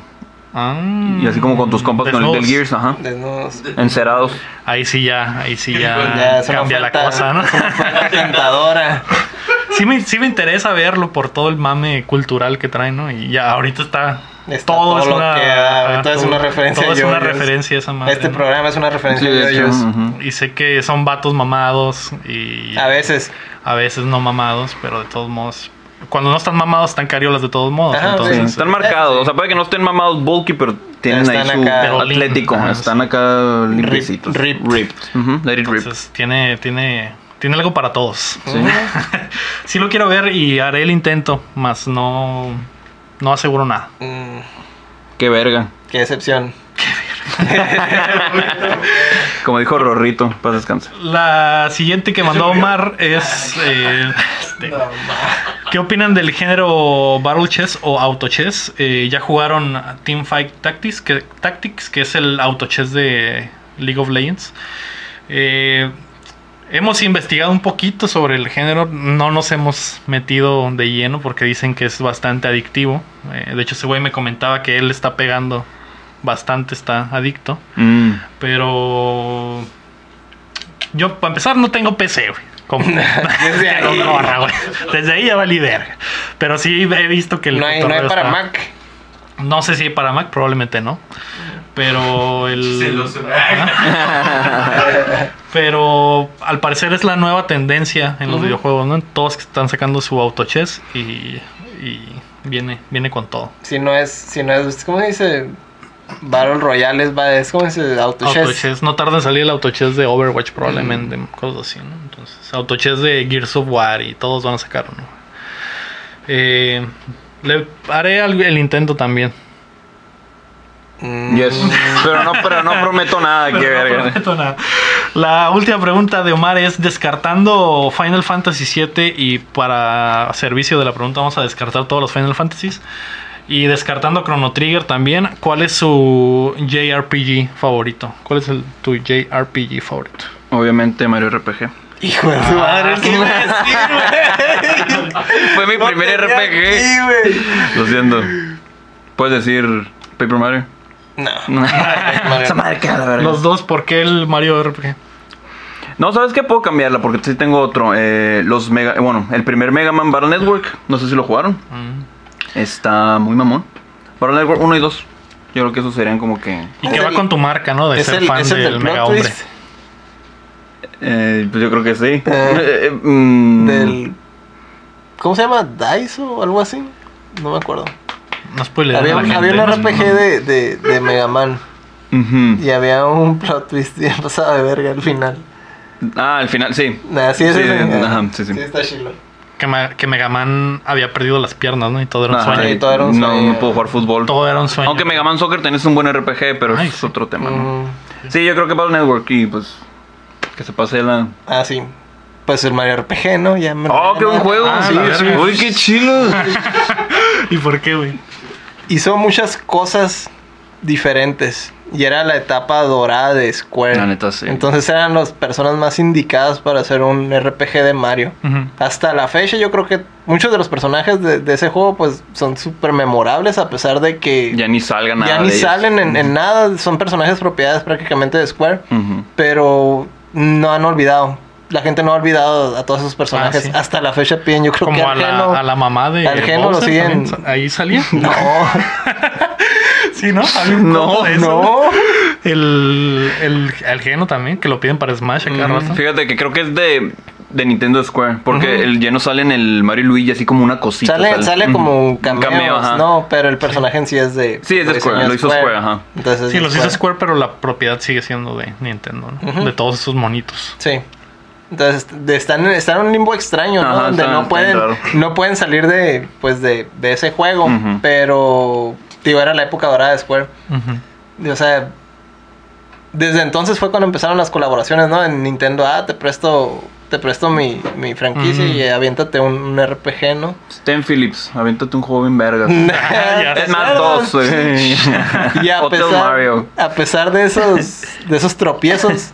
S1: Ah,
S3: Y así como con tus compas con el del
S1: desnudos.
S3: Gears, ajá.
S2: Desnudos.
S3: Encerados.
S1: Ahí sí ya, ahí sí
S2: (laughs) Pues Ya,
S1: ya
S2: es una
S1: Ah, cambia la
S2: (laughs) oferta-
S1: cosa, ¿no?
S2: Una tentadora.
S1: sí, me, sí me interesa verlo por todo el mame cultural que trae, ¿no? Y ya ahorita está.
S2: Está todo
S1: es
S2: lo
S1: una.
S2: que da,
S1: ajá,
S2: todo es una referencia
S1: Todo
S2: a
S1: es una
S2: yoyos.
S1: referencia a esa madre.
S2: Este
S1: ¿no?
S2: programa es una referencia
S3: Sí,
S2: de
S3: de hecho,
S2: yoyos.
S3: ujú.
S1: Y sé que son vatos mamados y.
S2: A veces.
S1: a veces no mamados, pero de todos modos. Cuando no están mamados, están cariolas de todos modos.
S2: Ajá,
S3: Sí,
S1: entonces,
S2: sí.
S3: están marcados. O sea, puede que no estén mamados bulky, pero tienen
S2: Pero están
S3: ahí su
S2: acá-
S1: Pero lean.
S3: atlético.
S1: Ajá,
S3: están acá limpicitos.
S2: ripped.
S3: Ripped. Ujú, let it rip.
S1: entonces tiene, tiene, tiene algo para todos.
S3: Sí.
S1: Sí lo quiero ver y haré el intento, mas no, no aseguro nada.
S2: Mm,
S3: Qué verga.
S2: qué decepción.
S3: Como dijo Rorrito, paz descansa.
S1: La siguiente que mandó Omar es... eh,
S2: (laughs)
S1: este, ¿Qué opinan del género Battle Chess o Auto Chess? Eh, ya jugaron Team Fight Tactics que, Tactics, que es el Auto Chess de League of Legends. Eh, hemos investigado un poquito sobre el género, no nos hemos metido de lleno porque dicen que es bastante adictivo. Eh, de hecho, ese güey me comentaba que él está pegando bastante, está adicto.
S3: Mm.
S1: Pero. Yo, para empezar, no tengo PC, güey. Como- (laughs)
S2: Desde
S1: Pero
S2: ahí.
S1: gorra, güey. Desde ahí ya valí verga. Pero sí he visto que el.
S2: No hay, no hay
S1: cotorreo
S2: para
S1: está-
S2: Mac.
S1: No sé si hay para Mac, probablemente no. Pero el.
S5: Celoso.
S1: Ajá. Pero al parecer es la nueva tendencia en los
S2: Ujú.
S1: videojuegos, ¿no? Todos que están sacando su autochess y. y viene, viene con todo.
S2: Si no es, si no es, ¿cómo se dice? Battle Royale es, va- es como dice Auto Chess. Mm.
S1: Autochess. No tarda en salir el autochess de Overwatch probablemente, cosas así, ¿no? Entonces, autochess de Gears of War y todos van a sacar uno. Eh, le haré al- el intento también.
S2: Mm, (laughs)
S3: Yes. Pero no, pero no prometo nada, qué
S1: Pero no
S3: verga.
S1: prometo nada. La última pregunta de Omar es, descartando Final Fantasy VII y para servicio de la pregunta vamos a descartar todos los Final Fantasies. Y descartando Chrono Trigger también, ¿cuál es su JRPG favorito? ¿Cuál es el, tu JRPG favorito?
S3: Obviamente Mario RPG.
S2: Hijo de
S1: Ah,
S2: su Ah, madre, ¿qué iba a decir, güey?
S3: Fue mi
S2: No
S3: primer
S2: tenía
S3: RPG.
S2: aquí, güey.
S3: Lo siento. Puedes decir Paper Mario.
S2: No.
S3: No.
S2: Mario.
S3: Esa madre queda la verga.
S1: Los dos, ¿por qué el Mario RPG?
S3: No, ¿sabes qué? Puedo cambiarla porque sí tengo otro. Eh, los Mega. Bueno, el primer Mega Man Battle Network. No sé si lo jugaron.
S2: Mm.
S3: Está muy mamón. Battle Network 1 y 2. Yo creo que esos serían como que.
S1: Y
S2: Es
S1: que va
S2: el-
S1: con tu marca, ¿no? De
S2: Es
S1: ser
S2: el,
S1: fan
S2: es el
S1: del,
S2: del
S1: mega
S2: plot
S1: hombre.
S2: twist
S3: eh, pues yo creo que sí.
S2: Eh,
S3: (laughs) Eh, mm,
S2: del... ¿Cómo se llama? ¿Dice o algo así? No me acuerdo.
S1: No spoiler.
S2: Había,
S1: a la
S2: un-
S1: gente,
S2: había un
S1: ¿no?
S2: RPG de, de, de Mega Man
S3: ujú.
S2: y había un plot twist bien pasado de verga al final.
S3: Ah, al final, sí.
S2: Nah, sí, es
S3: Sí,
S2: ese.
S3: ajá, sí, sí.
S2: está chilo.
S1: Que, Ma- que Mega Man había perdido las piernas, ¿no? Y todo era un
S3: Ajá,
S1: sueño.
S2: sí. todo era un
S3: no,
S2: sueño.
S3: no puedo jugar fútbol.
S1: Todo era un sueño.
S3: Aunque Mega Man Soccer tenés un buen RPG, pero
S1: Ay,
S3: es
S1: sí.
S3: otro tema. ¿no?
S2: Mm,
S3: Sí, yo creo que Battle Network y pues que se pase la.
S2: ah, sí. Pues el Mario RPG, ¿no? Ya me
S3: ¡Oh, qué buen juego!
S1: Ah,
S3: sí,
S1: la
S3: sí.
S1: verga.
S3: ¡Uy,
S2: (laughs)
S3: qué chido!
S1: ¿Y por qué, güey?
S2: Hizo muchas cosas diferentes. Y era la etapa dorada de Square.
S3: La neta, sí.
S2: Entonces eran las personas más indicadas para hacer un RPG de Mario.
S1: Ujú.
S2: Hasta la fecha yo creo que muchos de los personajes de, de ese juego pues son súper memorables a pesar de que
S3: ya ni salga nada.
S2: ya ni
S3: de ellos.
S2: salen en, en nada. Son personajes propiedades prácticamente de Square.
S3: Ujú.
S2: Pero no han olvidado. La gente no ha olvidado a todos esos personajes.
S1: Ah, sí.
S2: Hasta la fecha piden, yo creo que
S1: Como a
S2: al Geno-
S1: la, a la mamá de.
S2: al Geno lo
S1: Bowser
S2: siguen-
S1: también, Ahí salía.
S2: (laughs) No,
S1: Sí, ¿no? Había un combo
S2: no,
S1: de (laughs) eso.
S2: no.
S1: El, el, el Geno también, que lo piden para Smash a cada rato.
S3: Fíjate que creo que es de, de Nintendo Square. Porque el, ya no sale en el Mario y Luigi así como una cosita.
S2: Sale, sale
S3: Ujú.
S2: como un
S3: cameo,
S2: cameo.
S3: ajá.
S2: No, pero el personaje en sí es de.
S3: Sí, es de
S2: lo
S3: Square,
S2: diseñó
S3: lo hizo Square, ajá.
S2: Entonces,
S1: Sí,
S2: es
S1: los hizo Square, pero la propiedad sigue siendo de Nintendo, ¿no?
S2: Ujú.
S1: De todos esos monitos.
S2: Sí. Entonces de- están, en- están en un limbo extraño, ¿no?
S3: Ajá,
S2: Donde
S3: está-
S2: no
S3: está
S2: pueden,
S3: raro.
S2: no pueden salir de, pues de, de ese juego.
S3: Ujú.
S2: Pero, tío, era la época dorada de Square.
S1: Ujú.
S2: Y, O sea, desde entonces fue cuando empezaron las colaboraciones, ¿no? En Nintendo, ah, te presto, te presto mi, mi franquicia
S1: Ujú.
S2: y eh, aviéntate un, un RPG,
S3: (laughs)
S2: ¿no?
S3: Stan Phillips, aviéntate un juego
S2: (laughs)
S3: bien verga.
S1: ya
S3: es más, dos. güey. (laughs)
S2: Y a
S3: Hotel
S2: pesar,
S3: Mario.
S2: a pesar de esos, de esos tropiezos,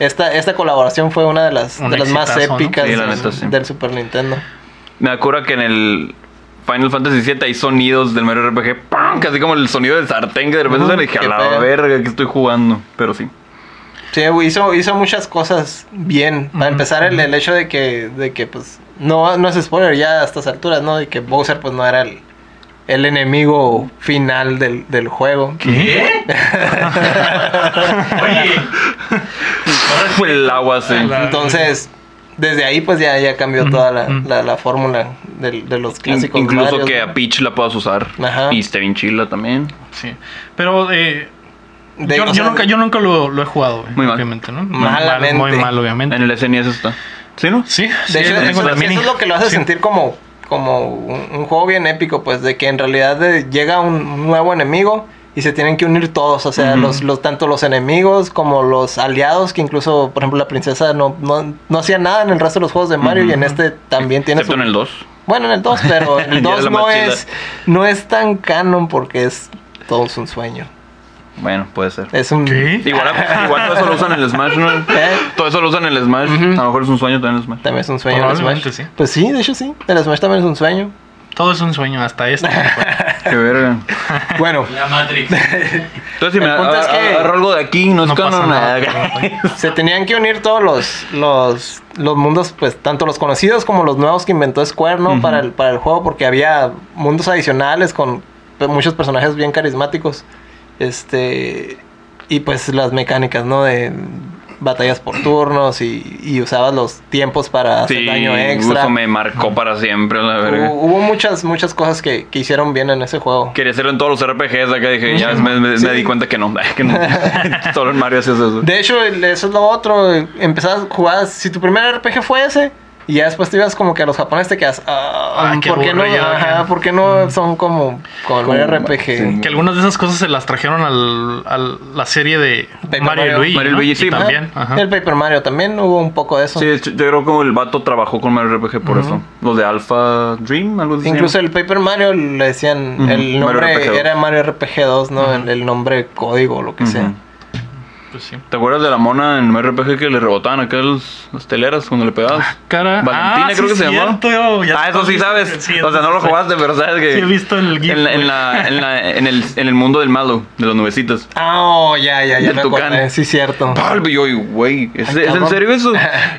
S2: esta, esta colaboración fue una de las,
S1: Un
S2: de las más
S1: exitazo, ¿no?
S2: épicas
S3: Sí, la
S2: del-
S3: neta, sí.
S2: del Super Nintendo.
S3: Me acuerdo que en el Final Fantasy VII hay sonidos del Mario RPG, ¡pam! Casi como el sonido del sartén que de repente
S2: Ujú,
S3: suena y dije, a
S2: qué
S3: la
S2: pega".
S3: verga que estoy jugando. Pero
S2: (laughs)
S3: sí.
S2: Sí, güey, hizo, hizo muchas cosas bien. Para
S1: Ujú,
S2: empezar, el, el hecho de que, de que pues, No, no es spoiler ya a estas alturas, ¿no? De que Bowser pues no era el, el enemigo final del,
S1: (laughs)
S2: del juego.
S5: ¿Qué? Oye,
S3: Fue el agua, sí.
S1: La-
S2: Entonces, desde ahí pues ya, ya cambió
S1: Ujú,
S2: toda la,
S1: ujú.
S2: la- la fórmula del- de los
S3: In-
S2: clásicos.
S3: Incluso
S2: Marios,
S3: que
S2: ¿no?
S3: a Peach la puedas usar.
S2: Ajá.
S3: Y esté bien chila también.
S1: Sí. Pero eh,
S2: De-
S1: yo,
S2: o
S1: yo
S2: sea,
S1: nunca, yo nunca lo, lo he jugado, güey,
S3: Muy mal.
S1: obviamente, ¿no?
S2: Malamente.
S1: Muy mal, muy mal, obviamente.
S3: En el SNES está. ¿Sí, no?
S1: Sí, sí,
S2: De hecho,
S1: yo tengo
S2: eso,
S1: la
S2: eso
S1: mini.
S2: es lo que lo hace
S1: Sí.
S2: sentir como, como un, un juego bien épico, pues de que en realidad eh, llega un, un nuevo enemigo y se tienen que unir todos, o sea,
S3: Ujú.
S2: los, los, tanto los enemigos como los aliados, que incluso, por ejemplo, la princesa no, no, no hacía nada en el resto de los juegos de Mario y en este también tiene
S3: Excepto
S2: su-
S3: en el 2.
S2: Bueno, en el 2, pero en el
S3: Ya
S2: 2
S3: la
S2: no
S3: mochila.
S2: es, no es tan canon porque es todo es un sueño.
S3: Bueno, puede ser.
S2: Es un...
S1: ¿Qué?
S3: Igual, igual todo eso lo usan en el
S2: (laughs)
S3: Smash, ¿no?
S2: ¿Eh?
S3: Todo eso lo usan en el Smash.
S2: Ujú.
S3: A lo mejor es un sueño también en el Smash.
S2: También es un sueño el Smash.
S1: Probablemente sí.
S2: Pues sí, de hecho sí. El Smash también es un sueño.
S1: Todo es un sueño, hasta esto.
S2: (laughs)
S3: Qué verga.
S2: Bueno,
S5: la Matrix.
S3: Entonces, si
S2: El
S3: me
S2: punto
S3: a-
S2: es que-
S3: a- agarro algo de aquí, no es
S1: No pasa
S3: canon.
S1: nada.
S3: (laughs) nada.
S2: se tenían que unir todos los, los, los mundos, pues tanto los conocidos como los nuevos que inventó Square, ¿no?
S3: Ujú.
S2: para, el, para el juego, porque había mundos adicionales con pues, muchos personajes bien carismáticos. Este. Y pues las mecánicas, ¿no? De batallas por turnos y, y usabas los tiempos para hacer
S3: Sí,
S2: daño extra. Uh.
S3: eso me marcó para siempre, la verga.
S2: Hubo, hubo muchas, muchas cosas que, que hicieron bien en ese juego.
S3: Quería hacerlo en todos los RPGs acá, dije, ya me, me- me di cuenta que no, (laughs)
S2: (laughs)
S3: que no. Solo en Mario haces eso.
S2: De hecho, el- eso es lo otro. eh, Empezabas a jugar. Si tu primer RPG fue ese, y ya después te ibas como que a los japoneses te quedas. Ah,
S1: Ah, qué
S2: ¿por, qué no,
S1: aburrido,
S2: ajá,
S1: qué-
S2: ¿Por qué no son como, como el Mario RPG?
S3: sí.
S1: que algunas de esas cosas se las trajeron al, al- la serie de
S2: Paper
S1: Mario,
S2: Mario.
S1: y Luigi.
S3: Mario y
S1: ¿no?
S3: Luigi, sí,
S1: Y
S2: Ajá.
S1: también. ajá.
S2: El Paper Mario también hubo un poco de eso.
S3: Sí, de hecho, yo creo que el vato trabajó con Mario RPG por eso. Los de Alpha Dream, algo así. se
S2: Incluso
S3: llama.
S2: el Paper Mario le decían.
S3: Ujú,
S2: El
S3: Mario
S2: nombre
S3: RPG2.
S2: era Mario RPG2, ¿no? el, el nombre código o lo que sea.
S3: Ujú.
S1: Pues sí.
S3: ¿Te acuerdas de la mona en Mario RPG que le rebotaban acá los- las teleras cuando le pegabas?
S1: Cara.
S3: Valentina
S1: Ah, sí,
S3: creo que se llamaba.
S1: cierto, yo ya
S3: ah, eso sí
S1: visto
S3: sabes.
S1: que- sí,
S3: o sea, no lo
S1: sí.
S3: jugaste, pero sabes que.
S1: Sí, he visto el GIF,
S3: En, la- en
S1: güey.
S3: la- en la- en el, en el mundo del malo, de los nubecitos.
S2: Ah, oh, ya, ya, ya.
S3: Del
S2: me acordé.
S3: tucán.
S2: Sí, cierto.
S3: Pal, y yo, y, güey, ¿es,
S2: Ay,
S3: es en
S2: cabrón.
S3: serio (laughs) eso?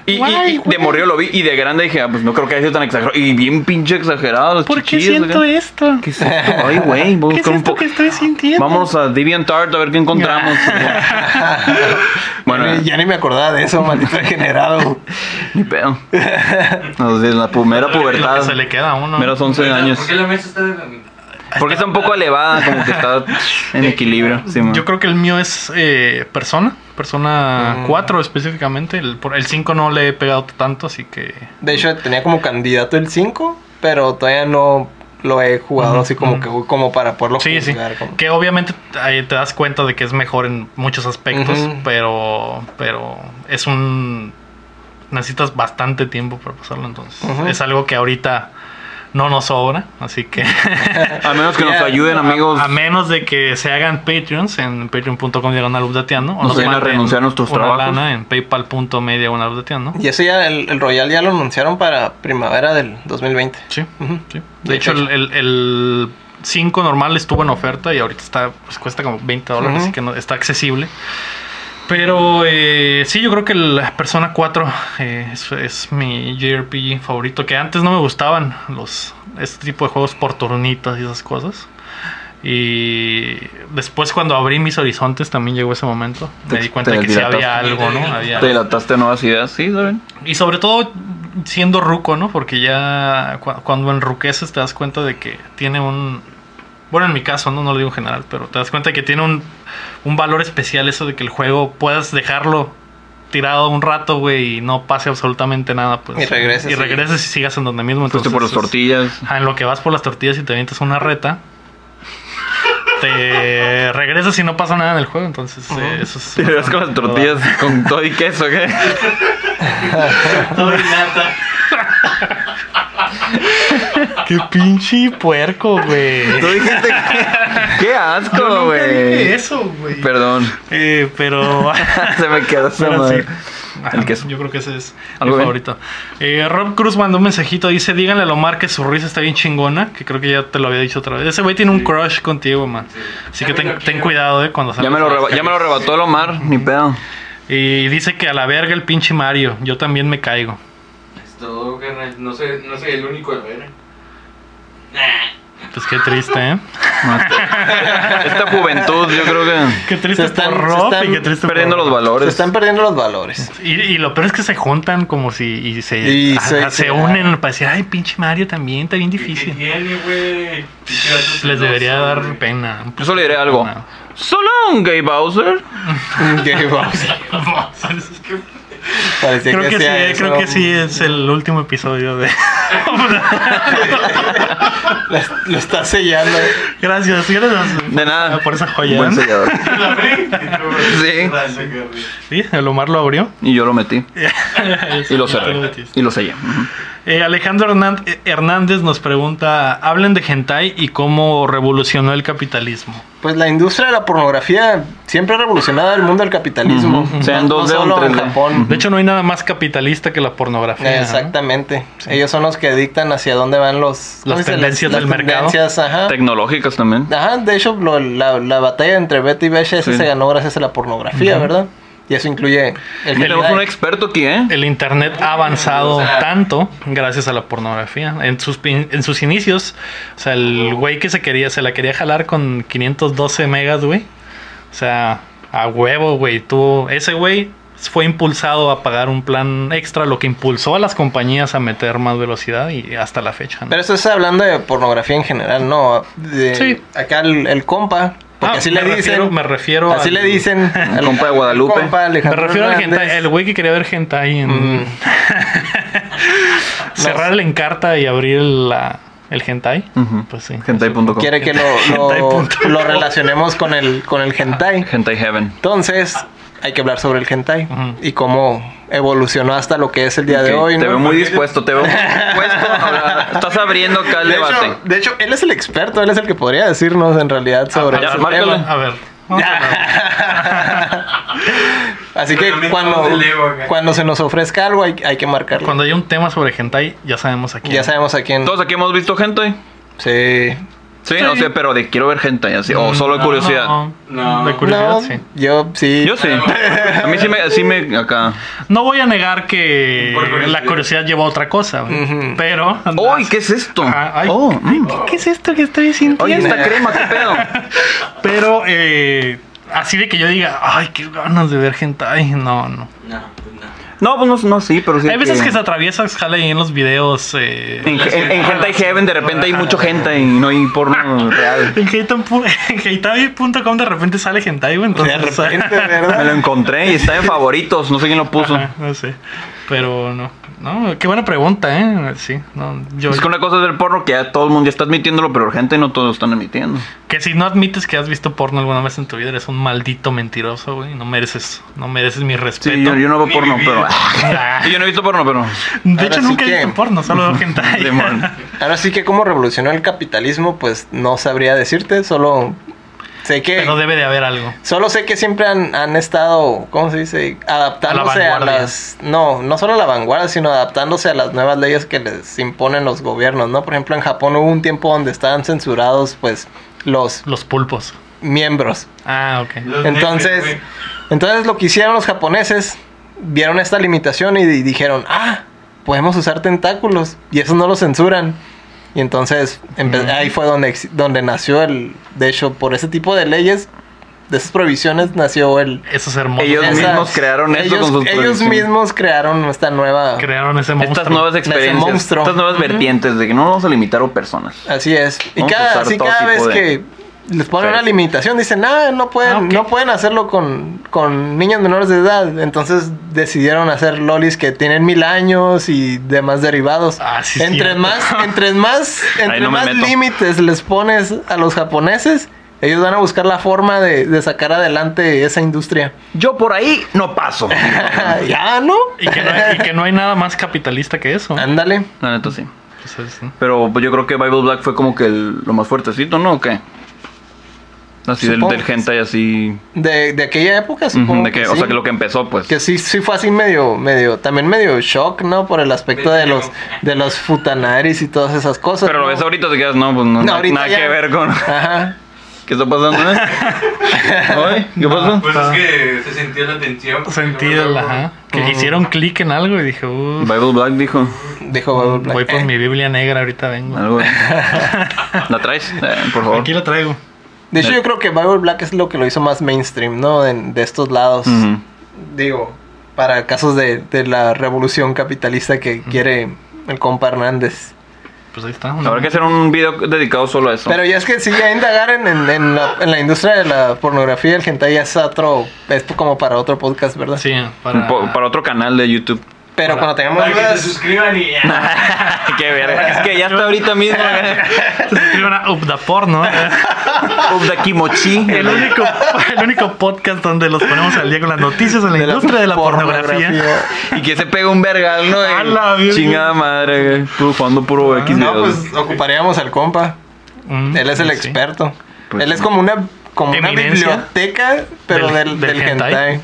S3: Y, y-
S1: Guay,
S3: y
S1: güey.
S3: de morrillo lo vi y de grande dije, ah, pues no creo que haya sido tan exagerado. Y bien pinche exagerado. los
S1: ¿Por qué
S3: chichillos
S1: siento
S3: acá.
S1: esto?
S3: ¿Qué es esto? Ay, güey, voy a
S1: ¿Qué es
S3: buscar un
S1: esto
S3: po-
S1: que estoy sintiendo?
S3: Vamos a DeviantArt a ver
S1: (laughs)
S3: qué encontramos. bueno, (laughs)
S2: ya ni me acordaba de eso, maldito (laughs) degenerado.
S3: ni pedo. No, desde la pu- mera
S1: Lo que
S3: pubertad.
S1: se le queda a uno.
S3: Meros 11 años.
S5: ¿Por qué la mesa está de...
S3: Porque está un poco elevada, como que (laughs) está en equilibrio. sí, man.
S1: Yo creo que el mío es eh, Persona. Persona
S2: Mm.
S1: 4 específicamente. El, por- el 5 no le he pegado tanto, así que.
S2: De hecho, tenía como candidato el 5, pero todavía no lo he jugado
S1: Ujú,
S2: así como
S1: ujú.
S2: que como para poderlo
S1: Sí, sí.
S2: juzgar. como-
S1: Que obviamente ahí te das cuenta de que es mejor en muchos aspectos,
S2: Ujú.
S1: pero pero es un necesitas bastante tiempo para pasarlo, entonces
S2: Ujú.
S1: es algo que ahorita no nos sobra, así
S3: (laughs)
S1: que (laughs)
S3: A menos que nos
S2: Ya,
S3: ayuden, amigos.
S1: a menos de que se hagan Patreons en patreon.com diagonal updateando o
S3: Nos vayan a
S1: manden
S3: renunciar a nuestros
S1: una
S3: trabajos.
S1: lana en paypal.me diagonal updateando.
S2: Y eso ya, el, el Royal ya lo anunciaron para primavera del 2020.
S1: Sí,
S2: Ujú.
S1: sí. De hecho el, el, 5 normal estuvo en oferta y ahorita está pues cuesta como 20 dólares,
S2: Ujú.
S1: así que no, está accesible. Pero eh, sí, yo creo que la Persona 4 eh, es, es mi JRPG favorito, que antes no me gustaban los este tipo de juegos por turnitas y esas cosas. Y después cuando abrí mis horizontes también llegó ese momento.
S3: Te-
S1: Me di cuenta
S3: te
S1: de que sí
S3: dilataste.
S1: había algo, ¿no? Había
S3: Te dilataste a nuevas ideas, sí, ¿saben?
S1: y sobre todo siendo ruco, ¿no? Porque ya cu- cuando enruqueces te das cuenta de que tiene un... Bueno, en mi caso, no, no lo digo en general, pero te das cuenta de que tiene un, un valor especial eso de que el juego puedas dejarlo tirado un rato, güey, y no pase absolutamente nada, pues.
S2: Y regreses,
S1: Y
S2: sí.
S1: regreses y sigas en donde mismo.
S3: Fuiste
S1: entonces,
S3: por las
S1: es-
S3: tortillas.
S1: Ajá, en lo que vas por las tortillas y te avientas una reta, te regresas y no pasa nada en el juego, entonces eh, eso es...
S3: (laughs) Te das con las tortillas con todo y queso, ¿qué?
S5: Todo y nata.
S1: (laughs) ¡Qué pinche puerco, güey!
S3: Tú dijiste (laughs) que... ¡Qué
S1: Yo
S3: asco,
S1: nunca dije
S3: güey!
S1: eso, güey.
S3: Perdón,
S1: Eh, pero.
S3: (laughs) se me quedó esa
S1: pero sí.
S3: madre.
S1: Ajá,
S3: El queso.
S1: Yo creo que ese es mi
S3: ¿Algo bien?
S1: favorito. Eh, Rob Cruz mandó un mensajito. Dice: Díganle a Lomar que su risa está bien chingona. Que creo que ya te lo había dicho otra vez. Ese güey tiene un crush contigo, man. Así que ten, ten cuidado, eh, cuando
S3: Ya me, lo
S1: salgas.
S3: reba- ya me lo rebató el Omar, ni (laughs) pedo.
S1: Y dice que a la verga el pinche Mario. Yo también me caigo.
S5: Es todo, guerrero. carnal. No soy, no soy el único de ver.
S1: Pues qué triste,
S3: (laughs)
S1: ¿eh?
S3: Esta juventud, yo creo que.
S1: Qué triste
S2: Se están-
S1: por
S2: se
S1: Rob
S2: están
S1: y qué triste por-
S3: Perdiendo los
S2: Se
S3: valores.
S2: están perdiendo
S1: (laughs)
S2: los valores. (laughs)
S1: Y, y lo peor es que se juntan como si y se,
S2: Y
S1: a-
S2: se-
S1: a- se
S2: se-
S1: unen para decir, ay, pinche Mario también, está bien
S5: ¿Qué
S1: difícil.
S5: tiene, güey? Pinche vato
S1: Les
S5: celoso,
S1: debería dar
S5: güey.
S1: pena.
S3: Yo solo diré algo. So long, Gay Bowser.
S2: Gay Bowser. Parecía
S1: creo que, sí,
S2: sea
S1: eh, creo
S2: eso.
S1: que sí es el último episodio de...
S2: La- (laughs) Lo está sellando.
S1: gracias, gracias.
S3: De nada.
S1: Por esa joya.
S3: Buen (laughs) sellador.
S5: La abrí.
S3: Sí.
S5: Gracias, Carly.
S1: Sí, el Omar lo abrió.
S3: Y yo lo metí. Y lo cerré.
S1: metiste.
S3: Y lo sellé. Ujú.
S1: Eh, Alejandro Hernan- eh, Hernández nos pregunta, hablen de hentai y cómo revolucionó el capitalismo.
S2: Pues la industria de la pornografía siempre ha revolucionado el mundo del capitalismo.
S3: Ujú. Sea en 2D o en
S2: solo
S3: 3D.
S2: Japón.
S1: De hecho, no hay nada más capitalista que la pornografía.
S2: Eh,
S1: ¿no?
S2: Exactamente. Ellos son los que dictan hacia dónde van los,
S1: Las
S2: ¿cómo se dice?
S1: tendencias del mercado.
S2: tendencias, ajá.
S3: Tecnológicas también.
S2: Ajá, de hecho, lo- la, la batalla entre Betty y VHS
S3: Sí.
S2: se ganó gracias a la pornografía, ¿verdad? Y eso incluye el
S3: Tenemos
S2: hentai.
S3: un experto aquí, ¿eh?
S1: El internet ha avanzado tanto gracias a la pornografía. En sus, pin- en sus inicios, o sea, el güey que se quería, se la quería jalar con 512 megas, güey. O sea, a huevo, güey. Tuvo, ese güey fue impulsado a pagar un plan extra, lo que impulsó a las compañías a meter más velocidad y hasta la fecha. ¿no?
S2: Pero eso es hablando de pornografía en general, ¿no? De-
S1: Sí.
S2: Acá el, el compa, porque
S1: Ah,
S2: así
S1: me
S2: le dicen.
S1: refiero- me refiero (laughs)
S2: Así
S1: al-
S2: le dicen. al-
S3: compa de
S2: al
S3: Guadalupe.
S2: compa
S1: Me
S2: Alejandro
S1: refiero al
S2: Hernández.
S1: hentai, el güey que quería ver hentai en (laughs)
S2: Mm.
S1: cerrar el encarta y abrir la, el hentai.
S3: Ujú.
S1: Pues sí.
S3: Hentai.com.
S2: Quiere
S1: (laughs)
S2: que lo,
S1: Hentai
S2: lo,
S1: punto.
S2: lo relacionemos con el, con el hentai.
S3: Hentai Heaven.
S2: Entonces, hay que hablar sobre el hentai
S1: Ujú.
S2: y cómo evolucionó hasta lo que es el día de
S3: Ok,
S2: hoy. ¿no?
S3: te
S2: Pues,
S3: veo
S2: (laughs)
S3: muy dispuesto, te veo
S1: (laughs)
S3: muy dispuesto. a hablar. Estás abriendo acá el
S2: de,
S3: debate. Ah,
S2: hecho, de hecho, él es el experto, él es el que podría decirnos en realidad sobre
S3: ya,
S2: ese
S3: márcale. Ah,
S2: tema.
S1: A ver. vamos a ver.
S2: (laughs) Así
S5: Pero
S2: que
S5: también
S2: cuando,
S5: estamos de Lego acá.
S2: cuando se nos ofrezca algo hay, hay que marcarlo.
S1: Cuando hay un tema sobre hentai, ya sabemos aquí.
S2: Ya sabemos a quién.
S3: Todos aquí hemos visto hentai.
S2: Sí.
S3: Sí, o sea, pero de quiero ver hentai así. O solo de curiosidad.
S1: Mm, No,
S5: No.
S1: de curiosidad,
S2: No,
S1: sí.
S2: Yo sí.
S3: Yo sí. A mí sí me, sí me acá.
S1: No voy a negar que
S5: Por curiosidad.
S1: la curiosidad lleva a otra cosa, güey.
S2: Ujú.
S1: pero...
S3: ¡Uy! ¿Qué es esto?
S1: Ajá, Ah, ay,
S3: oh, mm.
S1: ¿Qué es esto que estoy sintiendo?
S3: Oye, esta crema, qué pedo.
S1: (laughs) Pero, eh, así de que yo diga, ay, qué ganas de ver hentai, no, no.
S5: No, pues no.
S3: No, pues no, no sí, pero sí.
S1: Hay veces que se atraviesa, jala ahí en los videos. Eh,
S3: En, en, en hentai Heaven de repente hay mucho hentai y no hay porno real.
S1: en heitan pu- (laughs) en hentai.com de repente sale hentai, güey.
S2: De
S1: Entonces,
S2: repente,
S1: (laughs)
S3: Me lo
S2: ¿verdad?
S3: encontré y está en favoritos. No sé quién lo puso.
S1: Ajá, Ah, no sé. Pero no. No, qué buena pregunta, ¿eh? Sí. No, yo,
S3: Es que una cosa es el porno que ya todo el mundo ya está admitiéndolo, pero gente no todos lo están admitiendo.
S1: Que si no admites que has visto porno alguna vez en tu vida, eres un maldito mentiroso, güey. No mereces, no mereces mi respeto.
S3: Sí, yo, yo no veo porno,
S1: (laughs)
S3: (laughs) pero.
S1: Ah.
S3: Y yo no he visto porno, pero.
S1: De
S2: Ahora
S1: hecho,
S2: sí
S1: nunca
S2: que-
S1: he visto porno, solo veo hentai.
S3: (laughs) Simón.
S2: Ahora sí que cómo revolucionó el capitalismo, pues no sabría decirte, solo sé que
S1: Pero debe de haber algo.
S2: solo sé que siempre han, han estado, ¿cómo se dice? Adaptándose a,
S1: vanguardia.
S2: las no, no solo a la vanguardia, sino adaptándose a las nuevas leyes que les imponen los gobiernos, ¿no? Por ejemplo, en Japón hubo un tiempo donde estaban censurados pues los
S1: Los pulpos.
S2: miembros
S1: Ah, ok.
S5: Los negros,
S2: Entonces,
S5: güey.
S2: entonces lo que hicieron los japoneses, vieron esta limitación y, di- dijeron, ah, podemos usar tentáculos y eso no lo censuran. Y entonces empe- ahí fue donde, ex- donde nació el, de hecho, por ese tipo de leyes, de esas prohibiciones nació el...
S1: Eso es hermoso.
S3: Ellos
S2: esas-
S3: mismos crearon esto
S2: ellos,
S3: con sus
S2: Ellos
S3: prohibiciones.
S2: mismos crearon esta nueva...
S1: crearon ese (laughs) monstruo.
S3: Estas nuevas experiencias,
S2: monstruo.
S3: estas nuevas
S2: Ujú.
S3: vertientes de que no vamos a limitar a personas.
S2: Así es. Y
S3: Vamos a
S2: cada,
S3: usar
S2: así
S3: todo
S2: cada vez
S3: tipo
S2: que
S3: de-
S2: les ponen una
S3: Sí.
S2: limitación, dicen, ah, no pueden,
S1: Ah, ok.
S2: no pueden hacerlo con, con niños menores de edad. Entonces decidieron hacer lolis que tienen mil años y demás derivados.
S1: Ah, sí,
S2: entre,
S1: cierto.
S2: más,
S1: (laughs)
S2: entre más, entre
S3: no me
S2: más
S3: meto.
S2: límites les pones a los japoneses, ellos van a buscar la forma de, de sacar adelante esa industria. (laughs)
S3: Yo por ahí no paso. La
S2: ya, ¿no?
S1: Y que, no hay, y que no hay nada más capitalista que
S3: (laughs)
S1: eso.
S2: Ándale.
S3: neta sí.
S1: Pues es-
S3: Pero pues, yo creo que Bible Black fue como que el- lo más fuertecito, ¿no? ¿O qué? Así del,
S2: Supongo
S3: del
S2: que
S3: hentai así.
S2: De, de aquella época,
S3: ujú,
S2: supongo.
S3: de que,
S2: que
S3: O
S2: sí.
S3: sea, que lo que empezó, pues.
S2: Que sí, sí fue así medio, medio, también medio shock, ¿no? Por el aspecto de los, de los futanaris y todas esas cosas.
S3: Pero lo
S2: ¿no?
S3: ves ahorita, te quedas, no, pues no, na-
S2: ahorita
S3: nada
S2: ya-
S3: que ver con.
S2: Ajá.
S3: ¿Qué está
S1: (laughs)
S3: pasando, eh? Oye, ¿Qué pasó?
S5: Pues es que se sentía la tensión.
S1: Sentí el, ajá, que hicieron clic en algo y dije, uff,
S3: Bible Black dijo.
S2: Dijo Bible Black.
S1: Voy por
S2: Eh,
S1: mi Biblia negra, ahorita vengo.
S3: Algo de- ¿La traes? Eh, por favor.
S1: Aquí la traigo.
S2: De hecho, yo creo que Bible Black es lo que lo hizo más mainstream, ¿no? En- de estos lados.
S3: Ujú.
S2: Digo, para casos de, de la revolución capitalista que quiere el compa Hernández.
S1: Pues ahí está.
S3: Habrá que hacer un video dedicado solo a eso.
S2: Pero ya es que sí, ya indagar en, en- en la, en la industria de la pornografía, el hentai ya es otro. Esto como para otro podcast, ¿verdad?
S1: Sí,
S3: Un
S1: para...
S3: po- para... otro canal de YouTube.
S2: Pero cuando tengamos
S5: Para que se
S2: dudas.
S5: suscriban y ya.
S1: Ah,
S3: Qué verga. Es que ya está ahorita mismo.
S1: (laughs)
S3: eh.
S1: Se suscribe una Upda Porno. ¿eh?
S3: Of the Kimochi.
S1: (laughs) El único, el único podcast donde los ponemos al día con las noticias en la industria de la pornografía.
S3: Y que se pega un vergal, ¿no?
S1: A la Ah, virgen.
S3: Chingada madre, güey. Puro jugando puro X
S2: No,
S3: videos.
S2: pues ocuparíamos al compa.
S1: Mm,
S2: Él es el
S1: sí.
S2: experto.
S3: Pues
S2: Él es
S3: sí.
S2: como una como una
S1: Eminencia.
S2: biblioteca, pero
S1: Del-
S2: del, del,
S1: del
S2: hentai.
S1: hentai.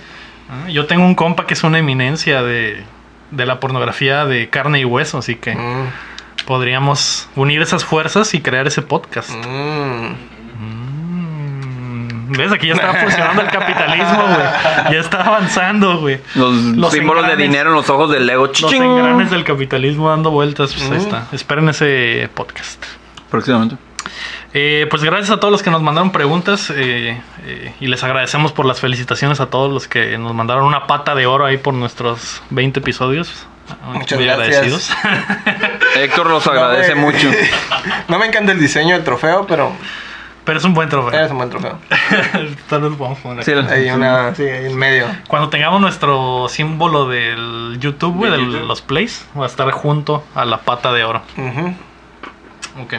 S1: Ah, Yo tengo un compa que es una eminencia de, de la pornografía de carne y hueso, así que
S2: Mm,
S1: podríamos unir esas fuerzas y crear ese podcast.
S2: mm.
S1: Mm, ¿Ves? Aquí ya está funcionando el capitalismo, güey. Ya está avanzando, güey.
S3: Los,
S1: los
S3: símbolos de
S1: engranes.
S3: dinero en los ojos del Lego.
S1: Los
S3: Chiching.
S1: engranes del capitalismo dando vueltas, pues ahí
S2: Mm.
S1: está. Esperen ese podcast.
S3: Próximamente.
S1: Eh, pues gracias a todos los que nos mandaron preguntas eh, eh, y les agradecemos por las felicitaciones a todos los que nos mandaron una pata de oro ahí por nuestros 20 episodios.
S2: Muchas gracias.
S3: Héctor los
S2: No
S3: agradece
S2: me-
S3: mucho.
S2: (laughs) no me encanta el diseño del trofeo, pero
S1: (laughs) Pero es un buen trofeo.
S2: es un buen trofeo.
S1: (laughs) Tal vez lo podamos poner
S3: Sí,
S1: aquí.
S2: Hay una, sí, ahí en medio.
S1: Cuando tengamos nuestro símbolo del YouTube, güey, de
S5: Del YouTube.
S1: los plays, va a estar junto a la pata de oro.
S2: Ujú.
S1: Ok.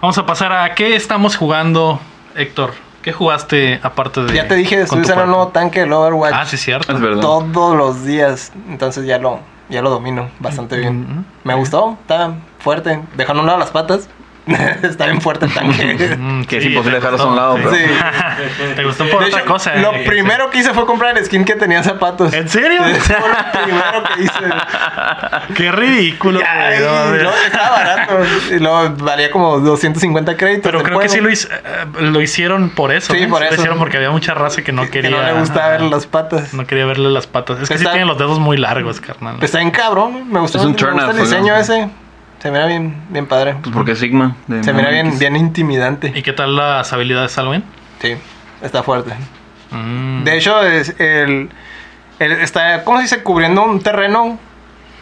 S1: Vamos a pasar a qué estamos jugando, Héctor. ¿Qué jugaste aparte de.?
S2: Ya te dije,
S1: con
S2: estoy
S1: tu
S2: usando un
S1: cuerpo?
S2: nuevo tanque del Overwatch
S1: Ah, sí, cierto.
S3: Es verdad.
S2: todos los días. Entonces ya lo, ya lo domino bastante bien.
S1: Ujú.
S2: Me gustó, está fuerte. Dejando a un lado las patas. (laughs) está bien fuerte el
S1: (laughs)
S2: tanque.
S1: Mm,
S3: (laughs) Que es
S1: sí,
S3: imposible
S1: te
S3: dejarlos a un
S1: gustó,
S3: lado, pero-
S2: Sí.
S1: (laughs) Te gustó por
S2: De
S1: otra
S2: hecho,
S1: cosa.
S2: Lo
S1: eh.
S2: primero que hice fue comprar el skin que tenía
S1: (laughs)
S2: zapatos. (laughs)
S1: ¿En serio?
S2: Fue lo primero que hice.
S1: Qué ridículo.
S2: Ay,
S1: güey, no mames.
S2: no, estaba barato. Y luego valía como 250 créditos.
S1: pero
S2: del
S1: creo que
S2: juego.
S1: sí lo, hice- eh, lo hicieron por eso.
S2: Sí,
S1: ¿no?
S2: por
S1: Lo
S2: eso.
S1: hicieron porque había mucha raza que no
S2: Que
S1: quería.
S2: no le gusta ver las patas.
S1: No quería verle las patas. Es que
S2: Está-
S1: sí tienen los dedos muy largos, carnal.
S2: Pues está en cabrón. Me gustó,
S3: Es un
S2: me gusta
S3: turn-off,
S2: el
S3: ¿no?
S2: diseño ese. Se mira bien, bien padre.
S3: Pues porque Sigma. de
S2: Se mira
S3: Mega Man
S2: bien,
S3: X.
S2: bien intimidante.
S1: ¿Y qué tal las habilidades, Alwin?
S2: Sí, está fuerte.
S1: Mm.
S2: De hecho, es el, el- está, ¿cómo se dice? Cubriendo un terreno,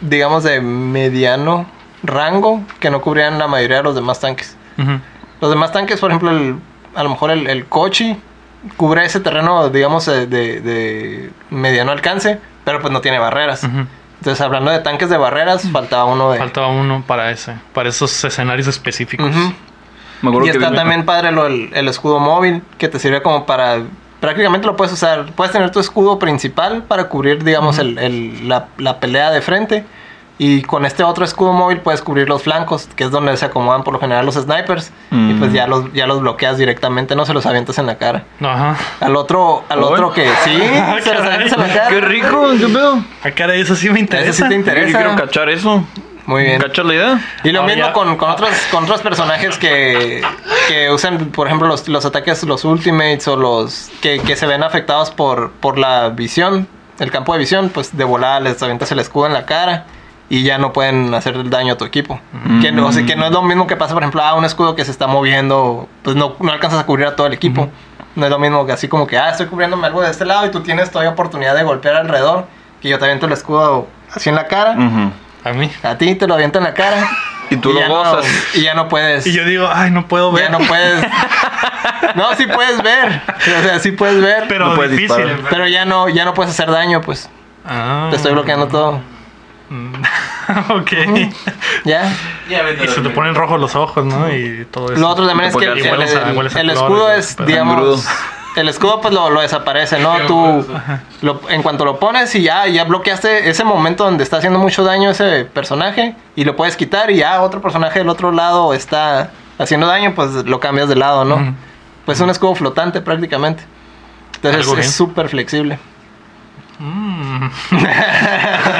S2: digamos, de mediano rango que no cubrían la mayoría de los demás tanques.
S1: Ujú.
S2: Los demás tanques, por ejemplo, el- a lo mejor el, el Kochi cubre ese terreno, digamos, eh, de, de mediano alcance, pero pues no tiene barreras.
S1: Ujú.
S2: Entonces, hablando de tanques de barreras, faltaba uno de...
S1: Faltaba uno para ese, para esos escenarios específicos.
S2: Ujú.
S3: Me acuerdo
S2: Y
S3: que
S2: está
S3: vi-
S2: también padre lo, el, el escudo móvil, que te sirve como para... Prácticamente lo puedes usar, puedes tener tu escudo principal para cubrir, digamos, el- el- la, la pelea de frente. Y con este otro escudo móvil puedes cubrir los flancos, que es donde se acomodan por lo general los snipers. Y pues
S3: Mm.
S2: ya los, ya los bloqueas directamente, no se los avientas en la cara.
S1: Ajá.
S2: Al otro, al
S3: Ay.
S2: otro que
S3: (laughs)
S2: sí, se los avientas en la cara.
S3: Ah, ¡Qué rico! ¿Qué pedo?
S1: Acá de Ah, eso sí me interesa.
S2: Eso sí te
S3: Yo
S2: interesa.
S3: quiero cachar eso.
S2: Muy bien.
S3: ¿Cachas la idea?
S2: Y lo
S1: Ahora
S2: mismo
S1: ya-
S2: con, con, otros, con otros personajes que, que usan, por ejemplo, los, los ataques, los ultimates o los que, que se ven afectados por, por la visión, el campo de visión, pues de volada les avientas el escudo en la cara y ya no pueden hacer el daño a tu equipo. Que, no, o sea, que no es lo mismo que pasa, por ejemplo, a un escudo que se está moviendo, pues no, no alcanzas a cubrir a todo el equipo. No es lo mismo que así como que, ah, estoy cubriéndome algo de este lado y tú tienes todavía oportunidad de golpear alrededor, que yo te aviento el escudo así en la cara.
S3: Ujú.
S1: A mí.
S2: A ti te lo aviento en la cara.
S3: Y tú lo
S2: ya no-
S3: gozas.
S2: y ya no puedes.
S1: Y yo digo, ay, no puedo ver.
S2: ya no puedes. no, sí puedes ver. O sea, sí puedes ver. Pero,
S1: (laughs) pero
S3: No puedes
S1: difícil.
S3: disparar.
S2: ya no, ya no puedes hacer daño, pues.
S1: Ah.
S2: Te estoy bloqueando todo.
S1: Mm. (laughs) ok.
S2: Ya.
S5: Ya vete a
S1: Y se te
S5: dormir.
S1: ponen rojos los ojos, ¿no? Y todo
S3: Pues,
S1: eso.
S2: Lo otro también es que el,
S3: Y
S1: hueles a-
S2: el-
S1: hueles a
S2: el
S1: cloro,
S2: escudo
S1: güey,
S2: es,
S1: pero-
S2: digamos.
S3: Engrudo. pues,
S2: El escudo pues lo, lo desaparece, ¿no?
S5: Sí,
S2: Tú
S5: ajá.
S2: lo- en cuanto lo pones y ya, ya bloqueaste ese momento donde está haciendo mucho daño ese personaje y lo puedes quitar y ya otro personaje del otro lado está haciendo daño, pues lo cambias de lado, ¿no?
S1: Ujú.
S2: Pues es un escudo flotante prácticamente. Entonces
S1: Algo
S2: es
S1: bien.
S2: súper flexible.
S1: Mm.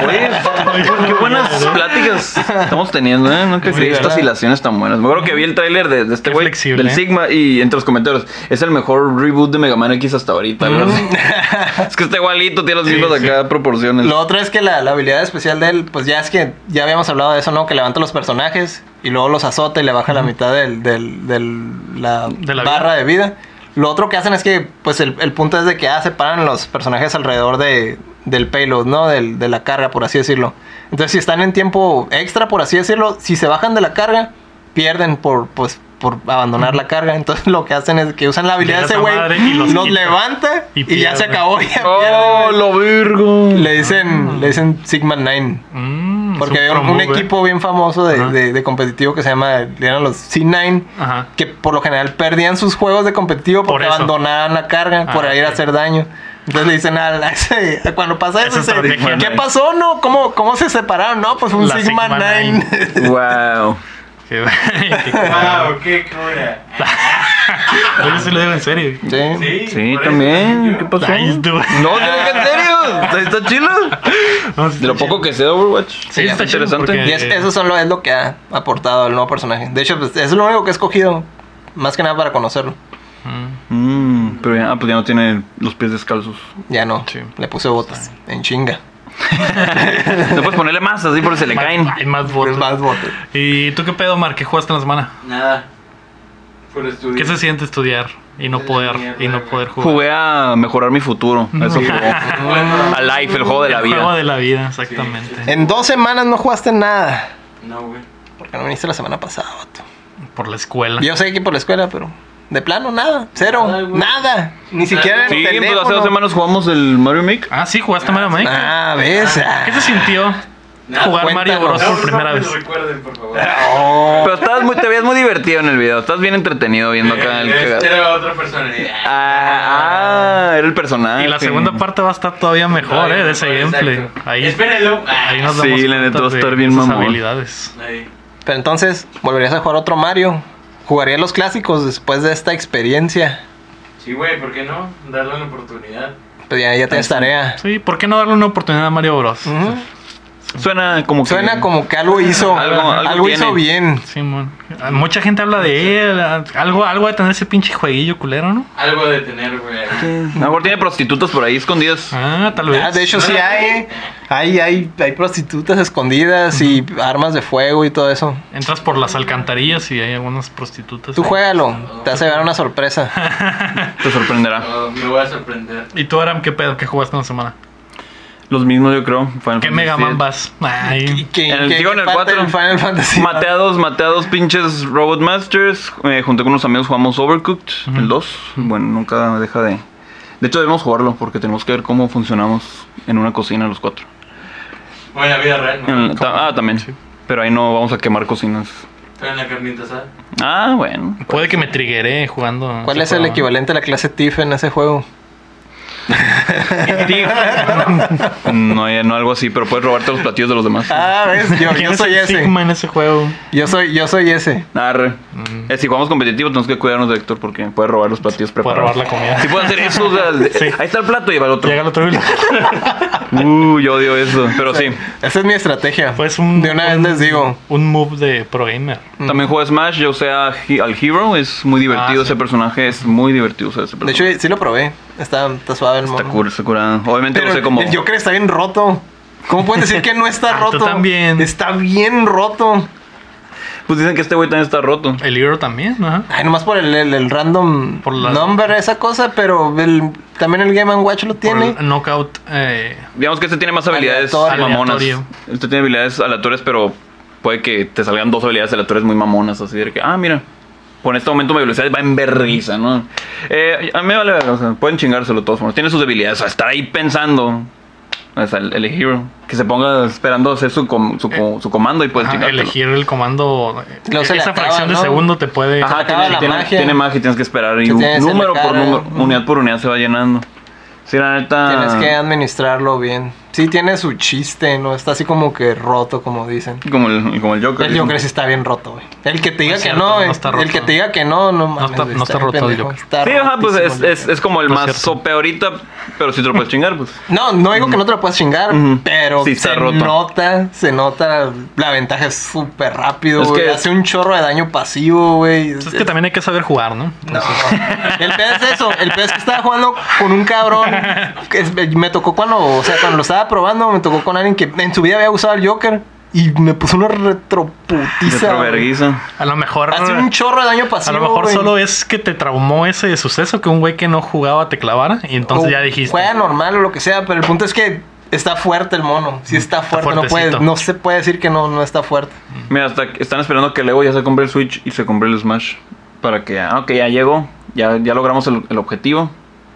S3: Oye, Pues,
S2: (laughs)
S3: qué buenas pláticas estamos teniendo, ¿eh? Nunca
S1: Muy
S3: sí, estas
S1: verdad.
S3: hilaciones tan buenas. Me acuerdo que vi el tráiler de, de este
S1: Qué
S3: güey,
S1: flexible,
S3: del
S1: ¿eh?
S3: Sigma, y entre los comentarios, es el mejor reboot de Mega Man X hasta ahorita. algo así. (laughs) es que está igualito, tiene las
S1: Sí,
S3: mismas
S1: sí.
S3: acá proporciones.
S2: Mm. Lo otro es que la, la habilidad especial de él, pues ya es que ya habíamos hablado de eso, ¿no? Que levanta los personajes y luego los azota y le baja la mitad del, del- del- la
S1: De la
S2: barra de vida. Lo otro que hacen es que, pues el, el punto es de que ah, separan los personajes alrededor de, del payload, ¿no? Del- de la carga, por así decirlo. Entonces, si están en tiempo extra, por así decirlo, si se bajan de la carga, pierden por, pues, por abandonar la carga. Entonces, (laughs) lo que hacen es que usan la habilidad de
S1: Llega
S2: ese
S1: esa
S2: güey,
S1: madre y los
S2: los
S1: quita.
S2: levanta
S1: Y
S2: y, ya se
S1: pierde.
S2: acabó. Ya pierden.
S3: (laughs) ¡Oh, lo virgo!
S2: Le dicen, le dicen Sigma 9.
S1: Mm,
S2: Porque
S1: es
S2: había un,
S1: pro
S2: un
S1: Ah. move, eh.
S2: equipo bien famoso de,
S1: Ajá.
S2: de- de competitivo que se llama, eran los C9,
S1: Ajá.
S2: que por lo general perdían sus juegos de competitivo
S1: Por
S2: porque
S1: eso.
S2: abandonaban la carga
S1: Ah,
S2: por ir a
S1: ok.
S2: hacer daño. Entonces le dicen al- (laughs) a ese- cuando pasa
S1: Esa
S2: eso, dice,
S1: estrategia,
S2: ¿qué
S1: ¿no?
S2: pasó? No, ¿cómo, cómo se separaron? No, pues un
S1: La
S2: Sigma,
S1: Sigma
S2: 9.
S3: ¡Wow!
S1: Qué- (laughs) qué cagado.
S5: Wow, Ah, qué cura.
S1: Yo sí lo digo en serio.
S2: (laughs) Sí.
S5: Sí,
S3: Sí,
S5: por eso
S3: también.
S5: dije
S3: ¿Qué
S5: yo.
S3: pasó?
S1: Ahí estuvo.
S3: No, yo dije en serio. Está chido.
S1: No, sí
S3: De lo
S1: está
S3: poco
S1: chido.
S3: que sé de Overwatch.
S1: Sí, está chido
S3: interesante.
S1: porque-
S2: Y es- eso son lo, es lo que ha aportado el nuevo personaje. De hecho, pues, es lo único que he escogido, más que nada para conocerlo.
S3: Mm, pero ya, ah, pues ya no tiene los pies descalzos.
S2: Ya no,
S1: Sí.
S2: le puse botas en chinga.
S3: No puedes ponerle más, así porque se le
S1: Ma-
S3: caen.
S1: Hay (laughs) más
S2: Por
S1: votos.
S2: más botas.
S1: ¿Y tú qué pedo, Mar? ¿Qué jugaste en la semana?
S5: Nada. Por estudiar.
S1: ¿Qué se siente estudiar y no
S5: Es la
S1: poder,
S5: mierda,
S1: y no
S5: güey.
S1: poder jugar?
S3: Jugué a mejorar mi futuro. a
S1: (laughs)
S3: Eso jugué.
S5: Bueno,
S3: A Life, el juego de la
S1: El Juego
S3: vida.
S1: de la vida, exactamente.
S2: En dos semanas no jugaste nada.
S5: No, güey.
S2: Porque no viniste la semana pasada, vato.
S1: Por la escuela.
S2: Yo sé que por la escuela, pero de plano nada. Cero.
S5: Nada, güey.
S2: nada. Ni siquiera en el
S3: Sí, pues
S2: teléfono.
S3: hace dos semanas jugamos el Mario Make.
S1: Ah, sí, jugaste Mario Maker.
S2: Ah, ves. ah.
S1: ¿Qué se sintió
S5: Nada.
S1: jugar Mario Bros
S2: cuéntanos.
S5: No,
S1: por primera
S5: no me
S1: vez?
S5: lo recuerden, por favor. (laughs)
S1: Ah.
S2: Oh.
S3: Pero estabas muy, te veías muy divertido en el video. Estás bien entretenido viendo acá el
S5: Este
S3: cagado.
S5: era otra personalidad.
S3: Ah, ah, era el personaje.
S1: Y la segunda parte va a estar todavía mejor, ¿eh? De ese
S5: Exacto.
S1: gameplay. Ahí,
S5: Espérenlo. Ah,
S1: ahí nos
S3: Sí,
S1: damos
S3: la neta,
S1: cuenta
S3: va a estar
S1: de
S3: bien
S1: esas
S3: mamón.
S1: habilidades.
S5: ahí.
S2: Pero entonces, ¿volverías a jugar otro Mario? ¿Jugarías los clásicos después de esta experiencia?
S5: Sí, güey, ¿por qué no? Darle una oportunidad.
S2: Pues ya, ya tienes tarea.
S1: Sí, ¿por qué no darle una oportunidad a Mario Bros?
S3: Mm.
S2: Ujú.
S3: Suena como que.
S2: Suena como que algo hizo.
S3: Algo-
S2: Algo,
S3: algo
S2: hizo
S3: tiene.
S2: bien.
S1: Sí, mon. Ah, Mucha gente habla de él. ah, Algo, algo de tener ese pinche jueguillo culero, ¿no?
S5: Algo de tener, güey.
S3: A lo mejor tiene prostitutas por ahí escondidas.
S1: Ah, tal vez.
S2: Ah, de hecho, sí hay, hay, hay, hay prostitutas escondidas y armas de fuego y todo eso.
S1: Entras por las alcantarillas y hay algunas prostitutas.
S2: Tú
S1: ahí.
S2: juégalo, te vas a llevar una sorpresa.
S3: Te sorprenderá.
S5: Oh, me voy a sorprender.
S1: ¿Y tú, Aram, qué pedo? ¿Qué jugaste en la semana?
S3: Los mismos, yo creo. Final
S1: ¿Qué
S3: Fantasy
S1: Mega Man
S3: VII.
S1: vas? Ay.
S2: ¿Qué-
S3: En el-
S2: qué-
S3: digo,
S2: qué
S3: en el
S2: parte
S3: cuatro.
S2: del Final Fantasy?
S3: Maté a dos, maté a dos pinches Robot Masters. eh, junté con unos amigos, jugamos Overcooked, el 2. Bueno, nunca deja de. De hecho, debemos jugarlo porque tenemos que ver cómo funcionamos en una cocina los cuatro.
S5: Bueno, la vida real,
S3: En
S5: ¿no?
S3: la- ta- ah, también. Pero ahí no vamos a quemar cocinas.
S5: Pero en la carnita asada.
S3: Ah, bueno.
S1: Puede que me trigueré jugando.
S2: ¿Cuál
S1: ese
S2: es el
S1: juego.
S2: equivalente a la clase TIF en ese juego?
S3: No, eh, no algo así, pero puedes robarte los platillos de los demás.
S2: Ah, ves, (laughs) yo,
S1: ¿Quién
S2: yo
S1: es
S2: soy
S1: el
S2: ese.
S1: Sigma en ese juego?
S2: Yo soy, yo soy ese.
S3: Arre. Eh, si jugamos competitivo, tenemos que cuidarnos de Héctor porque puede robar los platillos
S1: Puede
S3: preparados.
S1: robar la comida.
S3: Si puede hacer eso, o sea, de-
S1: Sí.
S3: ahí está el plato y va el
S1: (laughs)
S3: otro.
S1: Llega el otro y lo-
S3: Uh, yo odio eso. Pero sí.
S2: Esa es mi estrategia.
S1: Pues un.
S2: de una
S1: un-
S2: vez les digo.
S1: Un move de pro gamer.
S2: Mm.
S3: También juego Smash, yo sé a He- al Hero, es muy divertido
S1: Ah, sí.
S3: ese personaje, es muy divertido usar ese
S2: De
S3: personaje.
S2: hecho, sí lo probé. Está, está suave el
S3: está
S2: mono.
S3: cura, está cura. Obviamente
S2: Pero
S3: lo sé como...
S2: el Joker está bien roto. ¿Cómo pueden decir que no está
S1: (laughs) Ah, tú
S2: roto?
S1: también.
S2: Está bien roto.
S3: Pues dicen que este güey también está roto.
S1: El libro también, ajá.
S2: Ay, nomás por el, el- el random
S1: Por la-
S2: number, esa cosa, pero el- también el Game Watch lo tiene.
S1: Por el knockout. eh,
S3: Digamos que este tiene más habilidades
S2: Aleatorio.
S3: mamonas.
S1: Aleatorio.
S3: Este tiene habilidades aleatorias, pero puede que te salgan dos habilidades aleatorias muy mamonas, así de que, ah, mira, por este momento mi velocidad va en vergüenza, ¿no? Eh, a mí me vale verga, o sea, pueden chingárselo de todos formas. Tiene sus debilidades, o sea, estar ahí pensando... O sea, el, el hero, que se ponga esperando hacer su, com- su, co- su comando y puedes
S1: ajá,
S3: chingártelo.
S1: elegir el comando. eh,
S2: Pues Luego se le
S1: esa
S2: acaba,
S1: fracción de
S2: ¿no?
S1: segundo te puede.
S3: Ajá,
S2: acaba
S3: tiene,
S2: la
S3: tiene-
S2: magia.
S3: tiene magia y tienes que esperar. Y
S2: Que
S3: un-
S2: tienes en la
S3: número por
S2: cara.
S3: número, unidad por unidad se va llenando. Sí, la neta.
S2: Tienes que administrarlo bien. sí tiene su chiste, ¿no? Está así como que roto, como dicen.
S3: Como el, como el Joker.
S2: El Joker sí está bien roto, güey. El que te diga
S1: es
S2: que
S1: Pues cierto,
S2: no,
S1: no
S2: eh,
S1: está
S2: el
S1: roto.
S2: que te diga que no, no mames.
S1: está-
S2: güey,
S1: no está
S2: bien
S1: roto el
S2: pendejo.
S1: Joker.
S2: Está
S3: Sí, ajá, pues
S2: rotísimo
S3: es,
S2: el
S3: es,
S2: Joker.
S3: es como el
S1: No es
S3: más
S1: cierto.
S3: sope ahorita, pero si te lo puedes chingar,
S2: (laughs)
S3: pues.
S2: No, no digo que no te lo puedas chingar,
S3: Ujú.
S2: pero
S3: Sí, está
S2: se
S3: roto.
S2: nota, se nota. La ventaja es súper rápido,
S3: Es
S2: güey.
S3: que-
S2: Hace un chorro de daño pasivo, güey.
S1: Es que también hay que saber jugar, ¿no?
S2: No. (laughs) El pedo es eso. El pedo es que estaba jugando con un cabrón. que es- eh, me tocó cuando, o sea, cuando lo estaba probando, me tocó con alguien que en su vida había usado el Joker. Y me puso una retroputiza. güey.
S3: Retroverguiza.
S1: A lo mejor.
S2: Hace un chorro de daño
S1: A
S2: pasivo.
S1: lo mejor
S2: güey.
S1: solo es que te traumó ese suceso, que un güey que no jugaba te clavara y entonces
S2: O
S1: ya dijiste.
S2: Juega normal o lo que sea, pero el punto es que está fuerte el mono. Sí está fuerte. no,
S1: Mm, fuertecito.
S2: puede, no se puede decir que no, no está fuerte.
S3: Mira, hasta que están esperando que Lego ya se compre el Switch y se compre el Smash. Para que, ah, ok, ya llegó. Ya, ya logramos el, el objetivo.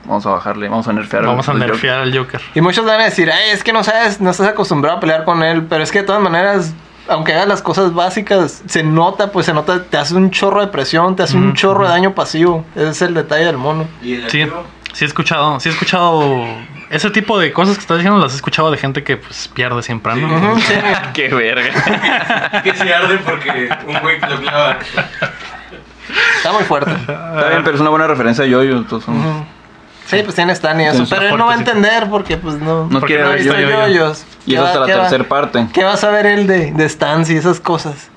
S3: Vamos a bajarle, vamos a nerfear. al-
S1: Vamos a
S3: al Joker.
S1: nerfear al Joker.
S2: Y muchos van a decir, ay, es que no sabes, no estás acostumbrado a pelear con él, pero es que de todas maneras, aunque hagas las cosas básicas, se nota, pues se nota, te hace un chorro de presión, te hace un
S1: Ujú,
S2: chorro de daño pasivo. Ese es el detalle del mono.
S5: Y el
S1: Sí,
S5: activo,
S1: sí he escuchado, sí he escuchado ese tipo de cosas que estás diciendo, las he escuchado de gente que pues pierde siempre, ¿no?
S2: Ujú, sí.
S3: (laughs) Qué verga.
S5: que se arde porque un güey que lo clava.
S2: Está muy fuerte.
S3: Está bien, pero es una buena referencia de Yoyo. Entonces,
S2: Ujú. Sí, pues tiene Stan y eso.
S3: Entonces,
S2: Pero él
S1: está
S2: no va a
S1: fuertecito.
S2: entender porque pues no.
S3: No quiere
S2: no ha
S3: ver
S2: visto
S1: yo-yo.
S2: yoyos.
S3: Y
S2: ¿Qué
S3: es
S2: va-
S3: hasta la
S2: qué va-
S3: tercera parte.
S2: ¿Qué vas a ver él de, de Stans y esas cosas?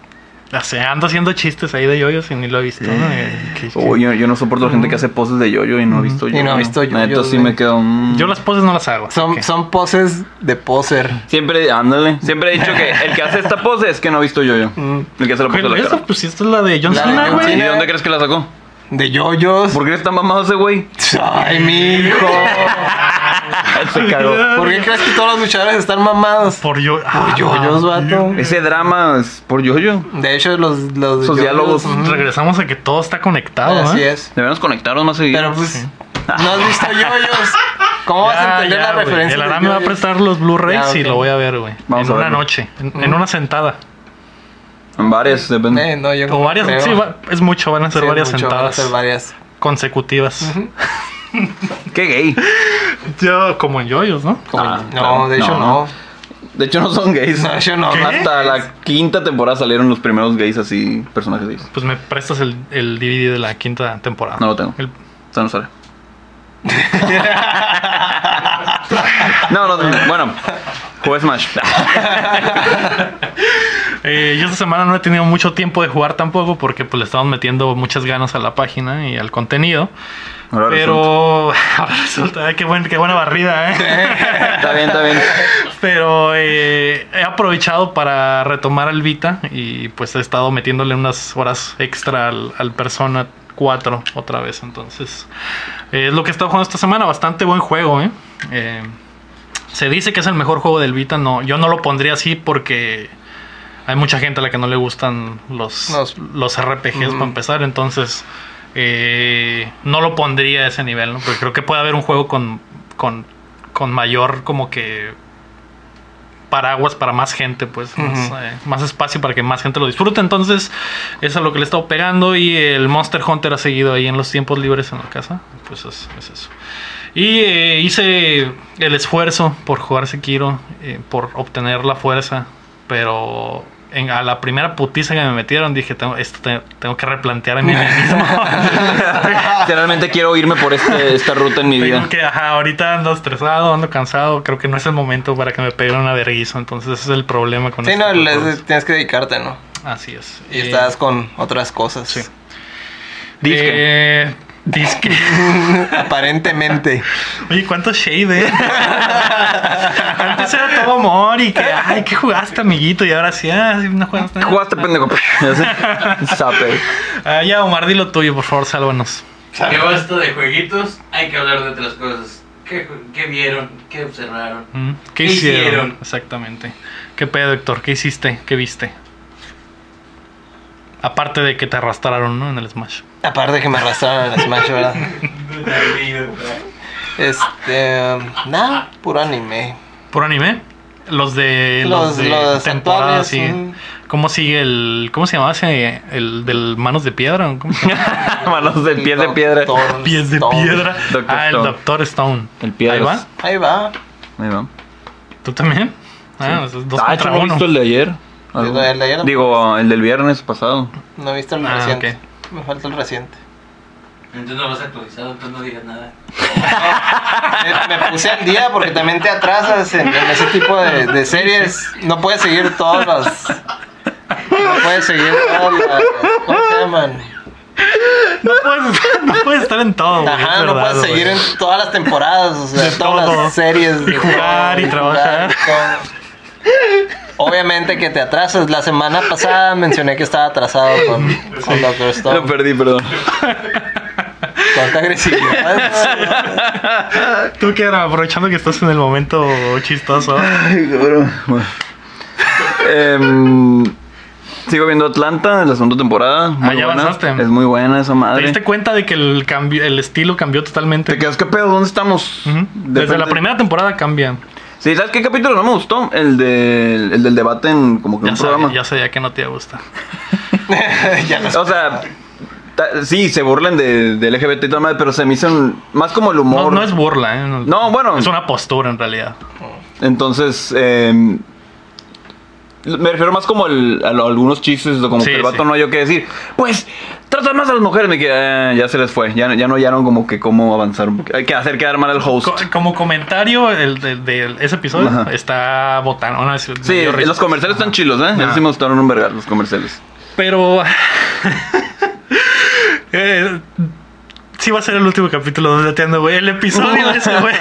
S1: O sea, ando haciendo chistes ahí de yoyos y ni lo he visto. ¿no? Eh, que- que-
S3: Oh, yo, yo no soporto la gente que hace poses de Yoyo y no ha visto
S2: Y no ha visto
S3: La Neta,
S2: yo-yo,
S3: sí
S2: güey.
S3: me quedo. mm.
S1: Yo las poses no las hago. así
S2: Son,
S1: que-
S2: son poses de poser.
S3: Siempre, ándale. Siempre he dicho que el que hace esta pose es que no ha visto Yoyo.
S2: Mm.
S3: El que hace la pose de
S1: Güey,
S3: la
S1: Eso,
S3: cara.
S1: pues esta es la de John
S2: La de
S1: Cena,
S2: John
S1: güey.
S3: ¿Y
S2: Cena.
S3: de dónde crees que la sacó?
S2: De yoyos.
S3: ¿Por qué está mamado ese güey?
S2: Ay, mi
S3: (laughs)
S2: hijo.
S3: Se cagó.
S2: ¿Por qué crees que todos los luchadores están mamados?
S1: Por yo.
S2: Por yoyos, vato.
S3: Ese drama es por Yoyo.
S2: De hecho, los, los
S3: Esos diálogos.
S2: ujú,
S1: Regresamos a que todo está conectado,
S2: Así
S1: ¿eh?
S2: es.
S3: Debemos conectarnos más seguido.
S2: Pero pues, no has visto yoyos. ¿Cómo vas
S1: Ya,
S2: a entender
S1: ya,
S2: la
S1: güey.
S2: referencia?
S1: El
S2: de
S1: Aram me va a
S2: yoyos?
S1: prestar los Blu-rays
S2: Ya, ok.
S1: y lo voy a ver, güey.
S3: Vamos
S1: en
S3: a
S1: una
S3: verlo.
S1: noche, en, en una sentada.
S3: En varias, depende.
S2: Eh, no, yo
S1: O varias,
S2: creo.
S1: sí, va- es mucho, van a ser
S2: Sí,
S1: varias
S2: mucho, van a
S1: sentadas
S2: ser varias.
S1: consecutivas.
S3: Qué gay.
S1: Yo, como en yoyos, ¿no?
S2: Como-
S3: Ah,
S2: no,
S3: claro.
S2: de hecho
S3: No,
S2: no.
S3: De hecho, no son gays.
S2: No, de hecho no.
S1: ¿Qué?
S3: Hasta la quinta temporada salieron los primeros gays así, personajes gays.
S1: Pues me prestas el, el DVD de la quinta temporada.
S3: No lo tengo.
S1: El-
S3: O sea,
S2: (laughs)
S3: no sale. no, no, no, bueno. Jugué Smash.
S1: eh, yo esta semana no he tenido mucho tiempo de jugar tampoco porque pues le estamos metiendo muchas ganas a la página y al contenido.
S3: Ahora resulta.
S1: pero (laughs) ahora resulta, ay, qué, buen- qué buena barrida, ¿eh?
S3: Está bien,
S2: (laughs)
S3: está bien.
S1: Pero eh, he aprovechado para retomar al Vita y pues he estado metiéndole unas horas extra al, al Persona 4 otra vez. Entonces, eh, es lo que he estado jugando esta semana. Bastante buen juego, ¿eh? Eh, Se dice que es el mejor juego del Vita. No, yo no lo pondría así porque hay mucha gente a la que no le gustan los, los,
S2: Los-
S1: RPGs
S2: Ujú.
S1: para empezar. Entonces, eh, no lo pondría a ese nivel, ¿no? Porque creo que puede haber un juego con, con, con mayor como que paraguas para más gente, pues más,
S2: Ujú.
S1: eh, más espacio para que más gente lo disfrute. Entonces, es a lo que le he estado pegando y el Monster Hunter ha seguido ahí en los tiempos libres en la casa. Pues es, es eso. Y eh, hice el esfuerzo por jugar Sekiro, eh, por obtener la fuerza, pero en- a la primera putiza que me metieron dije, tengo, esto te- tengo que replantear en mí mismo. (laughs)
S3: Realmente quiero irme por este, esta ruta en mi vida.
S1: Tengo que, ajá, ahorita ando estresado, ando cansado, creo que no es el momento para que me peguen una verguiza, entonces ese es el problema con
S2: Sí,
S1: este
S2: no,
S1: tipo de
S2: les-
S1: cosas.
S2: tienes que dedicarte, ¿no?
S1: Así es.
S2: Y
S1: Eh,
S2: estás con otras cosas.
S1: sí.
S3: Disque.
S1: Eh, disque.
S2: (laughs) Aparentemente.
S1: Oye, ¿cuánto shade, eh? (laughs) Antes era todo amor y que, ay, ¿qué jugaste, amiguito? Y ahora sí, ah, sí, no juegas nada.
S3: Jugaste pendejo. Ya sé. Sape.
S1: Ah, ya, Omar, dilo tuyo, por favor, sálvanos.
S5: Que basta de jueguitos, hay que hablar de otras cosas. ¿Qué, ju- qué vieron? ¿Qué observaron?
S1: Mm, ¿Qué
S5: ¿Qué
S1: hicieron?
S5: hicieron?
S1: Exactamente. ¿Qué pedo, Héctor? ¿Qué hiciste? ¿Qué viste? Aparte de que te arrastraron, ¿no? En el Smash.
S2: Aparte que me arrastraron en Smash, ¿verdad?
S1: (laughs)
S2: Este. Nada, puro anime.
S1: ¿Por anime? Los de. Los,
S2: Los-
S1: de
S2: los
S1: temporada,
S2: actuales,
S1: sí.
S2: mm.
S1: ¿Cómo sigue el. ¿Cómo se llamaba ese? El del Manos de Piedra. ¿o ¿Cómo se
S3: (laughs)
S1: llama?
S3: Manos del pie de piedra.
S1: Ah,
S2: Doctor
S1: Pies de
S2: Stone.
S1: Piedra.
S3: Doctor
S1: ah, el
S3: Stone.
S1: Doctor Stone.
S3: El piedras.
S1: Ahí va.
S2: Ahí va.
S3: Ahí va.
S1: ¿Tú también? Ah, esos dos
S3: Ah,
S1: contra
S3: yo no he
S1: uno.
S3: visto el de ayer.
S2: Digo, el de ayer no-
S3: Digo, el del viernes pasado.
S2: No he visto el
S1: Ah,
S2: reciente. Me falta el reciente.
S5: Entonces no vas actualizado, entonces no digas nada.
S2: me, me puse al día porque también te atrasas en, en ese tipo de, de series. No puedes seguir todas las. No puedes seguir todas las. ¿Cómo se llaman?
S1: (laughs) No puedes, no puedes estar en todo. güey,
S2: Ajá,
S1: es
S2: no
S1: verdad,
S2: puedes
S1: güey.
S2: seguir en todas las temporadas, o sea,
S1: De
S2: todas
S1: todo.
S2: las series.
S1: Y jugar, y trabajar.
S2: y todo. Obviamente que te atrasas. La semana pasada mencioné que estaba atrasado con, con Doctor Stone.
S3: Lo perdí, perdón.
S2: Cuánta
S1: (laughs)
S2: agresividad.
S1: Tú que era aprovechando que estás en el momento
S3: (laughs)
S1: chistoso.
S3: Ay, cabrón. Bueno. Em, sigo viendo Atlanta en la segunda temporada. Muy
S1: Ah, ya
S3: buena.
S1: avanzaste.
S3: Es muy buena esa
S1: ¿Te
S3: madre.
S1: diste cuenta de que el, cambio, el estilo cambió totalmente?
S3: Te quedas, ¿qué pedo? ¿Dónde estamos?
S1: Ujú. Desde
S3: Depende-
S1: la primera temporada cambia.
S3: Sí, ¿sabes qué capítulo no me gustó? El, del- el del debate en como que
S1: Ya
S3: un
S1: sabía,
S3: programa.
S1: ya sabía que no te gusta.
S2: ya lo
S3: O sea, ta- sí, se burlan de- del LGBT y todo más, pero se me hizo un- más como el
S1: No,
S3: humor.
S1: no es burla, ¿eh?
S3: No, bueno.
S1: Es una postura en realidad.
S3: Entonces, eh, me refiero más como el- a, lo- algunos chistes, o como
S1: Sí,
S3: que el vato
S1: sí.
S3: no yo que decir, pues, trata más a las mujeres. Me quedé, "Ah, ya se les fue, ya, no- ya no hallaron como que cómo avanzar, un poqu- hay que hacer quedar mal al host.
S1: Co- como comentario el de, de ese episodio
S3: Ajá.
S1: está botando.
S3: Sí, los comerciales están chilos, ¿eh? Esos sí me gustaron un vergal, los comerciales.
S1: Pero. (laughs) eh, sí, va a ser el último capítulo de Dateando, güey. El episodio ese,
S3: (laughs)
S1: güey.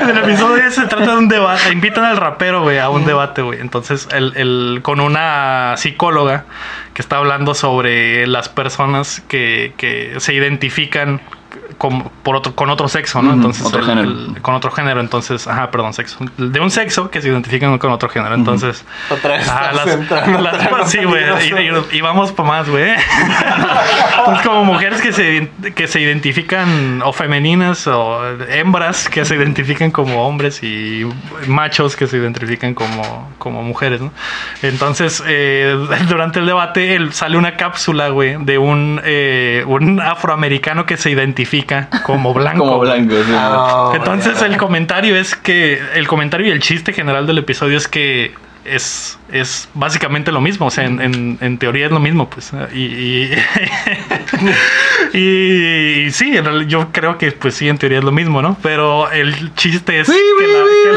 S1: el episodio ese se trata de un debate. Invitan al rapero, güey, a un debate, güey. Entonces, el, el- con una psicóloga que está hablando sobre las personas que, que se identifican. Con, por otro, con otro sexo, ¿no?
S3: Ujú,
S1: Entonces,
S3: otro
S1: el-
S3: género.
S1: el- con otro género, entonces, ajá, perdón, sexo. De un sexo que se identifican con otro género, entonces,
S2: Otra vez (laughs)
S1: Ah,
S2: estás
S1: las,
S2: entrando
S1: las-
S2: otra vez
S1: sí,
S2: en
S1: güey.
S2: peligroso.
S1: Y, y- y vamos para más, güey. Entonces, como mujeres que se, que se identifican o femeninas o hembras que se identifican como hombres y machos que se identifican como, como mujeres, ¿no? Entonces, eh, (laughs) durante el debate él- sale una cápsula, güey, de un, eh, un afroamericano que se identifica como blanco.
S3: Como
S1: güey.
S3: blancos. ¿eh? sí.
S2: Ah,
S1: Entonces
S2: bueno.
S1: el comentario es que el comentario y el chiste general del episodio es que es, es básicamente lo mismo, o sea, en, en- en teoría es lo mismo, pues. Y, y, (laughs) y- y sí, en realidad yo creo que pues sí, en teoría es lo mismo, ¿no? Pero el chiste es que, la- que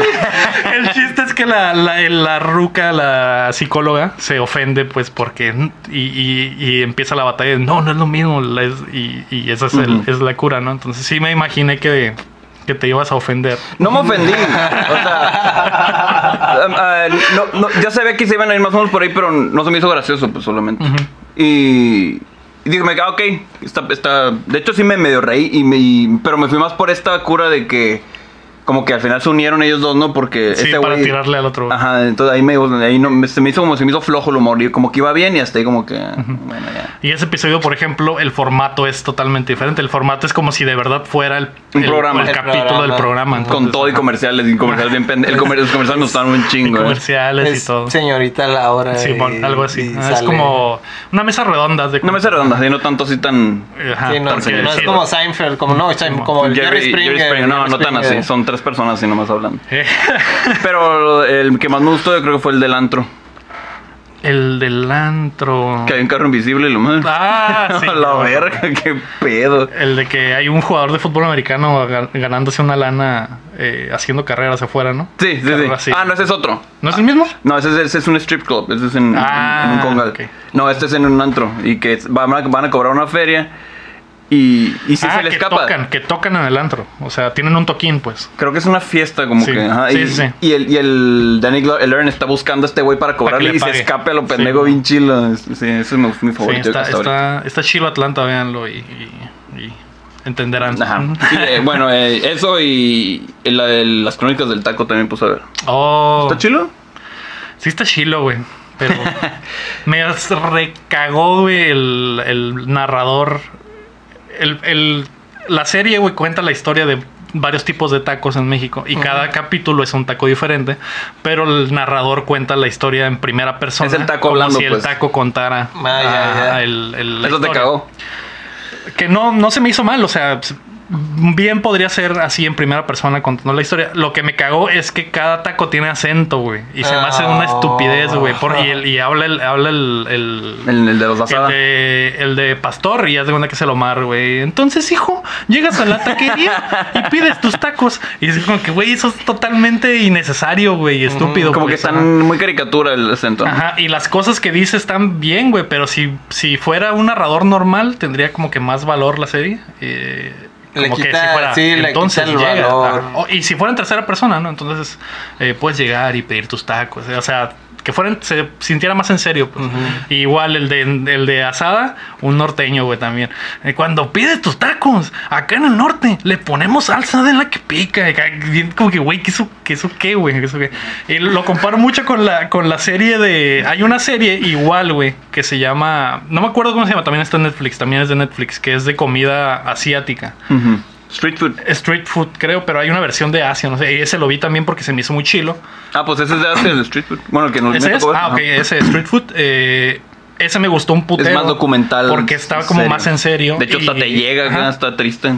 S1: la- el chiste es que la, la- la ruca, la psicóloga, se ofende, pues, porque y, y- y empieza la batalla. de, No, no es lo mismo. la- es- y, y esa es, el-
S3: Ujú.
S1: es la cura, ¿no? Entonces sí me imaginé que que te ibas a ofender.
S3: No me ofendí. O sea, (laughs) um, ah, no- no, ya sabía que se iban a ir más o menos por ahí, pero no se me hizo gracioso, pues solamente. Y. Y dije, me ah, ok, está, está- De hecho, sí me medio reí, y me, y- pero me fui más por esta cura de que. Como que al final se unieron ellos dos, ¿no? Porque.
S1: Sí,
S3: este
S1: para
S3: güey-
S1: tirarle al otro.
S3: Ajá, entonces ahí me, ahí no, me- se me hizo como se me hizo flojo el humor. Y como que iba bien y hasta ahí como que. Bueno, ya.
S1: Y ese episodio, por ejemplo, el formato es totalmente diferente. El formato es como si de verdad fuera el,
S3: Un
S1: el-
S3: programa.
S1: el
S3: El
S1: capítulo
S2: programa.
S1: del programa.
S3: Con
S1: Entonces,
S3: todo y comerciales, y comerciales bien pende- el comer- Los comerciales
S1: (laughs)
S3: nos están un
S1: y
S3: chingo. eh.
S1: comerciales
S2: Es
S1: y todo.
S2: Señorita Laura.
S1: Simón,
S2: y-
S1: algo así.
S2: y
S1: Ah, es
S2: sale-
S1: como una mesa redonda. haz de
S3: Una
S1: cuenta.
S3: mesa redonda, así no tanto así tan.
S1: Ajá,
S2: Sí, no,
S1: porque-
S2: no es
S1: sí.
S2: como Seinfeld, como no, Sein-
S1: Simón.
S2: como el
S3: Jerry, Jerry Springer. No,
S2: Jerry
S3: no tan
S2: Springer.
S3: así. Son tres personas así nomás hablando.
S1: Eh,
S3: Pero el que más me gustó yo creo que fue el del antro.
S1: (laughs) El del antro.
S3: Que hay un carro invisible y lo más.
S1: (laughs) Ah, sí.
S3: (laughs) la verga, qué pedo.
S1: El de que hay un jugador de fútbol americano gan- ganándose una lana eh, haciendo carreras afuera, ¿no?
S3: Sí, sí, sí.
S1: Carro así.
S3: Ah, no, ese es otro.
S1: ¿No es el mismo?
S3: No, ese es, ese es un strip club. Ese es en,
S1: Ah,
S3: en un congal.
S1: ok.
S3: No, este es en un antro. Y que es- van a, van a cobrar una feria. Y, y si
S1: ah,
S3: se le
S1: que
S3: escapa.
S1: tocan, que tocan en el antro. O sea, tienen un toquín, pues.
S3: Creo que es una fiesta como
S1: Sí.
S3: que. ajá,
S1: Sí,
S3: y,
S1: sí, sí.
S3: y el, y el Danny Glo- el Aaron está buscando a este güey para
S1: que
S3: cobrarle
S1: le
S3: y se
S1: pague.
S3: escape a lo
S1: Sí.
S3: pendejo bien chilo. Sí, ese es mi, mi
S1: Sí,
S3: favorito.
S1: está,
S3: hasta ahorita.
S1: está, está chido Atlanta, véanlo y, y- y entenderán.
S3: Ajá. Sí, eh, bueno, eh, eso y, y la de las crónicas del taco también puse a ver.
S1: (laughs) Oh,
S3: ¿Está chilo?
S1: sí está chilo, güey.
S3: (laughs)
S1: Pero me recagó, güey, el, el narrador. El, el- la serie, güey, cuenta la historia de varios tipos de tacos en México y cada capítulo es un taco diferente, pero el narrador cuenta la historia en primera persona.
S3: Es el taco
S1: como
S3: hablando,
S1: si el
S3: pues.
S1: taco contara.
S2: Ah, ya,
S1: ah,
S2: ya.
S1: el- el- la
S3: Eso te
S1: historia.
S3: cagó.
S1: Que no, no se me hizo mal, o sea, bien podría ser así en primera persona contando la historia. Lo que me cagó es que cada taco tiene acento, güey. Y se me hace una estupidez, güey. por- Y, el- y habla el, habla el, el,
S3: El, el de los
S1: el
S3: asada.
S1: de, el de Pastor y haz de cuenta que es el Omar, güey. Entonces, hijo, llegas a la taquería y pides tus tacos. Y es como que, güey, eso es totalmente innecesario, güey, y estúpido.
S3: Como que
S1: pues,
S3: están muy caricatura el acento. ¿no?
S1: Ajá, y las cosas que dice están bien, güey, pero si, si fuera un narrador normal, tendría como que más valor la serie. eh,
S2: Le
S1: como que
S2: quita-
S1: si fuera,
S2: sí, le
S1: entonces
S2: quita el
S1: llega,
S2: valor.
S1: ajá. O- y si fuera en tercera persona, ¿no? Entonces eh, puedes llegar y pedir tus tacos. eh, O sea, que fueran, se sintiera más en serio. pues. Igual el de, el de asada, un norteño, güey, también. Eh, cuando pides tus tacos, acá en el norte, le ponemos salsa de la que pica. acá, bien Como que, güey, ¿qué eso, qué eso qué, güey? ¿Qué eso qué? Y lo comparo mucho con la, con la serie de... Hay una serie igual, güey, que se llama... No me acuerdo cómo se llama, también está en Netflix, también es de Netflix, que es de comida asiática.
S3: Ujú. Street food.
S1: Street food, creo, pero hay una versión de Asia, no sé. Y ese lo vi también porque se me hizo muy chilo.
S3: Ah, pues ese es de Asia, el street food. Bueno, el que nos
S1: ¿Ese
S3: me
S1: es?
S3: tocó ver,
S1: Ah,
S3: ajá.
S1: ok, ese Street Food. eh, ese me gustó un putero.
S3: Es más documental.
S1: Porque está como
S3: serio.
S1: más en serio.
S3: De hecho, hasta
S1: y-
S3: te llega,
S1: Ajá.
S3: ya está triste.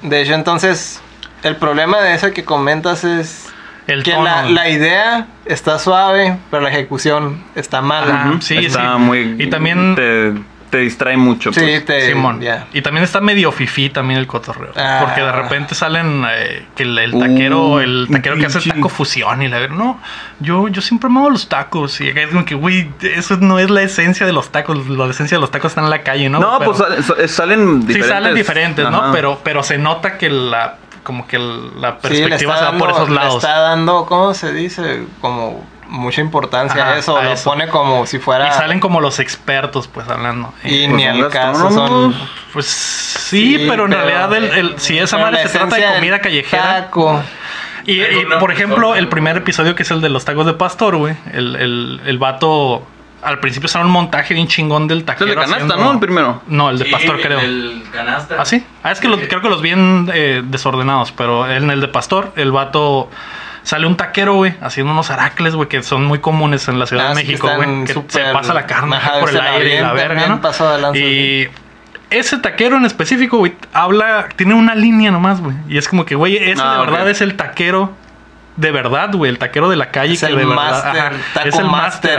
S2: De hecho, entonces, el problema de eso que comentas es
S1: El
S2: que
S1: tono.
S2: la, la idea está suave, pero la ejecución está mala.
S1: Ajá.
S3: Ujú.
S1: sí,
S3: está
S1: sí.
S3: muy.
S1: Y también-
S3: Te, te distrae mucho.
S2: Sí,
S3: pues.
S2: te-
S1: Simón.
S2: ya.
S1: Y también está medio fifí también el cotorreo.
S2: Ah.
S1: Porque de repente salen eh, que el, el
S3: Uh,
S1: taquero, el taquero que hace el
S3: pinche.
S1: taco fusión y la verdad, no, yo, yo siempre me hago los tacos. Y acá es como que, güey, eso no es la esencia de los tacos. La esencia de los tacos está en la calle, ¿no?
S3: No,
S1: Pero-
S3: pues salen, sa- salen diferentes.
S1: Sí, salen diferentes,
S3: Ajá.
S1: ¿no? Pero, pero se nota que la como que la
S2: Sí, le
S1: perspectiva
S2: está
S1: se va por
S2: dando-
S1: esos
S2: le
S1: lados.
S2: está dando, ¿cómo se dice? Como mucha importancia
S1: Ajá,
S2: a eso.
S1: a
S2: lo
S1: eso.
S2: pone como si fuera...
S1: Y salen como los expertos, pues, hablando.
S2: Y
S3: Pues
S2: ni
S3: son
S2: al caso son...
S3: gastrónomos.
S1: Pues sí,
S2: Sí,
S1: pero en realidad el, el- si esa
S2: pero
S1: madre
S2: la
S1: se trata de
S2: esencia del
S1: comida callejera.
S2: taco.
S1: Y, y,
S5: Alguna
S1: por ejemplo,
S5: persona,
S1: el
S5: güey.
S1: primer episodio que es el de los tacos de pastor, güey. El, el, el vato al principio sale un montaje bien chingón del
S3: Es el
S1: taquero.
S3: de canasta,
S1: haciendo-
S3: ¿no? El primero.
S1: No, el de
S5: Sí,
S1: pastor creo.
S5: El canasta.
S1: ¿Ah, sí? Ah, es que los- creo que los vi en, eh, desordenados, pero en el de Pastor, el vato sale un taquero, güey, haciendo unos aracles, güey, que son muy comunes en la Ciudad
S2: Ah,
S1: de
S2: sí, que
S1: México, güey.
S2: están
S1: Que se
S2: súper-
S1: pasa la carne
S2: Ajá,
S1: por el
S2: se la
S1: aire y la
S2: avientan,
S1: verga,
S2: bien
S1: ¿no?
S2: pasado de lanza,
S1: y ese taquero en específico, güey, habla, tiene una línea nomás, güey. Y es como que, güey, ese
S3: Ah,
S1: de verdad
S3: ok.
S1: es el taquero. De verdad, güey, el taquero de la calle
S2: Es
S1: que
S2: el
S1: de verdad,
S2: máster,
S1: ajá,
S2: taco
S1: es el
S2: máster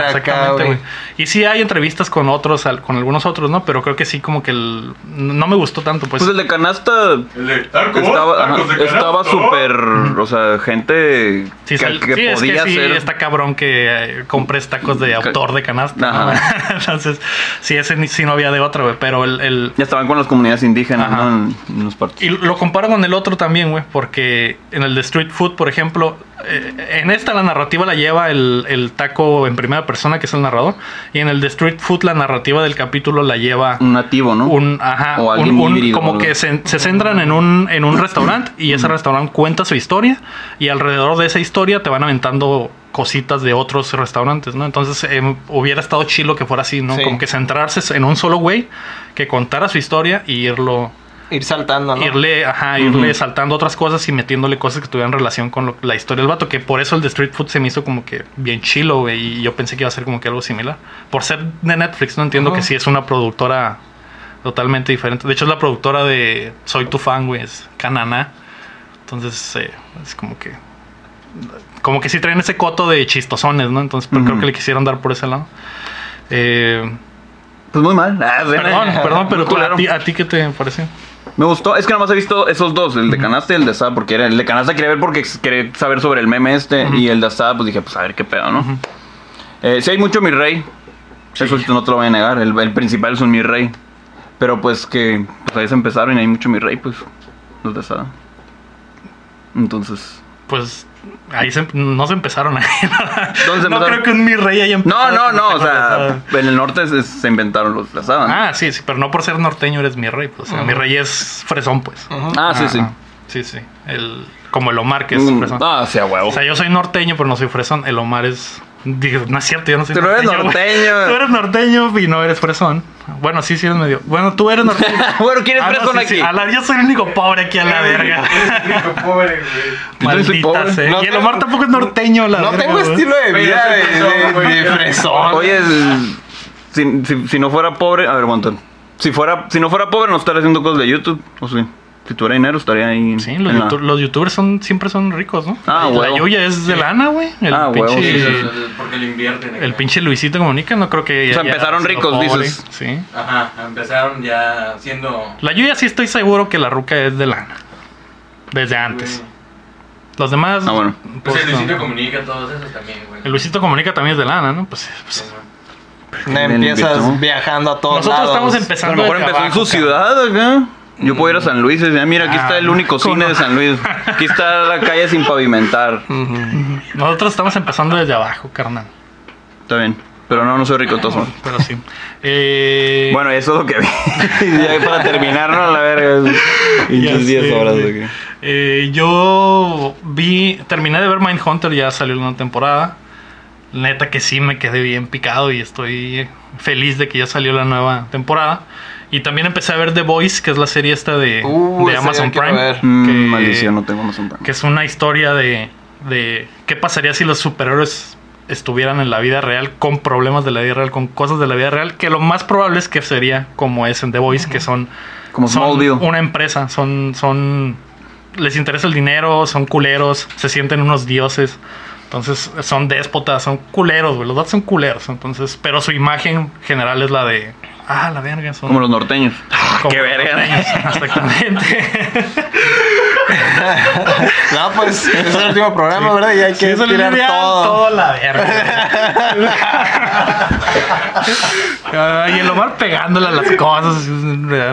S1: máster,
S2: acá,
S1: exactamente,
S2: güey.
S1: güey. Y sí hay entrevistas con otros, al- con algunos otros, ¿no? Pero creo que sí, como que el, no me gustó tanto, pues.
S3: Pues el de canasta
S5: El de tacos.
S3: estaba ajá,
S5: tacos de canasta.
S3: estaba súper, o sea, gente
S1: Sí,
S3: que,
S1: sal-
S3: que
S1: sí,
S3: podía
S1: es que sí,
S3: ser. Mm,
S1: está cabrón que eh, compres tacos de
S3: Ca-
S1: autor de canasta. ¿no?
S3: Ajá.
S1: (laughs) Entonces, sí, ese ni- sí no había de otro, güey. Pero el, el-
S3: Ya estaban con las comunidades indígenas,
S1: Ajá.
S3: ¿no? En, en los partidos.
S1: Y lo comparo con el otro también, güey. Porque en el de Street Food, por ejemplo, eh, en esta la narrativa la lleva el, el taco en primera persona, que es el narrador. Y en el de Street Food la narrativa del capítulo la lleva
S3: Un nativo, ¿no?
S1: un ajá
S3: O
S1: un-
S3: alguien
S1: un-
S3: híbrido,
S1: como
S3: ¿no?
S1: que se, se centran en un en un restaurante y ese restaurante cuenta su historia y alrededor de esa historia te van aventando cositas de otros restaurantes no entonces em, hubiera estado chilo que fuera así no
S2: Sí.
S1: como que centrarse en un solo güey que contara su historia y irlo
S2: Ir saltando, ¿no?
S1: irle ajá irle
S3: Ujú.
S1: saltando otras cosas y metiéndole cosas que tuvieran relación con lo- la historia del vato que por eso el de street food se me hizo como que bien chilo güey y yo pensé que iba a ser como que algo similar por ser de Netflix no entiendo
S2: Ajá.
S1: que sí es una productora totalmente diferente. De hecho, es la productora de Soy tu fan, güey, es Canana. Entonces, eh, es como que. Como que sí traen ese coto de chistosones, ¿no? Entonces, pero creo
S3: Ujú.
S1: que le quisieron dar por ese lado. Eh,
S3: Pues muy mal. Ah,
S1: perdón,
S3: bueno.
S1: perdón, pero
S3: Muy
S1: tú,
S3: culero.
S1: a, ti, a ti, qué te pareció?
S3: Me gustó, es que nomás he visto esos dos, el de canasta y el de asada, porque era, el de canasta quería ver porque quería saber sobre el meme este, y el de asada, pues dije, pues a ver qué pedo, ¿no? Eh, sí hay mucho mi rey, eso sí no te lo voy a negar, el, el principal es un mi rey, pero pues que pues ahí se empezaron y hay mucho mi rey, pues los de asada. Entonces...
S1: Pues ahí se- no se empezaron a. (laughs)
S3: ¿Dónde se
S1: no
S3: empezaron?
S1: creo que un mi rey haya
S3: No,
S1: empezado
S3: no,
S1: con
S3: no, o
S1: tacos de
S3: sea,
S1: asada.
S3: en el norte se, se inventaron los de asada. ¿no?
S1: Ah, sí, sí, pero no por ser norteño eres mi rey. Pues, o sea, mi rey es fresón, pues.
S2: Ujú.
S3: Ah, sí, sí.
S1: Ajá. Sí, sí. El, como el Omar, que es
S3: Mm,
S1: fresón.
S3: ah, sí, a huevo.
S1: O sea, yo soy norteño, pero no soy fresón. El Omar es. Digo, no es cierto, yo no soy
S3: Tú no eres
S1: güey. (laughs)
S3: norteño.
S1: Tú eres norteño y no eres fresón. Bueno, sí, sí eres medio. Bueno, tú
S3: (laughs)
S1: eres norteño.
S3: (laughs) bueno, ¿quién es
S1: Ah, no,
S3: fresón
S1: sí, sí.
S3: aquí?
S1: A la- yo soy el único pobre aquí a la verga.
S5: Eres el único pobre, güey.
S3: Yo también
S1: Maldita
S3: soy pobre.
S1: sea.
S2: No
S1: y el
S2: tengo-
S1: Omar tampoco es norteño, la
S2: No
S1: verga,
S2: tengo
S1: güey.
S2: estilo de
S5: Oye,
S2: vida de,
S5: soy fresón,
S2: de-
S5: güey.
S2: de fresón.
S3: Oye, el- si, si- si no fuera pobre, a ver, aguanta. Si fuera, si no fuera pobre, no estaría haciendo cosas de YouTube, ¿o sí? Si tuviera dinero, estaría ahí. en-
S1: Sí, los,
S3: en la-
S1: youtu- los youtubers son, siempre son ricos, ¿no?
S3: Ah,
S1: La
S3: huevo.
S1: Yuya es de lana, güey. El
S3: Ah, huevo,
S1: pinche,
S3: sí, sí,
S5: Porque le invierten. acá.
S1: El pinche Luisito Comunica, no creo que...
S3: O sea,
S1: haya
S3: empezaron
S1: sido
S3: ricos,
S1: pobre.
S3: dices.
S1: Sí.
S5: Ajá, empezaron ya siendo.
S1: La Yuya sí estoy seguro que la ruca es de lana. Desde antes. Los demás...
S3: Ah, bueno.
S5: Pues el
S1: no.
S5: Luisito comunica todos esos también, güey.
S1: El Luisito Comunica también es de lana, ¿no? Pues... pues-
S5: Sí, güey.
S3: Bien,
S2: Empiezas
S3: invitó.
S2: viajando a todos
S1: nosotros
S2: lados.
S1: estamos
S3: A lo
S1: empezando
S3: mejor
S1: desde
S3: empezó en
S1: abajo,
S3: su
S1: cabrón. Mm.
S3: ciudad acá. Yo puedo ir a San Luis y decir, ah, mira, aquí está
S1: Ah,
S3: el único
S1: ¿cómo no?
S3: cine
S1: Mm.
S3: de San Luis. Aquí está la calle sin pavimentar.
S1: (laughs)
S2: Ujú.
S1: Nosotros estamos empezando desde abajo, carnal.
S3: Está bien. Pero no, no soy rico, de todos modos.
S1: Pero sí. Eh,
S3: Bueno, eso es lo
S1: (laughs)
S3: que vi. ya para terminar, ¿no? A la verga.
S1: ya
S3: Pinches
S1: sé,
S3: 10 horas.
S1: güey.
S3: güey.
S1: Eh, yo vi, terminé de ver Mindhunter, ya salió una temporada. Neta que sí me quedé bien picado y estoy feliz de que ya salió la nueva temporada. Y también empecé a ver The Voice, que es la serie esta de,
S2: Uh,
S1: de
S2: esa
S1: Amazon
S2: ya quiero
S1: Prime.
S2: ver.
S3: Mm,
S1: que-
S3: Maldición, no tengo más un
S1: que es una historia de, de qué pasaría si los superhéroes estuvieran en la vida real con problemas de la vida real, con cosas de la vida real, que lo más probable es que sería como es en The Voice, que son,
S3: Como
S1: son
S3: Smallville.
S1: una empresa, son, son, les interesa el dinero, son culeros, se sienten unos dioses. Entonces son déspotas, son culeros, güey. Los dos son culeros. Entonces, pero su imagen general es la de. Ah, la verga. Son,
S3: Como los norteños.
S1: como
S3: qué
S1: los
S3: verga.
S1: norteños". Exactamente. (laughs)
S2: No, pues es el último programa, ¿verdad? Y hay
S1: Sí,
S2: que
S1: eso le
S2: tirar
S1: diría
S2: todo.
S1: todo la verga. (laughs) Ay, el Omar pegándole a las cosas.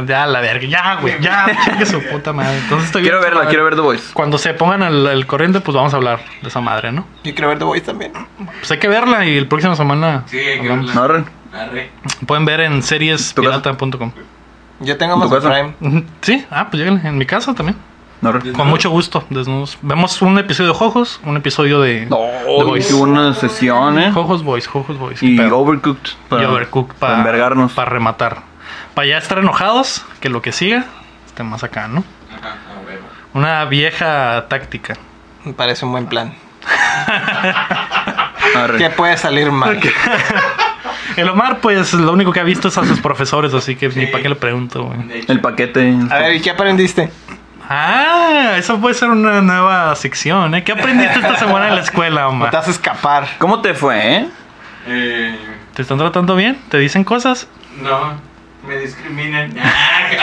S1: Ya, la verga. Ya, güey. Ya, chingue su puta madre. Entonces estoy
S3: Quiero
S1: bien
S3: verla,
S1: chaval.
S3: quiero ver The Voice.
S1: Cuando se pongan al, al corriente, pues vamos a hablar de esa madre, ¿no?
S2: Yo quiero ver The Voice también.
S1: Pues hay que verla y el próximo semana
S5: Sí, hay que
S1: hablamos.
S5: verla.
S3: ¿No, Ren?
S5: Arre.
S1: pueden ver en seriespirata.com.
S2: Yo tengo
S3: ¿En tu
S2: Amazon
S3: casa?
S2: Prime.
S1: Ujú. Sí, ah, pues lleguen en mi casa también.
S3: ¿No, Ren?
S1: Con mucho gusto, desnudos. Vemos un episodio de Jojos, un episodio de The
S3: No,
S1: Voice.
S3: hice una sesión, ¿eh?
S1: Jojos Boys, Jojos Boys.
S3: Y
S1: Pero-
S3: Overcooked.
S1: y Overcooked
S3: para
S1: para
S3: envergarnos.
S1: Para rematar. Para ya estar enojados, que lo que siga esté más acá, ¿no?
S5: Ajá, a huevo.
S1: Una vieja táctica.
S2: Me parece un buen plan.
S3: Arre.
S2: ¿Qué puede salir mal?
S1: El Omar, pues lo único que ha visto es a sus profesores, así que ni para qué le pregunto, güey.
S5: De hecho,
S3: El paquete.
S2: A ver, ¿y qué aprendiste?
S1: Ah, eso puede ser una nueva sección, ¿eh? ¿Qué aprendiste esta semana en la escuela,
S2: No
S1: (laughs)
S2: te
S1: Omar?
S2: vas a escapar.
S3: ¿Cómo te fue, eh?
S5: eh,
S1: ¿Te están tratando bien? ¿Te dicen cosas?
S5: no, me discriminan.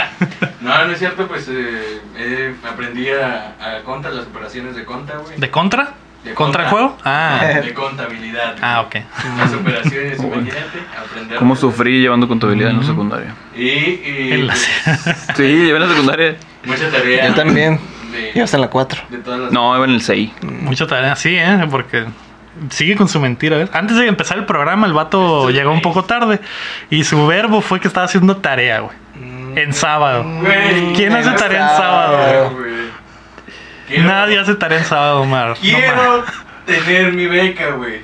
S5: (laughs) no, no es cierto, pues eh, eh, aprendí a, a contar las operaciones de conta, güey.
S1: ¿De contra?
S5: De
S1: ¿Contra el juego? Ah,
S5: (laughs) De contabilidad. güey.
S1: ah ok.
S5: Las operaciones, imagínate, aprender.
S3: ¿Cómo sufrí llevando contabilidad en la
S1: Ujú.
S3: secundaria?
S5: Y, y,
S1: En la-
S5: pues,
S1: (laughs)
S3: Sí, llevé en la secundaria.
S5: mucha tarea.
S2: Yo también.
S5: De,
S2: Ibas en la 4.
S5: de todas las
S3: No, iba en el 6.
S1: Mucha tarea, sí, ¿eh? Porque sigue con su mentira. ¿ves? Antes de empezar el programa, el vato llegó un poco tarde y su verbo fue que estaba haciendo tarea, güey. En sábado.
S5: Güey.
S1: ¿Quién hace
S2: en
S1: tarea en
S2: sábado.
S1: sábado?
S5: Ay, güey.
S1: güey?
S5: Quiero-
S1: Nadie hace tarea en sábado, Omar. No mames.
S5: Quiero tener mi beca, güey.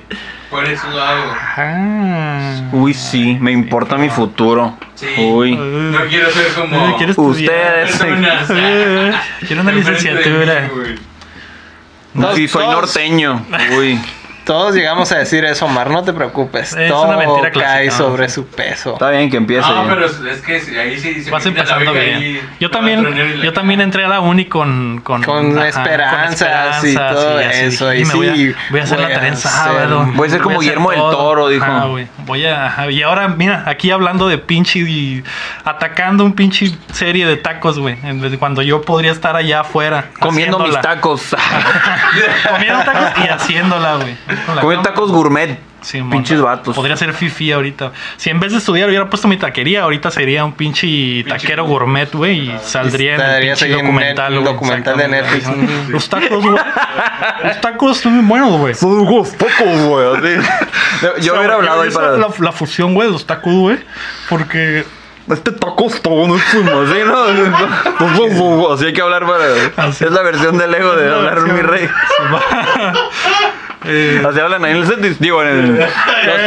S5: Por eso lo hago.
S1: Ah.
S3: Uy, sí, me importa mi futuro.
S5: Sí.
S3: Uy.
S1: Eh,
S5: No quiero ser como.
S1: quiero estudiar.
S3: Ustedes.
S5: personas.
S1: Eh, Quiero una
S5: Enfrente de mí,
S1: licenciatura.
S5: güey.
S2: Dos,
S3: Sí, soy
S2: dos.
S3: norteño. Uy.
S2: Todos llegamos a decir eso, Omar, no te preocupes.
S1: Es
S2: Todo
S1: una mentira clásica,
S2: cae
S1: ¿no?
S2: sobre su peso. (laughs)
S3: Está bien que empiece.
S5: No,
S3: ya.
S5: Ah, pero es que si- ahí sí se (laughs)
S1: Vas
S5: quita la
S1: empezando
S5: beca
S1: bien.
S5: ahí,
S1: Yo
S5: para tener
S1: también,
S5: la
S1: yo
S5: cara.
S1: también entré a la uni con... Con,
S2: Con
S1: ajá,
S2: esperanzas y
S1: esperanzas,
S2: todo
S1: así
S2: eso,
S1: dije,
S2: y
S1: "Y me voy,
S2: sí,
S1: a, voy a hacer
S2: voy
S1: la
S2: a
S1: tarea en
S2: ser-
S1: sábado.
S3: voy a ser como
S1: hacer
S3: Guillermo del
S1: todo".
S3: Toro, dijo.
S1: Ajá, güey, voy a... ajá, Y ahora, mira, aquí hablando de pinche... y atacando un pinche serie de tacos, güey. en vez de Cuando yo podría estar allá afuera.
S3: Comiendo mis
S1: haciéndola. (laughs)
S3: tacos.
S1: Comiendo tacos y haciéndola,
S3: (laughs)
S1: güey. Con la compu.
S3: Comiendo tacos gourmet.
S1: Sí,
S3: Pinches
S1: mona.
S3: vatos.
S1: Podría ser fifi ahorita. Si en vez de estudiar hubiera puesto mi taquería, ahorita sería un pinche taquero gourmet, güey, y saldría en el
S2: Estaría
S1: pinche
S2: ahí en
S1: documental,
S2: Net-
S1: güey,
S2: documental de
S1: exactamente.
S2: Netflix.
S1: Ajá. (laughs) Los tacos, güey. Los tacos son muy buenos, güey.
S3: Son pocos, güey. Yo
S1: O sea,
S3: hubiera hablado ahí
S1: esa
S3: para.
S1: es la, la fusión, güey, de los tacos, güey, porque
S3: Este taco está bueno, así, ¿no? pues, Así hay que hablar para.
S1: Así.
S3: Es la versión del ego de
S1: Es la
S3: hablar
S1: versión.
S3: mi rey.
S1: (laughs) Eh,
S3: Así hablan ahí en el set. Digo, en el. Los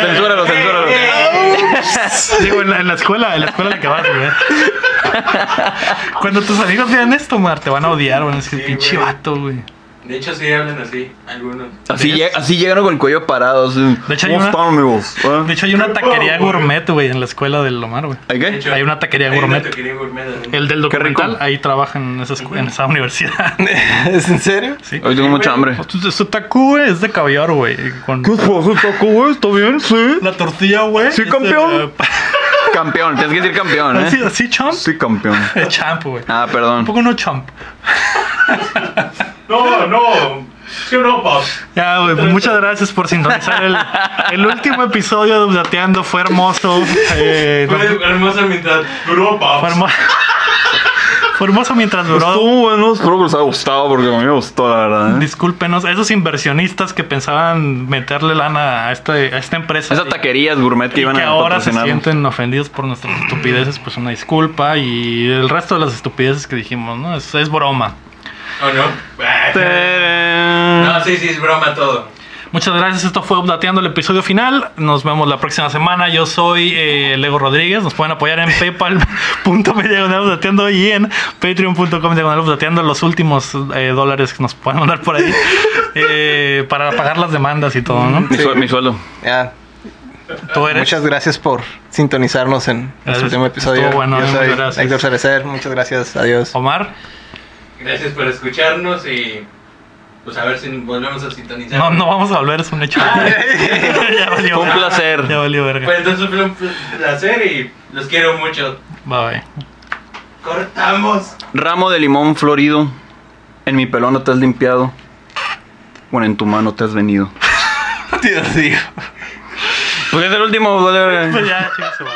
S3: censura, los censura.
S1: digo en la, en la escuela, en la escuela en la que vas, güey. Cuando tus amigos vean esto, Mar, te van a odiar, van a decir,
S5: Sí,
S1: pinche
S5: güey.
S1: vato, güey.
S5: De hecho, sí hablan así, algunos.
S3: Así, lleg- así llegaron con el cuello parado. así,
S1: De hecho, hay
S3: "¿Cómo
S1: una-
S3: están, amigos? ¿Eh?
S1: De hecho, hay una taquería gourmet, güey, en la escuela del Omar, güey.
S3: ¿Hay
S5: De
S3: qué?
S5: hecho,
S1: oh, Hay una taquería gourmet.
S5: Una taquería gourmet adentro.
S1: El del
S3: Qué rico.
S1: documental, ahí trabaja en esa, escu- en esa (laughs) universidad.
S2: ¿Es en serio?
S1: Sí.
S3: Hoy tengo mucha hambre.
S1: Esto es otaku, güey, es de caviar, güey. Con
S3: pasó, Taco, güey? ¿Está bien? Sí.
S1: la tortilla, güey.
S3: Sí,
S1: es de-
S3: campeón. Campeón, tienes que decir campeón,
S1: (laughs)
S3: ¿eh?
S1: ¿Sí, sí, champ?
S3: Sí, campeón.
S1: Es (laughs) champ, güey.
S3: Ah, perdón.
S1: Tampoco no champ.
S4: No, no. Sí o no, Pops.
S1: Ya, güey, pues muchas gracias por sintonizar (laughs) el, el último episodio de Dateando. Fue hermoso. Eh,
S5: Fue
S1: no-
S5: hermosa mitad.
S4: Duró,
S1: fue,
S4: Pops.
S1: hermo- (laughs) fue hermoso mientras duró.
S3: Estuvo bueno, espero que les haya gustado porque a mí me gustó, la verdad. ¿eh?
S1: Discúlpenos, esos inversionistas que pensaban meterle lana a, este, a esta empresa.
S3: Esas
S1: Y-
S3: taquerías gourmet que
S1: y
S3: iban
S1: que
S3: a
S1: ahora se
S3: patrocinar.
S1: sienten ofendidos por nuestras estupideces, pues una disculpa. Y el resto de las estupideces que dijimos, ¿no? Es, es broma.
S5: ¿O
S1: (laughs)
S5: no? No, sí, sí, es broma todo.
S1: Muchas gracias, esto fue Updateando el episodio final. Nos vemos la próxima semana. Yo soy eh, Lego Rodríguez. Nos pueden apoyar en paypal.me diagonal updateando y en patreon.com diagonal updateando los últimos eh, dólares que nos puedan mandar por ahí (laughs) eh, para pagar las demandas y todo, ¿no?
S3: Mi, suel- mi sueldo.
S2: Ya.
S1: Tú eres.
S2: Muchas gracias por sintonizarnos en
S1: Gracias.
S2: nuestro último episodio.
S1: Estuvo bueno, eh,
S2: Yo
S1: muchas
S2: soy
S1: gracias.
S2: Héctor Cerecer. Muchas gracias. Adiós.
S1: Omar,
S5: Gracias por escucharnos y pues a ver si volvemos a sintonizar.
S1: no, no vamos a volver, es un hecho. (laughs) ya valió.
S3: Fue un
S1: verga.
S3: placer.
S1: Ya valió verga.
S5: Pues entonces fue un placer y los quiero mucho.
S1: Bye bye.
S5: Cortamos.
S3: Ramo de limón florido. En mi pelo no te has limpiado. Bueno, en tu mano te has
S1: (laughs)
S3: venido.
S2: Dios mío.
S3: Pues es el último, vale, vale.
S1: Pues ya, chicos.